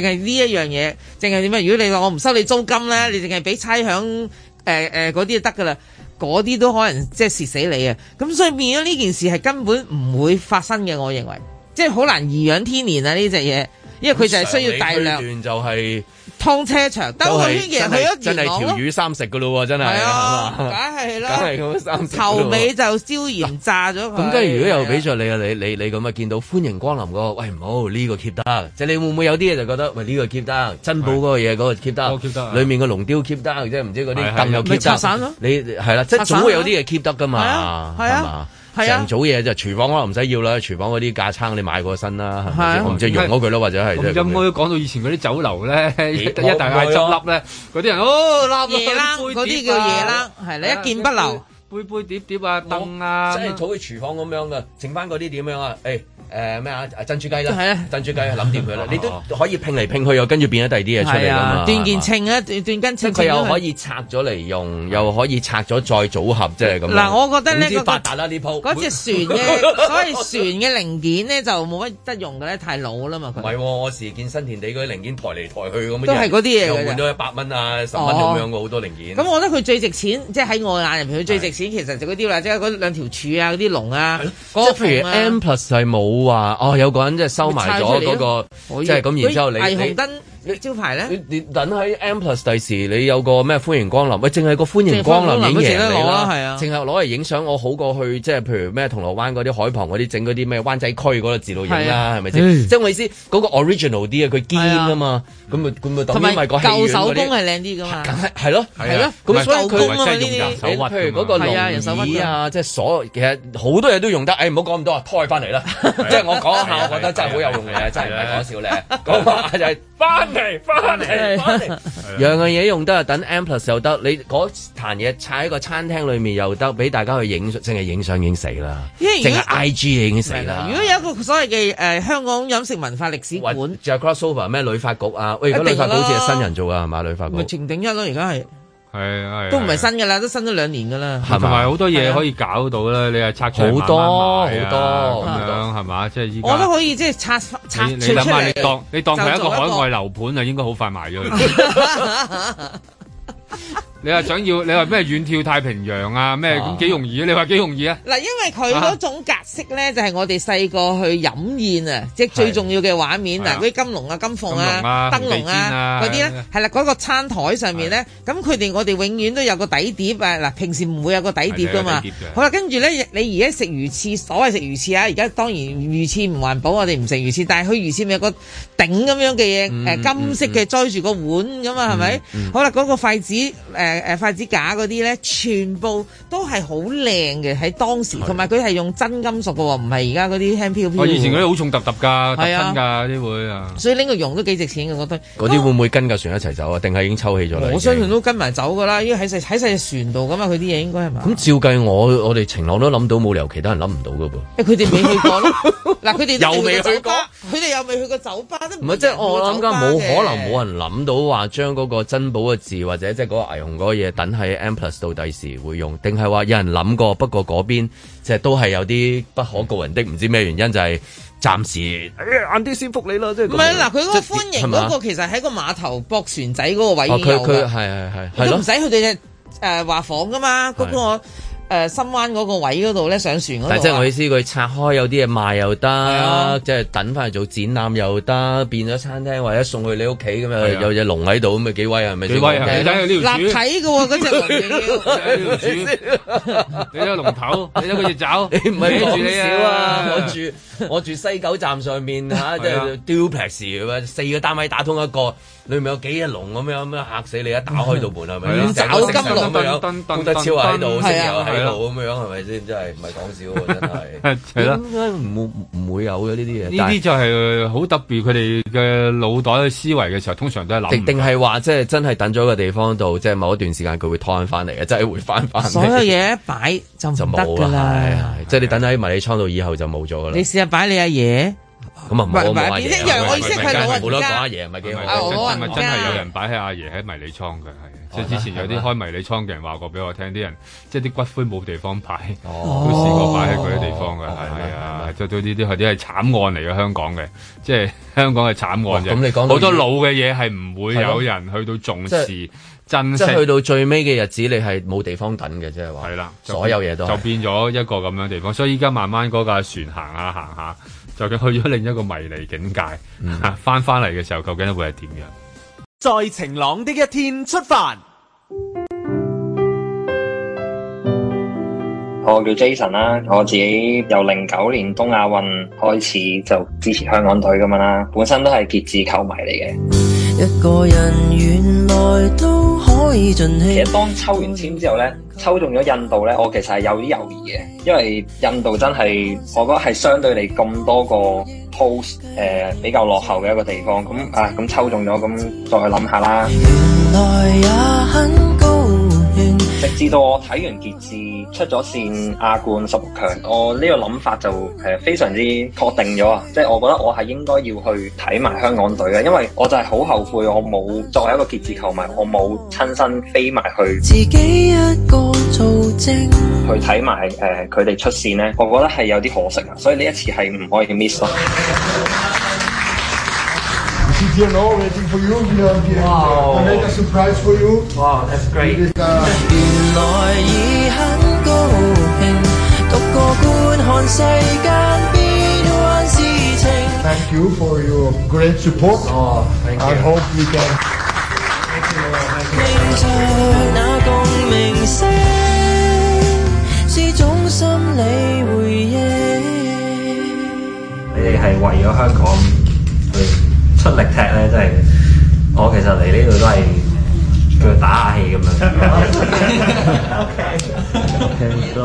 [SPEAKER 4] 淨係呢一樣嘢，淨係點啊？如果你話我唔收你租金咧，你淨係俾差餉誒誒嗰啲就得噶啦。嗰啲都可能即係蝕死你啊！咁所以變咗呢件事係根本唔會發生嘅，我認為，即係好難頤養天年啊！呢只嘢，因為佢就係需要大量
[SPEAKER 2] 段就係
[SPEAKER 4] 劏車場，兜
[SPEAKER 2] 都
[SPEAKER 4] 個
[SPEAKER 2] 係
[SPEAKER 4] 圈其
[SPEAKER 2] 真
[SPEAKER 4] 實去
[SPEAKER 2] 係
[SPEAKER 4] 咗
[SPEAKER 2] 真
[SPEAKER 4] 元
[SPEAKER 2] 係
[SPEAKER 4] 朗
[SPEAKER 2] 條
[SPEAKER 4] 咯，
[SPEAKER 2] 魚三食噶咯喎，真係
[SPEAKER 4] 係啊
[SPEAKER 2] 係
[SPEAKER 4] 梗
[SPEAKER 2] 嘛
[SPEAKER 4] 係
[SPEAKER 2] 梗係
[SPEAKER 4] 啦，
[SPEAKER 2] 咁三食㗎
[SPEAKER 4] 頭
[SPEAKER 2] 咯喎
[SPEAKER 4] 尾就椒鹽炸咗佢。
[SPEAKER 2] 咁跟住如果
[SPEAKER 4] 哎
[SPEAKER 2] 又俾咗你啊，你你你咁啊，見到歡迎光臨嗰個，喂唔好呢個 keep 得，即係你會唔會有啲嘢就覺得喂呢個 keep 得，珍寶嗰個嘢嗰個 keep
[SPEAKER 4] 哦
[SPEAKER 2] 得，裡面個龍雕 keep 得，即係唔知嗰
[SPEAKER 4] 啊係
[SPEAKER 2] 啲
[SPEAKER 4] 係
[SPEAKER 2] 更有 keep
[SPEAKER 4] 咪
[SPEAKER 2] 得，
[SPEAKER 4] 拆散咯
[SPEAKER 2] 你係啦，即係
[SPEAKER 4] 拆散
[SPEAKER 2] 總會有
[SPEAKER 4] 咯
[SPEAKER 2] 啲嘢 keep 得噶
[SPEAKER 4] 係
[SPEAKER 2] 嘛
[SPEAKER 4] 啊，係啊
[SPEAKER 2] 係嘛？
[SPEAKER 4] 係啊
[SPEAKER 2] 成組嘢就廚房可能唔使要啦，廚房嗰啲架撐你買過身啦，係咪
[SPEAKER 3] 係啊
[SPEAKER 2] 先？我唔知用咗佢咯，或者係即係
[SPEAKER 3] 咁有
[SPEAKER 2] 咁樣
[SPEAKER 3] 冇講到以前嗰啲酒樓咧， 一一大
[SPEAKER 2] 冇
[SPEAKER 3] 嗌
[SPEAKER 2] 咯
[SPEAKER 3] 執笠咧，嗰啲人哦笠落
[SPEAKER 4] 夜冷
[SPEAKER 3] 去
[SPEAKER 4] 嗰
[SPEAKER 3] 杯
[SPEAKER 4] 啲
[SPEAKER 3] 碟
[SPEAKER 4] 叫
[SPEAKER 3] 啊
[SPEAKER 4] 夜冷，係你一見不留。
[SPEAKER 3] 杯杯碟碟啊，凳啊，
[SPEAKER 2] 即係好似廚房咁樣嘅，剩翻嗰啲點樣啊？誒誒咩啊？珍珠雞啦
[SPEAKER 4] 係啊，
[SPEAKER 2] 珍珠雞啊諗掂佢 啦，你都可以拼嚟拼去，又跟住變咗第二啲嘢出嚟㗎
[SPEAKER 4] 係
[SPEAKER 2] 嘛
[SPEAKER 4] 啊，。段件稱啊，段段根稱。
[SPEAKER 2] 佢又可以拆咗嚟用，又可以拆咗再組合，即係咁樣。
[SPEAKER 4] 嗱，我覺得咧，
[SPEAKER 2] 總之
[SPEAKER 4] 嗰
[SPEAKER 2] 發達啦呢鋪。
[SPEAKER 4] 嗰隻 船嘅，所謂船嘅零件咧就冇乜得用嘅咧，太老啦嘛
[SPEAKER 2] 唔
[SPEAKER 4] 佢。
[SPEAKER 2] 係喎，我時見新田地嗰啲零件抬嚟抬去咁樣，
[SPEAKER 4] 都係嗰啲嘢㗎
[SPEAKER 2] 又
[SPEAKER 4] 啫
[SPEAKER 2] 換咗一百蚊啊、十蚊
[SPEAKER 4] 哦
[SPEAKER 2] 咁樣喎，好多零件。
[SPEAKER 4] 咁我覺得佢最值錢，即係喺我眼入面佢最值錢，其實就嗰啲啦，即係嗰兩條柱啊、嗰啲龍啊、
[SPEAKER 2] 即
[SPEAKER 4] 嗰
[SPEAKER 2] 係
[SPEAKER 4] 個
[SPEAKER 2] 譬如
[SPEAKER 4] 紅啊
[SPEAKER 2] M Plus 係冇話，哦有個人即係收埋咗嗰個，
[SPEAKER 4] 可以
[SPEAKER 2] 即係咁，然之後你
[SPEAKER 4] 嗰啲霓
[SPEAKER 2] 你
[SPEAKER 4] 虹燈招牌咧，
[SPEAKER 2] 你等喺 M Plus 第時，你有個咩歡迎光臨？喂，淨係個歡迎光臨已經贏
[SPEAKER 4] 淨係歡迎光臨都值得
[SPEAKER 2] 你
[SPEAKER 4] 攞啊
[SPEAKER 2] 啦，
[SPEAKER 4] 係啊
[SPEAKER 2] 淨係攞嚟影相，我好過去即係譬如咩銅鑼灣嗰啲海旁嗰啲整嗰啲咩灣仔區嗰度自度影
[SPEAKER 4] 係
[SPEAKER 2] 啦，
[SPEAKER 4] 啊
[SPEAKER 2] 係咪先？
[SPEAKER 4] 嗯
[SPEAKER 2] 即係我意思嗰個 original 啲啊，佢堅啊嘛，咁咪咁咪
[SPEAKER 4] 同
[SPEAKER 2] 等於
[SPEAKER 4] 埋
[SPEAKER 2] 咪個戲
[SPEAKER 4] 舊
[SPEAKER 2] 院
[SPEAKER 4] 手
[SPEAKER 2] 嗰
[SPEAKER 4] 工
[SPEAKER 2] 啲。
[SPEAKER 4] 係靚啲噶嘛，
[SPEAKER 2] 係咯，
[SPEAKER 4] 係啊
[SPEAKER 2] 咁所以
[SPEAKER 4] 唔係
[SPEAKER 2] 佢
[SPEAKER 4] 手工啊嘛呢啲
[SPEAKER 2] 你譬如嗰個龍
[SPEAKER 4] 係啊人手屈㗎
[SPEAKER 2] 椅啊，即係所有其實好多嘢都用得。誒，唔好講咁多啊，拖佢翻嚟啦。即係我講一
[SPEAKER 4] 啊
[SPEAKER 2] 下，我覺得真係好有用嘅，真係唔係講笑 咧。講話就係
[SPEAKER 20] 翻嚟，翻嚟，翻嚟。
[SPEAKER 2] 樣樣嘢用得啊，等 M Plus 又得，你嗰壇嘢踩喺個餐廳裏面又得，俾大家去影相，淨係影相已經死啦，
[SPEAKER 4] 因為如
[SPEAKER 2] 淨
[SPEAKER 4] 果
[SPEAKER 2] 係 I G 已經死啦
[SPEAKER 4] 如。果有一個所謂嘅誒香港飲食文化歷史館，
[SPEAKER 2] 就係 crossover 咩旅發局啊，喂，而家
[SPEAKER 4] 一定
[SPEAKER 2] 旅發局好似
[SPEAKER 4] 啦
[SPEAKER 2] 係新人做啊㗎係嘛？旅發局
[SPEAKER 4] 咪程鼎一咯，而家係
[SPEAKER 3] 係啊係
[SPEAKER 4] 都唔係
[SPEAKER 3] 係
[SPEAKER 4] 新噶啦，都新咗兩年噶啦，
[SPEAKER 3] 同埋好多嘢可以搞到啦，你係拆出嚟
[SPEAKER 2] 好多
[SPEAKER 3] 慢慢賣啊
[SPEAKER 2] 好多
[SPEAKER 3] 咁樣係嘛？即係依
[SPEAKER 4] 我
[SPEAKER 3] 家
[SPEAKER 4] 都。可以即係拆拆
[SPEAKER 3] 你你
[SPEAKER 4] 出
[SPEAKER 3] 諗下，你
[SPEAKER 4] 嚟，
[SPEAKER 3] 當你當佢係一
[SPEAKER 4] 就
[SPEAKER 3] 個
[SPEAKER 4] 做
[SPEAKER 3] 海外樓盤啊，應該好快賣咗佢。 你話想要，你話咩遠眺太平洋啊？咩咁幾容易啊？你話幾容易啊？
[SPEAKER 4] 嗱，因為佢嗰種格式咧，就係我哋細個去飲宴啊，即係最重要嘅畫面
[SPEAKER 21] 係啊
[SPEAKER 4] 嗱，嗰啲金龍啊、金鳳
[SPEAKER 21] 金龍啊
[SPEAKER 4] 啊、燈
[SPEAKER 21] 紅
[SPEAKER 4] 籠
[SPEAKER 21] 地氈啊
[SPEAKER 4] 啊嗰啲咧
[SPEAKER 21] 係啊，
[SPEAKER 4] 係啦，嗰個餐台上面咧，咁佢哋我哋永遠都有個底碟啊，嗱，平時唔會有個底碟噶嘛
[SPEAKER 21] 係有底碟嘅。
[SPEAKER 4] 好啦，跟住咧，你而家食魚翅，所謂食魚翅啊，而家當然魚翅唔環保，我哋唔食魚翅，但係佢魚翅咪有個頂咁樣嘅嘢，
[SPEAKER 21] 嗯
[SPEAKER 4] 誒金色嘅載住個碗噶嘛，係咪？好啦，嗰個筷子誒誒筷子架嗰啲咧，全部都係好靚嘅喺當時，同埋佢係用真金屬嘅喎，唔係而家嗰啲輕飄飄。
[SPEAKER 3] 哦我以前嗰啲好重揼揼㗎，揼
[SPEAKER 4] 係啊
[SPEAKER 3] 親㗎啲會啊。
[SPEAKER 4] 所以呢個用都幾值錢嘅，我覺得。
[SPEAKER 2] 嗰啲會唔會跟架船一齊走啊？定係已經抽起咗啦？
[SPEAKER 4] 我相信都跟埋走㗎啦，因為喺細喺細隻船度㗎嘛，佢啲嘢應該係嘛？
[SPEAKER 2] 咁照計我我哋晴朗都諗到，冇理由其他人諗唔到㗎噃。
[SPEAKER 4] 誒佢哋未去過 咯，嗱佢哋都
[SPEAKER 2] 又未
[SPEAKER 4] 過
[SPEAKER 2] 去
[SPEAKER 4] 酒吧，佢哋又未去過酒吧都
[SPEAKER 2] 唔係，即係我諗緊冇可能冇人諗到話將嗰個珍寶嘅字或者即係嗰個霓虹嗰個嘢等喺 M Plus 到第時會用，定係話有人諗過，不過嗰邊即係都係有啲不可告人的，唔知咩原因就係暫時
[SPEAKER 4] 哎呀，晏啲先覆你啦，即係唔係嗱，佢嗰個歡迎嗰個其實喺個碼頭駁船仔嗰個位
[SPEAKER 2] 啊哦
[SPEAKER 4] 已經
[SPEAKER 2] 佢
[SPEAKER 4] 有
[SPEAKER 2] 佢
[SPEAKER 4] 㗎
[SPEAKER 2] 係係係
[SPEAKER 4] 佢
[SPEAKER 2] 係
[SPEAKER 4] 哎都唔啊
[SPEAKER 2] 咯
[SPEAKER 4] 使。佢哋誒話房噶嘛，嗰、
[SPEAKER 2] 係
[SPEAKER 4] 個、呃、深灣嗰個位嗰度咧上船嗰度啊。
[SPEAKER 2] 但係即係我意思，佢拆開有啲嘢賣又
[SPEAKER 4] 啊
[SPEAKER 2] 得，即係等翻嚟做展覽又得，變咗餐廳或者送去你屋企咁啊，有隻龍喺度咁咪幾威啊？係咪先？
[SPEAKER 3] 幾威啊你睇下呢條
[SPEAKER 4] 立體嘅喎，嗰隻
[SPEAKER 2] 哎
[SPEAKER 4] 龍
[SPEAKER 3] 條柱你睇龍頭，你睇佢 隻爪，
[SPEAKER 2] 哎你唔係
[SPEAKER 3] 孭住
[SPEAKER 2] 講
[SPEAKER 3] 你
[SPEAKER 2] 少啊！我
[SPEAKER 3] 住
[SPEAKER 2] 住我住西九站上面嚇，即
[SPEAKER 3] 係啊
[SPEAKER 2] 係 duplex 咁樣四個單位打通一個，裏面有幾隻龍咁樣咁樣嚇死你！一打開道門係咪？
[SPEAKER 3] 係啊
[SPEAKER 2] 成個城市
[SPEAKER 3] 爪金龍
[SPEAKER 2] 咁樣，潘德超喺度，
[SPEAKER 3] 係
[SPEAKER 2] 成
[SPEAKER 3] 啊
[SPEAKER 2] 友喺度咁樣係咪先？真係唔係講笑啊！真係
[SPEAKER 3] 係啦。
[SPEAKER 2] 應該唔會唔會有嘅呢啲嘢。
[SPEAKER 3] 呢
[SPEAKER 2] 但係
[SPEAKER 3] 啲就係好特別，佢哋嘅腦袋嘅思維嘅時候，通常都係諗
[SPEAKER 2] 定
[SPEAKER 3] 唔
[SPEAKER 2] 定係話即係真係等咗個地方度，即係某一段時間佢會拖翻嚟嘅，即係會翻翻嚟。
[SPEAKER 4] 所有嘢一擺就唔
[SPEAKER 2] 就
[SPEAKER 4] 得
[SPEAKER 2] 冇啊
[SPEAKER 4] 㗎
[SPEAKER 2] 啦，係
[SPEAKER 4] 啦。
[SPEAKER 2] 係即係你等喺迷你倉度以後就冇咗㗎啦。
[SPEAKER 4] 你試下擺你阿爺，
[SPEAKER 2] 咁啊唔好
[SPEAKER 3] 唔係
[SPEAKER 2] 冇阿
[SPEAKER 3] 唔係
[SPEAKER 2] 爺
[SPEAKER 3] 一樣我意思係佢老人家啊
[SPEAKER 2] 冇得講阿爺唔係啊幾好。啊
[SPEAKER 3] 真係真係有人擺喺阿爺喺迷你倉嘅，係啊即係之前有啲開迷你倉嘅人話過俾我聽，啲人即係啲骨灰冇地方擺，都
[SPEAKER 2] 哦
[SPEAKER 3] 試過擺喺嗰啲地方嘅，係啊，即係都呢啲係啲係慘案嚟嘅香港嘅，即係 香港嘅慘案
[SPEAKER 2] 哇哦咁你講到
[SPEAKER 3] 啫。好多老嘅嘢係唔會
[SPEAKER 2] 係咯
[SPEAKER 3] 有人去到重
[SPEAKER 2] 即
[SPEAKER 3] 視珍
[SPEAKER 2] 即
[SPEAKER 3] 惜
[SPEAKER 2] 係。去到最尾嘅日子，你係冇地方等嘅，即係話。係啦，所有嘢都
[SPEAKER 3] 就
[SPEAKER 2] 係
[SPEAKER 3] 變咗一個咁樣地方，所以依家慢慢嗰架船行下行下，就去咗另一個迷離境界，
[SPEAKER 2] 嗯
[SPEAKER 3] 翻翻嚟嘅時候究竟會係點樣？
[SPEAKER 5] 在晴朗的一天出發。
[SPEAKER 15] 我叫 Jason 啦，我自己由零九年東亞運開始就支持香港隊咁樣啦，本身都係傑志球迷嚟嘅。
[SPEAKER 19] 一個人原來都可以盡
[SPEAKER 15] 其
[SPEAKER 19] 興。
[SPEAKER 15] 實當抽完簽之後咧，抽中咗印度咧，我其實係有啲猶豫嘅，因為印度真係我覺得係相對嚟咁多個 post 誒、比較落後嘅一個地方，咁啊咁抽中咗，咁再去諗下啦。直至到我睇完傑志出咗線亞冠十六強，我呢個諗法就誒非常之確定咗啊！即係我覺得我係應該要去睇埋香港隊嘅，啊因為我就係好後悔我冇作為一個傑志球迷，我冇親身飛埋去
[SPEAKER 19] 自己一個做精，
[SPEAKER 15] 去睇埋誒佢哋出線咧，我覺得係有啲可惜啊！所以呢一次係唔可以 miss 咯。
[SPEAKER 22] TTNO waiting for you. We have the, wow. the latest surprise for you. Wow, that's great. It is, uh,
[SPEAKER 19] 原來已很高興，獨個觀看世間變幻事情。
[SPEAKER 22] thank you for your great support. Oh, thank I
[SPEAKER 19] you.
[SPEAKER 22] hope we can.
[SPEAKER 19] 聽出那共鳴聲，是種心理回應。
[SPEAKER 23] 你哋係為咗香港去出力踢咧，真係我其實嚟呢度都係叫做打下氣咁樣。聽多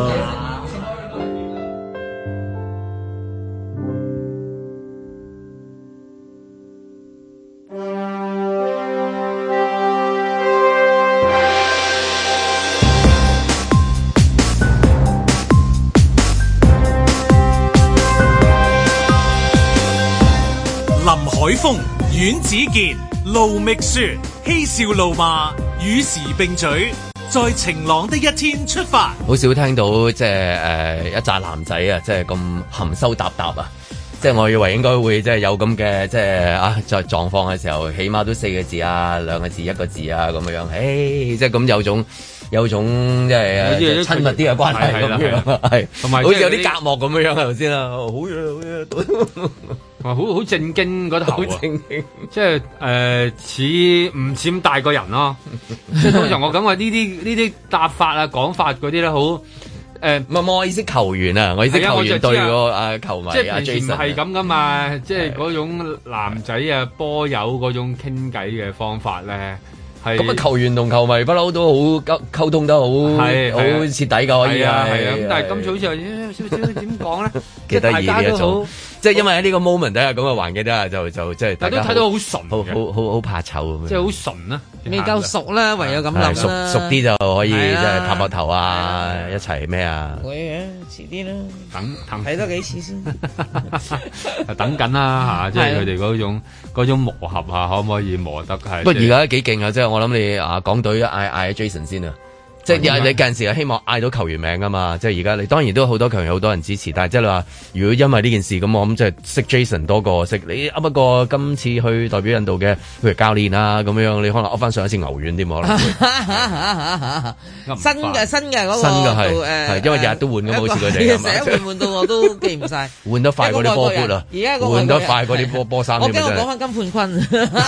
[SPEAKER 1] 林海峰、阮子健、盧覓雪，嬉笑怒罵，與時並舉，在晴朗的一天出發。
[SPEAKER 2] 好少聽到即係誒一紮男仔啊，即係咁含羞答答啊！即係我以為應該會即係有咁嘅即係啊，在狀況嘅時候，起碼都四個字啊、兩個字、一個字啊咁樣樣，誒、即係咁有種有種即係啊
[SPEAKER 3] 有啲有啲
[SPEAKER 2] 親密啲嘅關係
[SPEAKER 3] 係啦
[SPEAKER 2] 咁
[SPEAKER 3] 係啦
[SPEAKER 2] 樣啊，係
[SPEAKER 3] 同埋
[SPEAKER 2] 好似
[SPEAKER 3] 即係
[SPEAKER 2] 有
[SPEAKER 3] 啲
[SPEAKER 2] 啲隔膜咁樣樣係咪先啊？好嘢好嘢，
[SPEAKER 3] 好好正經嗰頭啊，
[SPEAKER 2] 正經
[SPEAKER 3] 即係誒似唔似咁大個 人咯？即係通常我感覺呢啲呢啲答法啊、講法嗰啲咧，好呃誒，唔
[SPEAKER 2] 係我意思球員啊，我意思
[SPEAKER 3] 係
[SPEAKER 2] 球
[SPEAKER 3] 啊
[SPEAKER 2] 員
[SPEAKER 3] 我就知啊
[SPEAKER 2] 對嗰個啊球迷
[SPEAKER 3] 即係
[SPEAKER 2] 啊
[SPEAKER 3] 平時唔
[SPEAKER 2] Jason 啊
[SPEAKER 3] 係咁噶嘛，即係嗰種男仔啊、波友嗰種傾偈嘅方法咧，係
[SPEAKER 2] 咁啊，球員同球迷不嬲都好溝溝通得好
[SPEAKER 3] 係
[SPEAKER 2] 好徹底㗎，可以
[SPEAKER 3] 係啊係啊，咁但
[SPEAKER 2] 係
[SPEAKER 3] 係今次好似有少少點講咧，
[SPEAKER 2] 幾得意
[SPEAKER 3] 即係大
[SPEAKER 2] 呢
[SPEAKER 3] 家
[SPEAKER 2] 一
[SPEAKER 3] 都
[SPEAKER 2] 種
[SPEAKER 3] 好，
[SPEAKER 2] 即係因為喺呢個 moment 底下咁嘅環境底下，就就即係大家
[SPEAKER 3] 但都睇
[SPEAKER 2] 好好好好怕醜咁樣，
[SPEAKER 3] 即係好純啦，
[SPEAKER 4] 未夠熟啦，唯有咁諗啦。
[SPEAKER 2] 係熟熟啲就可以即
[SPEAKER 4] 係啊
[SPEAKER 2] 係拍膊頭啊，一齊咩啊？
[SPEAKER 4] 會嘅，遲啲啦。
[SPEAKER 3] 等等
[SPEAKER 4] 睇多幾次先。
[SPEAKER 3] 等緊啦嚇，即係
[SPEAKER 2] 係啊
[SPEAKER 3] 佢哋嗰種嗰種磨合啊，可唔可以磨得係？
[SPEAKER 2] 不過而家幾勁啊！即係我諗你啊，港隊嗌嗌 Jason 先啊！即係你近時係希望嗌到球員名噶嘛？即係而家你當然都好多球員有好多人支持，但係即係你話如果因為呢件事咁，我諗即係識 Jason 多過識你。啊不過今次去代表印度嘅，譬如教練啊咁樣，你可能噏翻上一次牛丸添可 能會。
[SPEAKER 4] 新嘅新嘅嗰個
[SPEAKER 2] 新嘅係
[SPEAKER 4] 做誒
[SPEAKER 2] 係因為日日都換㗎嘛
[SPEAKER 4] 一個
[SPEAKER 2] 好似佢哋係嘛
[SPEAKER 4] 成 日換換到我都記 唔晒。
[SPEAKER 2] 換得快過啲波褲啦，
[SPEAKER 4] 而家個
[SPEAKER 2] 換得快過啲波波衫
[SPEAKER 4] 我
[SPEAKER 2] 添
[SPEAKER 4] 驚
[SPEAKER 2] 啊真
[SPEAKER 4] 我講
[SPEAKER 2] 係。
[SPEAKER 4] 翻金判坤。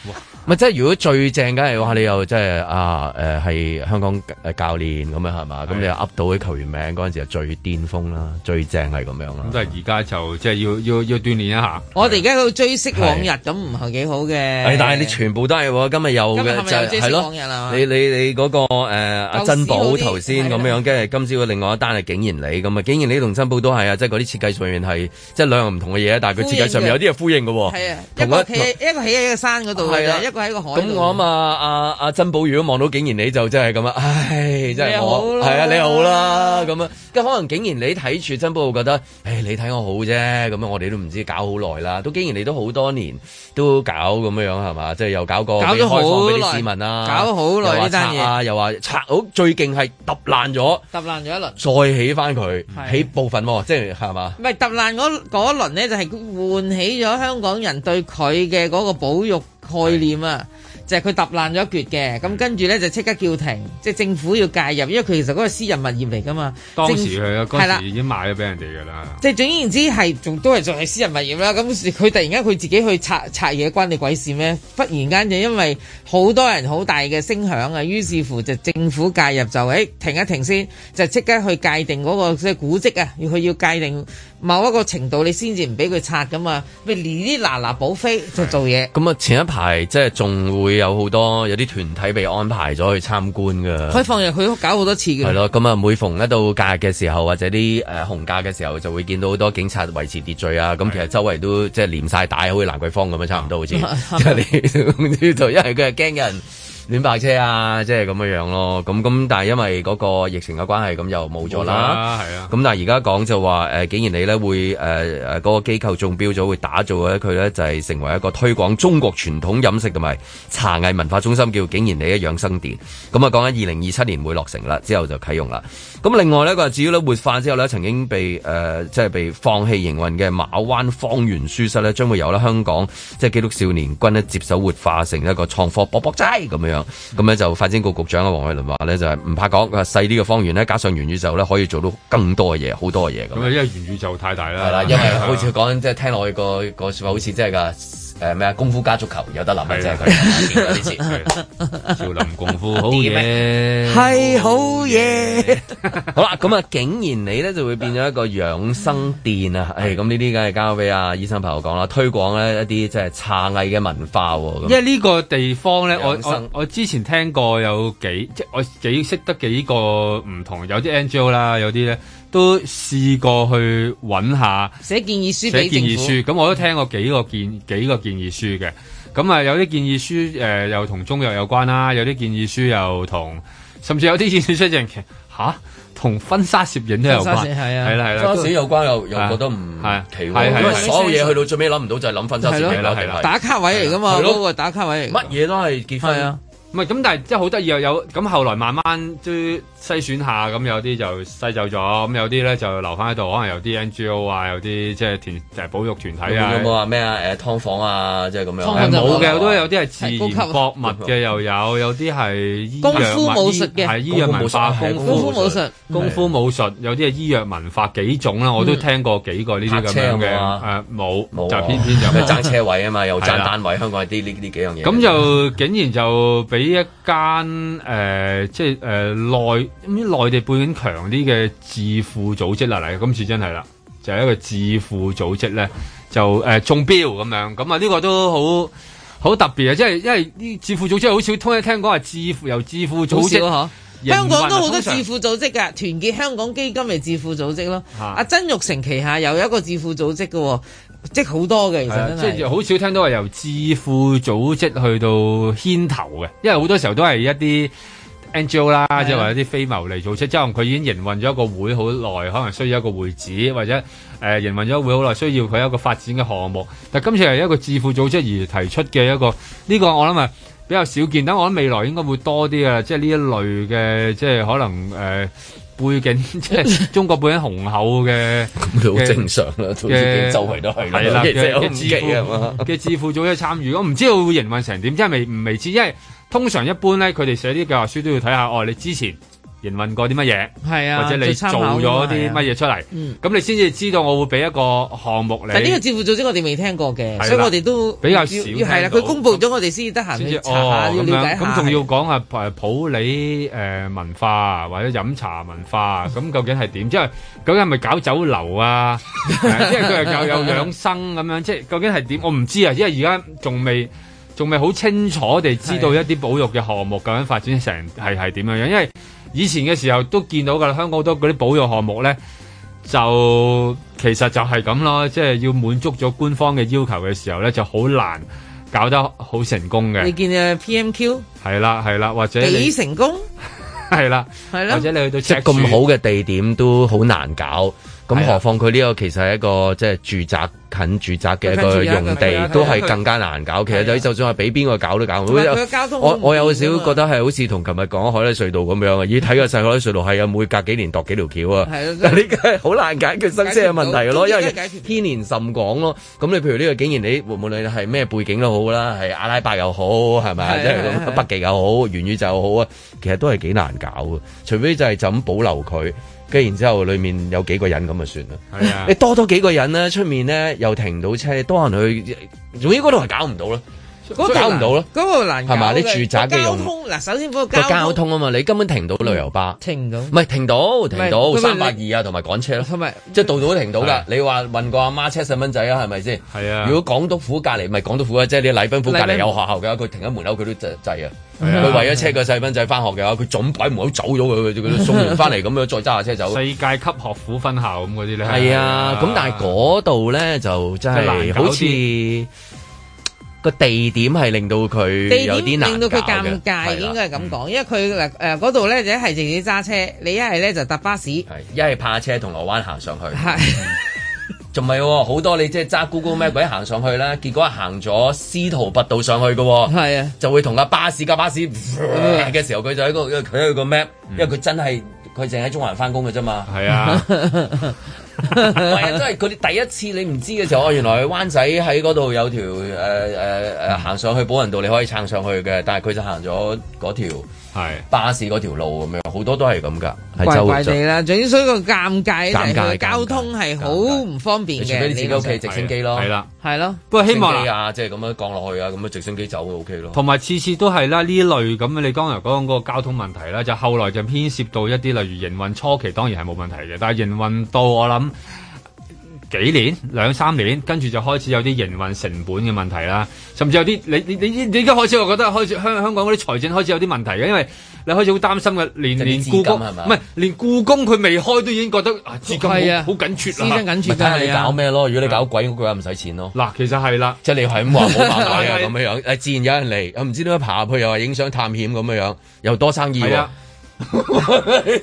[SPEAKER 2] 咪即係如果最正梗係話你又即係啊誒係香港誒教練咁樣係嘛？咁你又噏到啲球員名嗰陣時就最巔峰啦，最正係咁樣啦。
[SPEAKER 3] 咁但係而家就即係要要要鍛鍊一下。
[SPEAKER 4] 我哋而家喺度追昔往日，咁唔係幾好
[SPEAKER 2] 誒
[SPEAKER 4] 嘅。
[SPEAKER 2] 哎但係你全部都係喎，今日有
[SPEAKER 4] 今日
[SPEAKER 2] 嘅
[SPEAKER 4] 係咪
[SPEAKER 2] 就
[SPEAKER 4] 有
[SPEAKER 2] 係係
[SPEAKER 4] JC 講嘢啦
[SPEAKER 2] 咯，你你你嗰個誒阿
[SPEAKER 4] 舊
[SPEAKER 2] 珍寶
[SPEAKER 4] 時嗰啲
[SPEAKER 2] 頭先咁樣，跟住今朝嘅另外一單係竟然你咁啊，竟然你同珍寶都係啊，即係嗰啲設計上面係即係兩樣唔同嘅嘢，但係佢設計上面有啲係呼應嘅喎，
[SPEAKER 4] 係啊，一
[SPEAKER 2] 同
[SPEAKER 4] 個
[SPEAKER 2] 一
[SPEAKER 4] 企喺一個企喺一個山嗰度嘅
[SPEAKER 2] 係啊
[SPEAKER 4] 啫，一個個喺個海度。
[SPEAKER 2] 咁我諗啊，阿阿珍寶如果望到景賢你就真係咁啊，唉，真係我
[SPEAKER 4] 嗯你好啦
[SPEAKER 2] 係啊，你好啦咁啊，跟可能景賢你睇住珍寶會覺得，唉，你睇我好啫，咁樣我哋都唔知搞好耐啦，都竟然你都好多年都搞咁樣樣係嘛，即係又搞過
[SPEAKER 4] 搞咗
[SPEAKER 2] 俾開放俾
[SPEAKER 4] 好
[SPEAKER 2] 啲
[SPEAKER 4] 耐
[SPEAKER 2] 市民啊，
[SPEAKER 4] 搞咗好耐
[SPEAKER 2] 又話
[SPEAKER 4] 呢單
[SPEAKER 2] 拆
[SPEAKER 4] 嘢
[SPEAKER 2] 啊，又話拆好最勁係揼爛咗，
[SPEAKER 4] 揼爛咗一輪。
[SPEAKER 2] 再起翻佢
[SPEAKER 4] 係，
[SPEAKER 2] 起部分喎，即係係嘛。
[SPEAKER 4] 唔係揼爛嗰嗰一輪咧，就係喚起咗香港人對佢嘅嗰個保育概念啊！就係佢揼爛咗一橛嘅，咁跟住咧就即刻叫停，即係政府要介入，因為佢其實嗰個私人物業嚟噶嘛。
[SPEAKER 3] 當
[SPEAKER 4] 政
[SPEAKER 3] 時佢啊，
[SPEAKER 4] 係啦
[SPEAKER 3] 嗰時已經賣咗俾人哋㗎啦。
[SPEAKER 4] 即係總言之係仲都係仲係私人物業啦。咁佢突然間佢自己去拆拆嘢，關你鬼事咩？忽然間就因為好多人好大嘅聲響啊，於是乎就政府介入就誒、欸停一停先，就即刻去界定嗰、個即係古蹟啊，要佢要界定某一個程度，你先至唔俾佢拆噶嘛。咪呢啲嗱嗱補飛就做嘢。
[SPEAKER 2] 咁啊，前一排即係仲會有好多有啲團體被安排咗去參觀㗎。
[SPEAKER 4] 開放日佢搞好多次嘅，
[SPEAKER 2] 係咯，咁啊，每逢一到假日嘅時候，或者啲誒、呃、紅假嘅時候，就會見到好多警察維持秩序啊。咁其實周圍都即係連晒帶，好似蘭桂坊咁樣，差唔多好似。即 係你 知道，因為佢係驚有人亂泊車啊，即係咁樣樣咯。咁咁，但係因為嗰個疫情嘅關係，咁又冇咗啦。
[SPEAKER 3] 冇咗啦係啊
[SPEAKER 2] 咁但係而家講就話誒、呃，竟然你咧會誒誒嗰個機構中標咗，會打造咧佢咧就係、成為一個推廣中國傳統飲食同埋茶藝文化中心，叫竟然你嘅養生殿。咁啊講緊二零二七年會落成啦，之後就啟用啦。咁另外呢，佢話至於咧活化之後咧，曾經被誒、呃即係被放棄營運嘅馬灣方圓書室咧，將會由咧香港即係基督少年軍咧接手活化成一個創科博博仔咁樣。咁咧就發展局局長啊黃偉倫話咧就係唔怕講，啊佢話細啲嘅方圓咧，加上元宇宙咧，可以做到更多嘅嘢，好多嘅嘢咁。
[SPEAKER 3] 咁啊，因為元宇宙太大啦。
[SPEAKER 2] 係啦，因為好似講即係聽落去個個説法，好似真係㗎。誒咩啊？功夫加足球有得 諗啊！即係佢有啲似
[SPEAKER 3] 少林功夫好嘢，
[SPEAKER 4] 係好嘢。
[SPEAKER 2] 好啦，咁啊，竟然你咧就會變咗一個養生店啊！誒，咁呢啲梗係交俾阿醫生朋友講啦，推廣咧一啲即係茶藝嘅文化喎。咁
[SPEAKER 3] 因為呢個地方咧，我
[SPEAKER 2] 養生
[SPEAKER 3] 我我之前聽過有幾，即係我幾識得幾個唔同，有啲 NGO 啦，有啲咧都試過去揾下
[SPEAKER 4] 寫建議書
[SPEAKER 3] 寫
[SPEAKER 4] 俾
[SPEAKER 3] 建
[SPEAKER 4] 政
[SPEAKER 3] 議
[SPEAKER 4] 府。
[SPEAKER 3] 書，咁我都聽過幾個建幾個建議書嘅。咁啊，有啲建議書誒、呃又同中藥有關啦，有啲建議書又同，甚至有啲建議書就其嚇同婚紗攝影都有
[SPEAKER 2] 婚
[SPEAKER 3] 關，
[SPEAKER 2] 紗攝係啊
[SPEAKER 3] 係啦係啦，
[SPEAKER 2] 婚紗攝影有關又又
[SPEAKER 3] 啊
[SPEAKER 2] 覺得唔
[SPEAKER 3] 係
[SPEAKER 2] 奇
[SPEAKER 3] 係
[SPEAKER 2] 喎，因為所有嘢去到最尾諗唔到就係諗婚紗攝影啦，一定係
[SPEAKER 4] 打卡位嚟噶嘛，
[SPEAKER 3] 係咯
[SPEAKER 4] 嗰個打卡位嚟㗎。乜
[SPEAKER 2] 嘢都係結
[SPEAKER 4] 婚啊！
[SPEAKER 3] 唔係咁，但係真係好得意又有咁，後來慢慢都篩選下，咁有啲就篩走咗，咁有啲咧就留翻喺度，可能有啲 NGO 啊，有啲即係團誒保育團體啊，
[SPEAKER 2] 有冇話咩啊？誒，劏房啊，即係咁樣。
[SPEAKER 3] 誒冇嘅，都有啲係自
[SPEAKER 2] 高級啊
[SPEAKER 3] 然博物嘅，又有有啲係醫
[SPEAKER 4] 功
[SPEAKER 3] 藥
[SPEAKER 4] 夫
[SPEAKER 3] 文
[SPEAKER 4] 武術嘅
[SPEAKER 3] 係醫藥文化、
[SPEAKER 2] 功夫武術
[SPEAKER 4] 功夫武術
[SPEAKER 3] 功夫武術，有啲係醫藥文化幾種啦，我都
[SPEAKER 2] 嗯
[SPEAKER 3] 聽過幾個呢啲咁
[SPEAKER 2] 泊車有
[SPEAKER 3] 樣
[SPEAKER 2] 冇
[SPEAKER 3] 嘅誒
[SPEAKER 2] 啊
[SPEAKER 3] 冇，
[SPEAKER 2] 冇
[SPEAKER 3] 就
[SPEAKER 2] 啊
[SPEAKER 3] 偏偏就
[SPEAKER 2] 因為
[SPEAKER 3] 冇
[SPEAKER 2] 爭車位啊嘛，又
[SPEAKER 3] 係
[SPEAKER 2] 爭
[SPEAKER 3] 啦
[SPEAKER 2] 單位，香港係啲呢呢幾樣嘢。
[SPEAKER 3] 咁就竟然就俾一間誒、呃即係誒、呃、內咁內地背景強啲嘅智庫組織啦，嚟今次真係啦，就係、一個智庫組織咧，就誒、呃中標咁樣，咁啊呢個都好好特別啊！即係因為呢智庫組織好少通聽講係智庫由智庫組
[SPEAKER 4] 好
[SPEAKER 3] 織
[SPEAKER 4] 少啊
[SPEAKER 3] 營運啊
[SPEAKER 4] 香港都好多
[SPEAKER 3] 通
[SPEAKER 4] 智
[SPEAKER 3] 常
[SPEAKER 4] 庫組織㗎，團結香港基金咪智庫組織咯。
[SPEAKER 3] 嚇
[SPEAKER 4] 阿曾玉成旗下有一個智庫組織嘅喎，即係好多嘅其
[SPEAKER 3] 係啊
[SPEAKER 4] 實
[SPEAKER 3] 即
[SPEAKER 4] 真
[SPEAKER 3] 係
[SPEAKER 4] 係。
[SPEAKER 3] 好少聽到係由智庫組織去到牽頭嘅，因為好多時候都係一啲 NGO 啦，
[SPEAKER 4] 啊
[SPEAKER 3] 即係話一啲非牟利組織，即係可能佢已經營運咗一個會好耐，可能需要一個會址或者誒、呃、營運咗會好耐，需要佢一個發展嘅項目。但今次係一個智庫組織而提出嘅一個呢、個我諗啊比較少見，但我諗未來應該會多啲嘅，即係呢一類嘅即係可能誒。呃背景 即係中國背景雄厚嘅，
[SPEAKER 2] 好正常啊啦都已經
[SPEAKER 3] 嘅
[SPEAKER 2] 周圍都係啦
[SPEAKER 3] 係啦，
[SPEAKER 2] 即係好
[SPEAKER 3] 嘅
[SPEAKER 2] 唔
[SPEAKER 3] 智
[SPEAKER 2] 忌啊
[SPEAKER 3] 庫
[SPEAKER 2] 嘛
[SPEAKER 3] 嘅智庫組織參與，我唔知道會營運成點，即係未未知，因為通常一般咧，佢哋寫啲計劃書都要睇下，哦，你之前營運過啲乜嘢，
[SPEAKER 4] 係啊
[SPEAKER 3] 或者你做
[SPEAKER 4] 做參考㗎嘛
[SPEAKER 3] 咗啲
[SPEAKER 4] 係啊
[SPEAKER 3] 乜嘢出嚟，
[SPEAKER 4] 嗯
[SPEAKER 3] 咁你先至知道我會俾一個項目你。
[SPEAKER 4] 但呢個智庫組織我哋未聽過
[SPEAKER 3] 啦
[SPEAKER 4] 嘅，所以我哋都
[SPEAKER 3] 比較少
[SPEAKER 4] 要
[SPEAKER 3] 聽到
[SPEAKER 4] 係啦，佢公佈咗我哋先至得閒
[SPEAKER 3] 先
[SPEAKER 4] 去
[SPEAKER 3] 至
[SPEAKER 4] 查下，
[SPEAKER 3] 哦
[SPEAKER 4] 要
[SPEAKER 3] 咁
[SPEAKER 4] 了解
[SPEAKER 3] 樣，
[SPEAKER 4] 下。
[SPEAKER 3] 咁仲要講下誒普洱誒文化或者飲茶文 化，咁究竟係點？即係究竟係咪搞酒樓啊？誒即係佢係教有養生咁樣，即係究竟係點？我唔知啊，因為而家仲未。仲未好清楚地知道一啲保育嘅項目究竟發展成係係點樣樣，因為以前嘅時候都見到㗎啦，香港好多嗰啲保育項目咧，就其實就係咁咯，即係要滿足咗官方嘅要求嘅時候咧，就好難搞得好成功嘅
[SPEAKER 4] 你，見啊 PMQ
[SPEAKER 3] 係啦係啦，或者你
[SPEAKER 4] 幾成功？
[SPEAKER 3] 係啦，
[SPEAKER 4] 係咯
[SPEAKER 3] 或者你去到
[SPEAKER 2] 即係
[SPEAKER 3] 赤
[SPEAKER 2] 咁
[SPEAKER 3] 柱
[SPEAKER 2] 好嘅地點都好難搞。咁何況佢呢個其實係一個即係住宅近住宅嘅一個用
[SPEAKER 4] 近住
[SPEAKER 2] 地
[SPEAKER 4] 宅嘅，
[SPEAKER 2] 都係更加難搞。其實你就算話俾邊個搞都搞唔
[SPEAKER 4] 同埋
[SPEAKER 2] 好
[SPEAKER 4] 佢嘅交通
[SPEAKER 2] 我我有
[SPEAKER 4] 好
[SPEAKER 2] 少
[SPEAKER 4] 唔
[SPEAKER 2] 少覺得係好似同琴日講海底隧道咁樣啊，咦睇個細海底隧道係啊，每隔幾年度幾條橋啊。
[SPEAKER 4] 係咯
[SPEAKER 2] 但呢個係好難解決生車嘅問題咯，因為
[SPEAKER 4] 解決唔到
[SPEAKER 2] 牽連甚廣咯。咁你譬如呢個，竟然你無論你係咩背景都好啦，係阿拉伯又好，係咪啊
[SPEAKER 4] 係
[SPEAKER 2] 即係
[SPEAKER 4] 係
[SPEAKER 2] 咁北極又好，元宇宙又好啊，其實都係幾難搞嘅。除非就係就咁保留佢，跟住然之後裡面有幾個人咁就算啦。
[SPEAKER 3] 係啊
[SPEAKER 2] 你多多幾個人咧，出面咧又停唔到車，多人去，總之嗰度係搞唔到啦，
[SPEAKER 4] 嗰度
[SPEAKER 2] 搞唔到啦，
[SPEAKER 4] 嗰個難搞
[SPEAKER 2] 係嘛？
[SPEAKER 4] 嘅
[SPEAKER 2] 你住宅嘅
[SPEAKER 4] 交
[SPEAKER 2] 用。
[SPEAKER 4] 通嗱，首先嗰個
[SPEAKER 2] 個
[SPEAKER 4] 交
[SPEAKER 2] 交
[SPEAKER 4] 通
[SPEAKER 2] 通啊嘛，你根本停唔到旅遊巴，
[SPEAKER 4] 停唔到，
[SPEAKER 2] 唔係停到停
[SPEAKER 4] 唔
[SPEAKER 2] 到
[SPEAKER 4] 係
[SPEAKER 2] 三百
[SPEAKER 4] 佢
[SPEAKER 2] 二啊，同埋趕車咯，
[SPEAKER 4] 同埋
[SPEAKER 2] 即係度度都停到
[SPEAKER 4] 係
[SPEAKER 2] 㗎。你話問個阿媽車細蚊仔啊，係咪先？
[SPEAKER 3] 係啊
[SPEAKER 2] 如果港督府隔離，唔係港督府啊，即係你禮賓府隔
[SPEAKER 3] 禮賓
[SPEAKER 2] 離有學校嘅話，佢停喺門口佢都制制啊。
[SPEAKER 3] 係啊
[SPEAKER 2] 佢為咗車個細蚊仔翻學嘅話，佢總擺門口走咗佢，佢佢送完翻嚟咁樣再揸下車走。
[SPEAKER 3] 世界級學府分校咁嗰啲咧，
[SPEAKER 2] 係啊，咁但係嗰度咧就真
[SPEAKER 3] 真係難
[SPEAKER 2] 係
[SPEAKER 3] 搞
[SPEAKER 2] 好似個地點係令到佢
[SPEAKER 4] 地
[SPEAKER 2] 有啲
[SPEAKER 4] 點
[SPEAKER 2] 難
[SPEAKER 4] 令到佢
[SPEAKER 2] 搞嘅
[SPEAKER 4] 尷
[SPEAKER 2] 係
[SPEAKER 4] 尬，
[SPEAKER 2] 啦
[SPEAKER 4] 應該係咁講，因為佢嗱誒嗰度咧，就一係自己揸車，你一係咧就搭巴士，
[SPEAKER 2] 一係怕車銅鑼灣行上去，仲唔係喎？好多你即係揸 Google Map 鬼行上去啦，結果行咗司徒拔道上去嘅喎，
[SPEAKER 4] 係啊，
[SPEAKER 2] 就會同架巴士架巴士嘅時候，佢就喺個佢喺個 map，因為佢真係佢淨喺中環翻工嘅啫嘛，
[SPEAKER 3] 係啊。
[SPEAKER 2] 係啊，真係佢哋第一次你唔知嘅時候，哦，原來灣仔喺嗰度有條誒誒誒行上去寶雲道，你可以撐上去嘅，但係佢就行咗嗰條
[SPEAKER 3] 係
[SPEAKER 2] 巴士嗰條路咁樣，好多都係咁㗎，係
[SPEAKER 4] 怪
[SPEAKER 2] 周
[SPEAKER 4] 怪地啦。總之，所以個尷尬就係
[SPEAKER 2] 尷尬
[SPEAKER 4] 佢交通係好唔方便
[SPEAKER 2] 你除
[SPEAKER 4] 嘅。
[SPEAKER 2] 非你自己屋企直升機咯，
[SPEAKER 3] 係啦，
[SPEAKER 4] 係咯。
[SPEAKER 3] 不過希望
[SPEAKER 2] 直升機啊，即係咁樣降落去啊，咁樣直升機走就 OK 咯。
[SPEAKER 3] 同埋次次都係啦，呢類咁你剛才講嗰個交通問題啦，就後來就牽涉到一啲例如營運初期當然係冇問題嘅，但係營運到我諗幾年兩三年，跟住就開始有啲營運成本嘅問題啦，甚至有啲你你你你而家開始我覺得開始香香港嗰啲財政開始有啲問題嘅，因為你開始好擔心嘅，連
[SPEAKER 2] 就啲
[SPEAKER 3] 連
[SPEAKER 2] 資金
[SPEAKER 3] 故宮
[SPEAKER 2] 係嘛
[SPEAKER 3] 唔係連故宮佢未開都已經覺得啊資金好
[SPEAKER 2] 係啊
[SPEAKER 3] 好緊缺啦，
[SPEAKER 2] 咪睇下你搞咩咯？如果你搞鬼屋嘅話，唔使錢咯。
[SPEAKER 3] 嗱，其實係啦，
[SPEAKER 2] 即係你係咁話冇辦法
[SPEAKER 3] 係
[SPEAKER 2] 啊
[SPEAKER 3] 係
[SPEAKER 2] 咁樣樣，誒自然有人嚟，啊又唔知點解爬入去又話影相探險咁樣樣，又多生意
[SPEAKER 3] 係
[SPEAKER 2] 喎
[SPEAKER 3] 啊。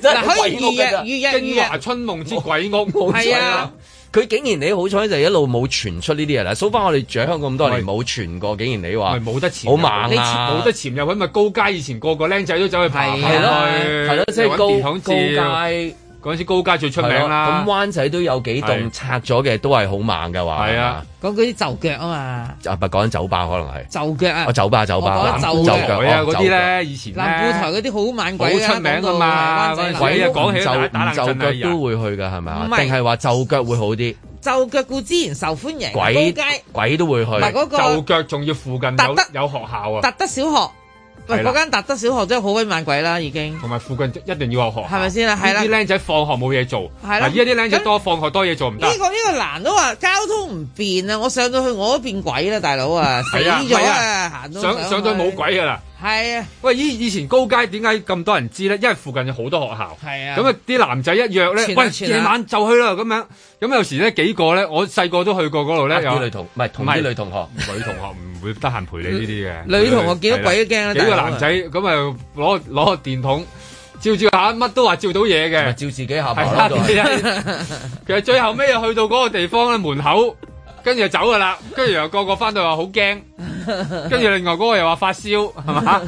[SPEAKER 2] 真係
[SPEAKER 4] 嗱可以
[SPEAKER 2] 鬼屋㗎咋
[SPEAKER 4] 預約預約
[SPEAKER 3] 京華春夢之鬼屋
[SPEAKER 2] 冇錯
[SPEAKER 4] 係啊！
[SPEAKER 2] 佢竟然你好彩就一路冇傳出呢啲嘢啦，數翻我哋住喺香港咁多年冇傳過，竟然你話
[SPEAKER 3] 冇得潛
[SPEAKER 2] 啊好
[SPEAKER 3] 入
[SPEAKER 2] 猛
[SPEAKER 3] 你
[SPEAKER 2] 啊！
[SPEAKER 3] 冇得潛入去咪高街以前個個僆仔都走去爬
[SPEAKER 2] 係咯係咯即係高高
[SPEAKER 3] 街嗰陣時高街最出名啦
[SPEAKER 2] 係咯。咁灣仔都有幾
[SPEAKER 3] 係
[SPEAKER 2] 棟拆咗嘅，都係好猛嘅話。
[SPEAKER 3] 係啊，
[SPEAKER 4] 講嗰啲就腳啊嘛，
[SPEAKER 2] 啊唔係講緊酒吧可能係。
[SPEAKER 4] 就腳啊，
[SPEAKER 2] 哦酒吧酒
[SPEAKER 4] 我
[SPEAKER 2] 吧
[SPEAKER 4] 講就
[SPEAKER 2] 酒
[SPEAKER 4] 腳
[SPEAKER 2] 腳
[SPEAKER 3] 啊
[SPEAKER 2] 哦
[SPEAKER 3] 嗰啲
[SPEAKER 2] 酒腳
[SPEAKER 3] 咧，以前咧
[SPEAKER 4] 南固台嗰啲好猛鬼㗎
[SPEAKER 3] 好出名㗎
[SPEAKER 4] 講到
[SPEAKER 3] 嘛
[SPEAKER 4] 灣仔樓
[SPEAKER 3] 鬼啊講起
[SPEAKER 2] 就
[SPEAKER 3] 打打冷震
[SPEAKER 2] 就
[SPEAKER 3] 啊
[SPEAKER 2] 腳都會去㗎係咪啊
[SPEAKER 4] 唔係
[SPEAKER 2] 定係話就腳會好啲，
[SPEAKER 4] 就腳固之然受歡迎，
[SPEAKER 2] 鬼
[SPEAKER 4] 高街
[SPEAKER 2] 鬼都會去。
[SPEAKER 4] 唔係嗰個
[SPEAKER 3] 就腳仲要附近有有學校啊，
[SPEAKER 4] 達德小學，喂
[SPEAKER 3] 係啦
[SPEAKER 4] 嗰間達德小學真係好鬼猛鬼啦，已經。
[SPEAKER 3] 同埋附近一定要有學校，
[SPEAKER 4] 係咪先啊係啦
[SPEAKER 3] 呢啲僆仔放學冇嘢做，
[SPEAKER 4] 係啦
[SPEAKER 3] 嗱依家啲僆仔多放學多嘢做唔得
[SPEAKER 4] 呢、。個呢、個難都話交通唔便啊！我上到去我都變鬼啦，大佬啊，死
[SPEAKER 3] 係啊
[SPEAKER 4] 咗
[SPEAKER 3] 係
[SPEAKER 4] 啊，
[SPEAKER 3] 啊
[SPEAKER 4] 行到
[SPEAKER 3] 上上到冇鬼㗎啦。
[SPEAKER 4] 係啊，
[SPEAKER 3] 喂，以以前高街點解咁多人知咧？因為附近有好多學校，
[SPEAKER 4] 係啊
[SPEAKER 3] 咁啊啲男仔一約咧，
[SPEAKER 2] 傳啊
[SPEAKER 3] 喂
[SPEAKER 2] 傳啊
[SPEAKER 3] 夜晚就去啦咁樣。咁有時咧幾個咧，我細個都去過嗰度咧，有
[SPEAKER 2] 呃啲女同唔係同啲女同學，
[SPEAKER 3] 女同學唔會得閒陪你呢啲嘅。
[SPEAKER 4] 女同學見到鬼都驚啦
[SPEAKER 3] 幾個
[SPEAKER 4] 大佬啊
[SPEAKER 3] 男仔咁啊攞攞個電筒照照下，乜都話照到嘢嘅，
[SPEAKER 2] 照自己下
[SPEAKER 3] 巴
[SPEAKER 2] 巴
[SPEAKER 3] 啦
[SPEAKER 2] 咯都係
[SPEAKER 3] 係啊 其實最後尾又去到嗰個地方咧門口，跟住就走噶啦，跟住又個個翻到話好 驚，跟住另外嗰個又話發燒係嘛？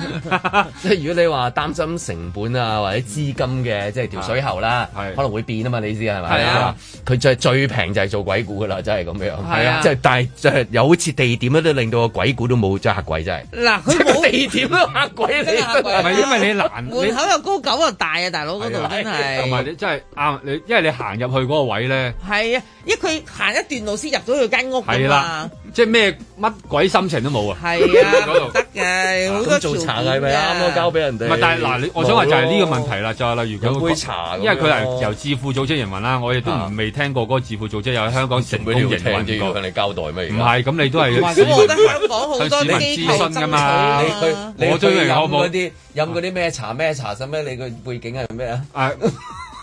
[SPEAKER 2] 即係如果你話擔心成本啊或者資金嘅，即係條水喉啦，可能會變啊嘛，你知係咪？
[SPEAKER 3] 係啊，
[SPEAKER 2] 佢就係最平就係做鬼故噶啦，真係咁樣。
[SPEAKER 4] 係啊
[SPEAKER 2] 即係但係即係有好似地點咧，都令到個鬼故都冇，真係嚇鬼真係。
[SPEAKER 4] 嗱佢 冇
[SPEAKER 2] 地點都嚇鬼
[SPEAKER 4] 真係嚇鬼啊
[SPEAKER 3] 唔係因為你難
[SPEAKER 4] 門口又高九又大啊，大佬嗰度真
[SPEAKER 3] 同埋
[SPEAKER 4] 係
[SPEAKER 3] 你真係啱，你因為你行入去嗰個位咧，
[SPEAKER 4] 係啊，因為佢行一段路先入到佢間屋㗎
[SPEAKER 3] 係
[SPEAKER 4] 嘛
[SPEAKER 3] 啦，，
[SPEAKER 2] 啊
[SPEAKER 3] 即係咩乜鬼心情都冇啊！
[SPEAKER 4] 係啊
[SPEAKER 3] 嗰度
[SPEAKER 4] 嘅好多
[SPEAKER 2] 咁做
[SPEAKER 4] 條
[SPEAKER 2] 茶
[SPEAKER 4] 件
[SPEAKER 2] 係咪
[SPEAKER 4] 㗎
[SPEAKER 2] 啱咯？交俾人
[SPEAKER 3] 唔
[SPEAKER 2] 哋。
[SPEAKER 3] 係，但係嗱，你我想話就係呢個問題啦，就係例如佢
[SPEAKER 2] 有杯茶咁啊樣
[SPEAKER 3] 因為佢係由致富組織營運啦，我亦都唔未聽過嗰個致富組織有喺香港成功
[SPEAKER 2] 你要
[SPEAKER 3] 營
[SPEAKER 2] 聽
[SPEAKER 3] 運
[SPEAKER 2] 啲要
[SPEAKER 3] 過
[SPEAKER 2] 向。你交代咩？
[SPEAKER 3] 唔係，啊咁你都係
[SPEAKER 2] 哇咁我覺得香
[SPEAKER 4] 港好
[SPEAKER 3] 多
[SPEAKER 2] 你
[SPEAKER 3] 機構
[SPEAKER 2] 諮詢㗎
[SPEAKER 3] 爭取㗎嘛
[SPEAKER 2] 你去
[SPEAKER 3] 我
[SPEAKER 2] 你去
[SPEAKER 3] 追明
[SPEAKER 2] 飲
[SPEAKER 3] 我冇
[SPEAKER 2] 嗰啲飲嗰啲咩茶咩茶，使咩你個背景係咩 啊？
[SPEAKER 3] 啊，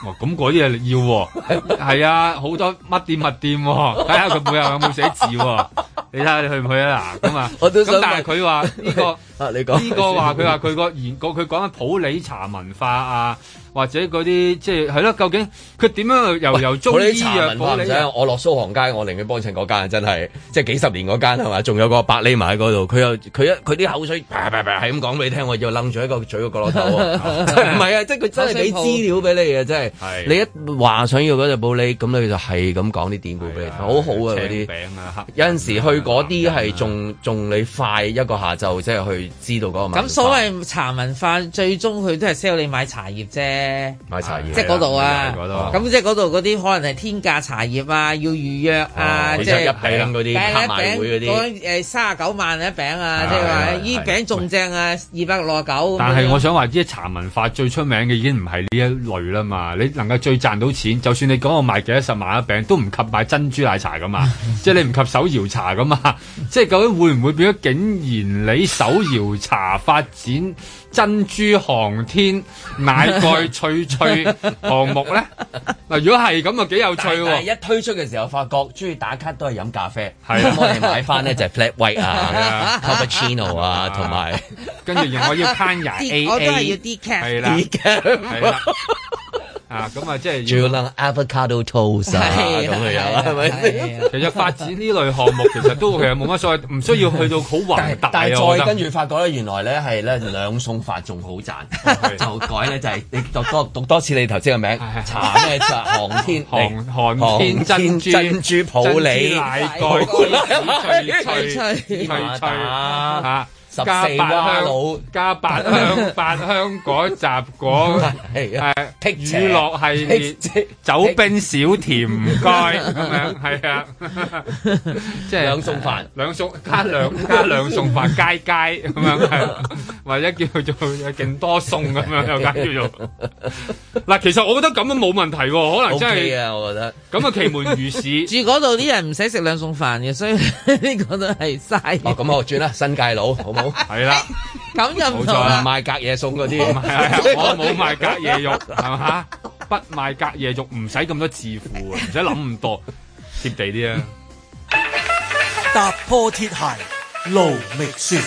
[SPEAKER 3] 哇咁嗰啲嘢要喎，係啊，好多乜店乜店喎，睇下佢背後有冇寫字喎，你你睇下你去唔去啊嗱咁啊，
[SPEAKER 2] 我都想
[SPEAKER 3] 咁但係佢話呢個
[SPEAKER 2] 啊你講
[SPEAKER 3] 呢個話佢話佢個研究佢講緊普洱茶文化啊，或者嗰啲即係係咯，究竟佢點樣由由中醫藥啊
[SPEAKER 2] 普洱茶啊我落蘇杭街，我寧願幫襯嗰間，真係即係幾十年嗰間係嘛？仲有個百呢埋喺嗰度，佢又佢一佢啲口水啪啪啪係咁講俾你聽，我要楞住喺個嘴個角落頭 喎。唔係啊，即係佢真係俾資料俾你啊，真係。你一話想要嗰隻保利，咁你就係咁講啲典故俾你聽，好好啊嗰啲。有陣時去嗰啲係仲仲你快一個下晝，即係去知道嗰個文化
[SPEAKER 4] 咁所謂茶文化，最終佢都係 sell 你買茶葉啫，
[SPEAKER 2] 買茶葉
[SPEAKER 4] 即係嗰度啊。
[SPEAKER 2] 係嗰度
[SPEAKER 4] 咁即係嗰度嗰啲可能係天價茶葉啊，要預約啊，
[SPEAKER 2] 哦
[SPEAKER 4] 即
[SPEAKER 2] 一
[SPEAKER 4] 係
[SPEAKER 2] 餅嗰啲拍賣會嗰啲
[SPEAKER 4] 誒三十九萬一餅啊，即係話依餅仲正啊，二百六十九。
[SPEAKER 3] 但係我想話，呢啲茶文化最出名嘅已經唔係呢一類啦嘛。你能夠最賺到錢，就算你講我賣幾多十萬一餅，都唔及賣珍珠奶茶噶嘛，即係你唔及手搖茶噶嘛。 即係究竟會唔會變咗？竟然你手搖茶發展珍珠航天奶蓋脆脆項目咧？嗱，如果係咁啊，幾有趣
[SPEAKER 2] 但係
[SPEAKER 3] 喎！
[SPEAKER 2] 一推出嘅時候，發覺中意打卡都係飲咖啡，
[SPEAKER 3] 係
[SPEAKER 2] 咁我哋買翻咧就係 flat white
[SPEAKER 3] 係啊
[SPEAKER 2] 啊、cappuccino 啊，同埋
[SPEAKER 3] 跟住然後 我要 Kanya
[SPEAKER 4] 啲
[SPEAKER 3] AA
[SPEAKER 4] 我都係要 decaf
[SPEAKER 3] 係啊啦
[SPEAKER 2] decaf
[SPEAKER 3] 係啦啊，咁啊，即係
[SPEAKER 2] 仲要諗 avocado toast 啊，咁樣樣係咪？
[SPEAKER 3] 其實發展呢類項目 其實都其實冇乜所謂，唔需要去到好宏大啊。
[SPEAKER 2] 哎但
[SPEAKER 3] 我
[SPEAKER 2] 係
[SPEAKER 3] 覺
[SPEAKER 2] 再
[SPEAKER 3] 得
[SPEAKER 2] 跟住發覺咧，原來咧係咧兩餸法仲好賺，就改咧就係你讀多讀多次你頭先嘅名，茶咩 茶航天
[SPEAKER 3] 航航天珍珠
[SPEAKER 2] 珍珠普洱
[SPEAKER 3] 珍 珠奶蓋
[SPEAKER 2] 奶
[SPEAKER 3] 脆脆脆脆啊！
[SPEAKER 2] 十四
[SPEAKER 3] 加八
[SPEAKER 2] 蛙佬
[SPEAKER 3] 香加八香八香 果雜果
[SPEAKER 2] 係
[SPEAKER 3] 啊，
[SPEAKER 2] 剔
[SPEAKER 3] 誒
[SPEAKER 2] 邪
[SPEAKER 3] 乳酪系列酒冰 小甜唔該咁樣係啊，即係
[SPEAKER 2] 兩餸飯
[SPEAKER 3] 兩餸加兩加兩餸飯佳佳咁樣係啊，或者叫做有勁多餸咁樣 又加叫做。嗱，其實我覺得咁樣冇問題喎，可能真
[SPEAKER 2] OK
[SPEAKER 3] 係
[SPEAKER 2] 啊，我覺得
[SPEAKER 3] 咁啊奇門如市。
[SPEAKER 4] 住嗰度啲人唔使食兩餸飯嘅，所以呢個都係嘥。
[SPEAKER 2] 哦，咁我轉啦，新界佬好 冇？
[SPEAKER 3] 係啦，
[SPEAKER 4] 咁就唔同
[SPEAKER 2] 錯
[SPEAKER 3] 啊
[SPEAKER 4] 啦。
[SPEAKER 2] 賣隔夜餸嗰啲，
[SPEAKER 3] 唔係啊我冇賣隔夜肉，係嘛？不賣隔夜肉，唔使咁多自負啊，唔使諗咁多，貼地啲啊！
[SPEAKER 4] 踏破鐵鞋路未雪。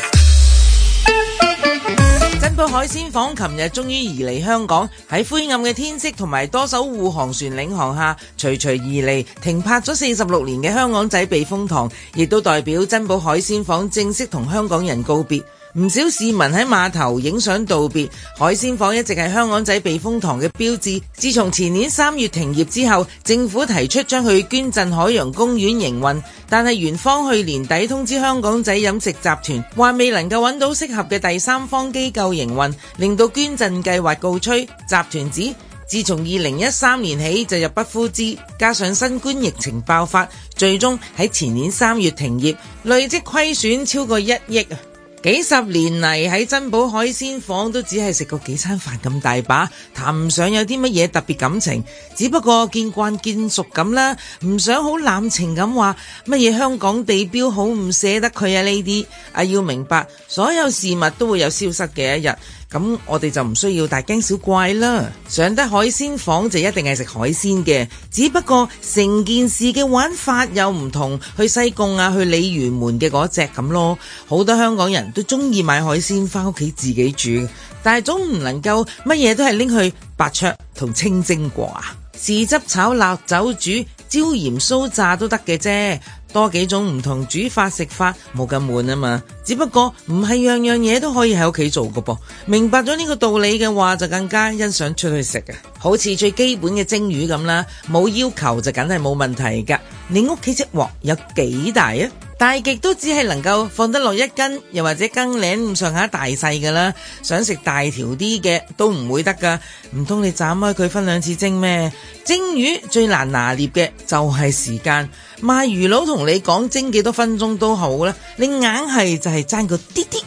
[SPEAKER 4] 珍寶海鮮舫琴日終於移離香港，喺灰暗嘅天色同埋多艘護航船領航下，徐徐移離停泊咗四十六年嘅香港仔避風塘，亦都代表珍寶海鮮舫正式同香港人告別。唔少市民喺碼頭影相道別，海鮮舫一直係香港仔避風塘嘅標誌。自從前年三月停業之後，政府提出將佢捐贈海洋公園營運，但係園方去年底通知香港仔飲食集團，話未能夠揾到適合嘅第三方機構營運，令到捐贈計劃告吹。集團指。自從二零一三年起就入不敷支，加上新冠疫情爆發，最終喺前年三月停業，累積虧損超過一億啊！幾十年嚟喺珍寶海鮮舫都只係食過幾餐飯咁大把，談唔上有啲乜嘢特別感情，只不過見慣見熟咁啦，唔想好濫情咁話乜嘢香港地標好唔捨得佢啊呢啲啊要明白，所有事物都會有消失嘅一日。咁我哋就唔需要大驚小怪啦。上得海鮮舫就一定係食海鮮嘅，只不過成件事嘅玩法又唔同，去西貢啊，去鯉魚門嘅嗰只咁咯。好多香港人都中意買海鮮翻屋企自己煮，但係總唔能夠乜嘢都係拎去白灼同清蒸過啊。豉汁炒、辣酒煮、椒鹽酥炸都得嘅啫，多幾種唔同煮法食法冇咁悶啊嘛。只不過唔係樣樣嘢都可以喺屋企做嘅噃。明白咗呢個道理嘅話，就更加欣賞出去食啊。好似最基本嘅蒸魚咁啦，冇要求就梗係冇問題㗎。你屋企隻鑊有幾大啊？大極都只係能夠放得落一斤，又或者羹領咁上下大細噶啦。想食大條啲嘅都唔會得噶，唔通你斬開佢分兩次蒸咩？蒸魚最難拿捏嘅就係時間。賣魚佬同你講蒸幾多分鐘都好啦，你硬係就係爭個啲啲。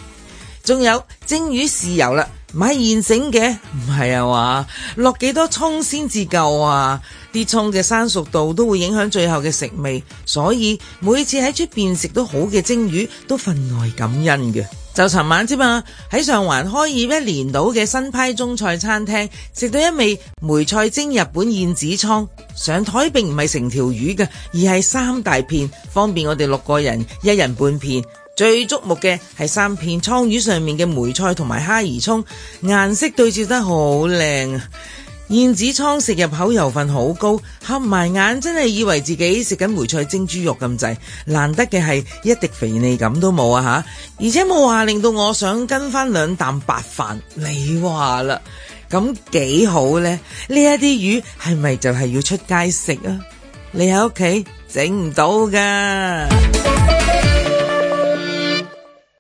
[SPEAKER 4] 仲有蒸魚豉油啦，買現成嘅唔係啊嘛，落幾多葱先至夠啊？啲葱嘅生熟度都會影響最後嘅食味，所以每次喺出邊食到好嘅蒸魚都分外感恩嘅。就尋晚啫嘛，喺上環開業一年到嘅新派中菜餐廳，食到一味梅菜蒸日本燕子倉，上台並唔係成條魚嘅，而係三大片，方便我哋六個人一人半片。最矚目嘅係三片倉魚上面嘅梅菜同埋蝦兒葱，顏色對照得好靚啊！燕子倉食入口油份好高，合埋眼真係以為自己食緊梅菜蒸豬肉咁滯，難得嘅係一滴肥膩感都冇啊吓！而且冇話令到我想跟翻兩啖白飯，你話啦，咁幾好呢？呢一啲魚係咪就係要出街食啊？你喺屋企整唔到㗎。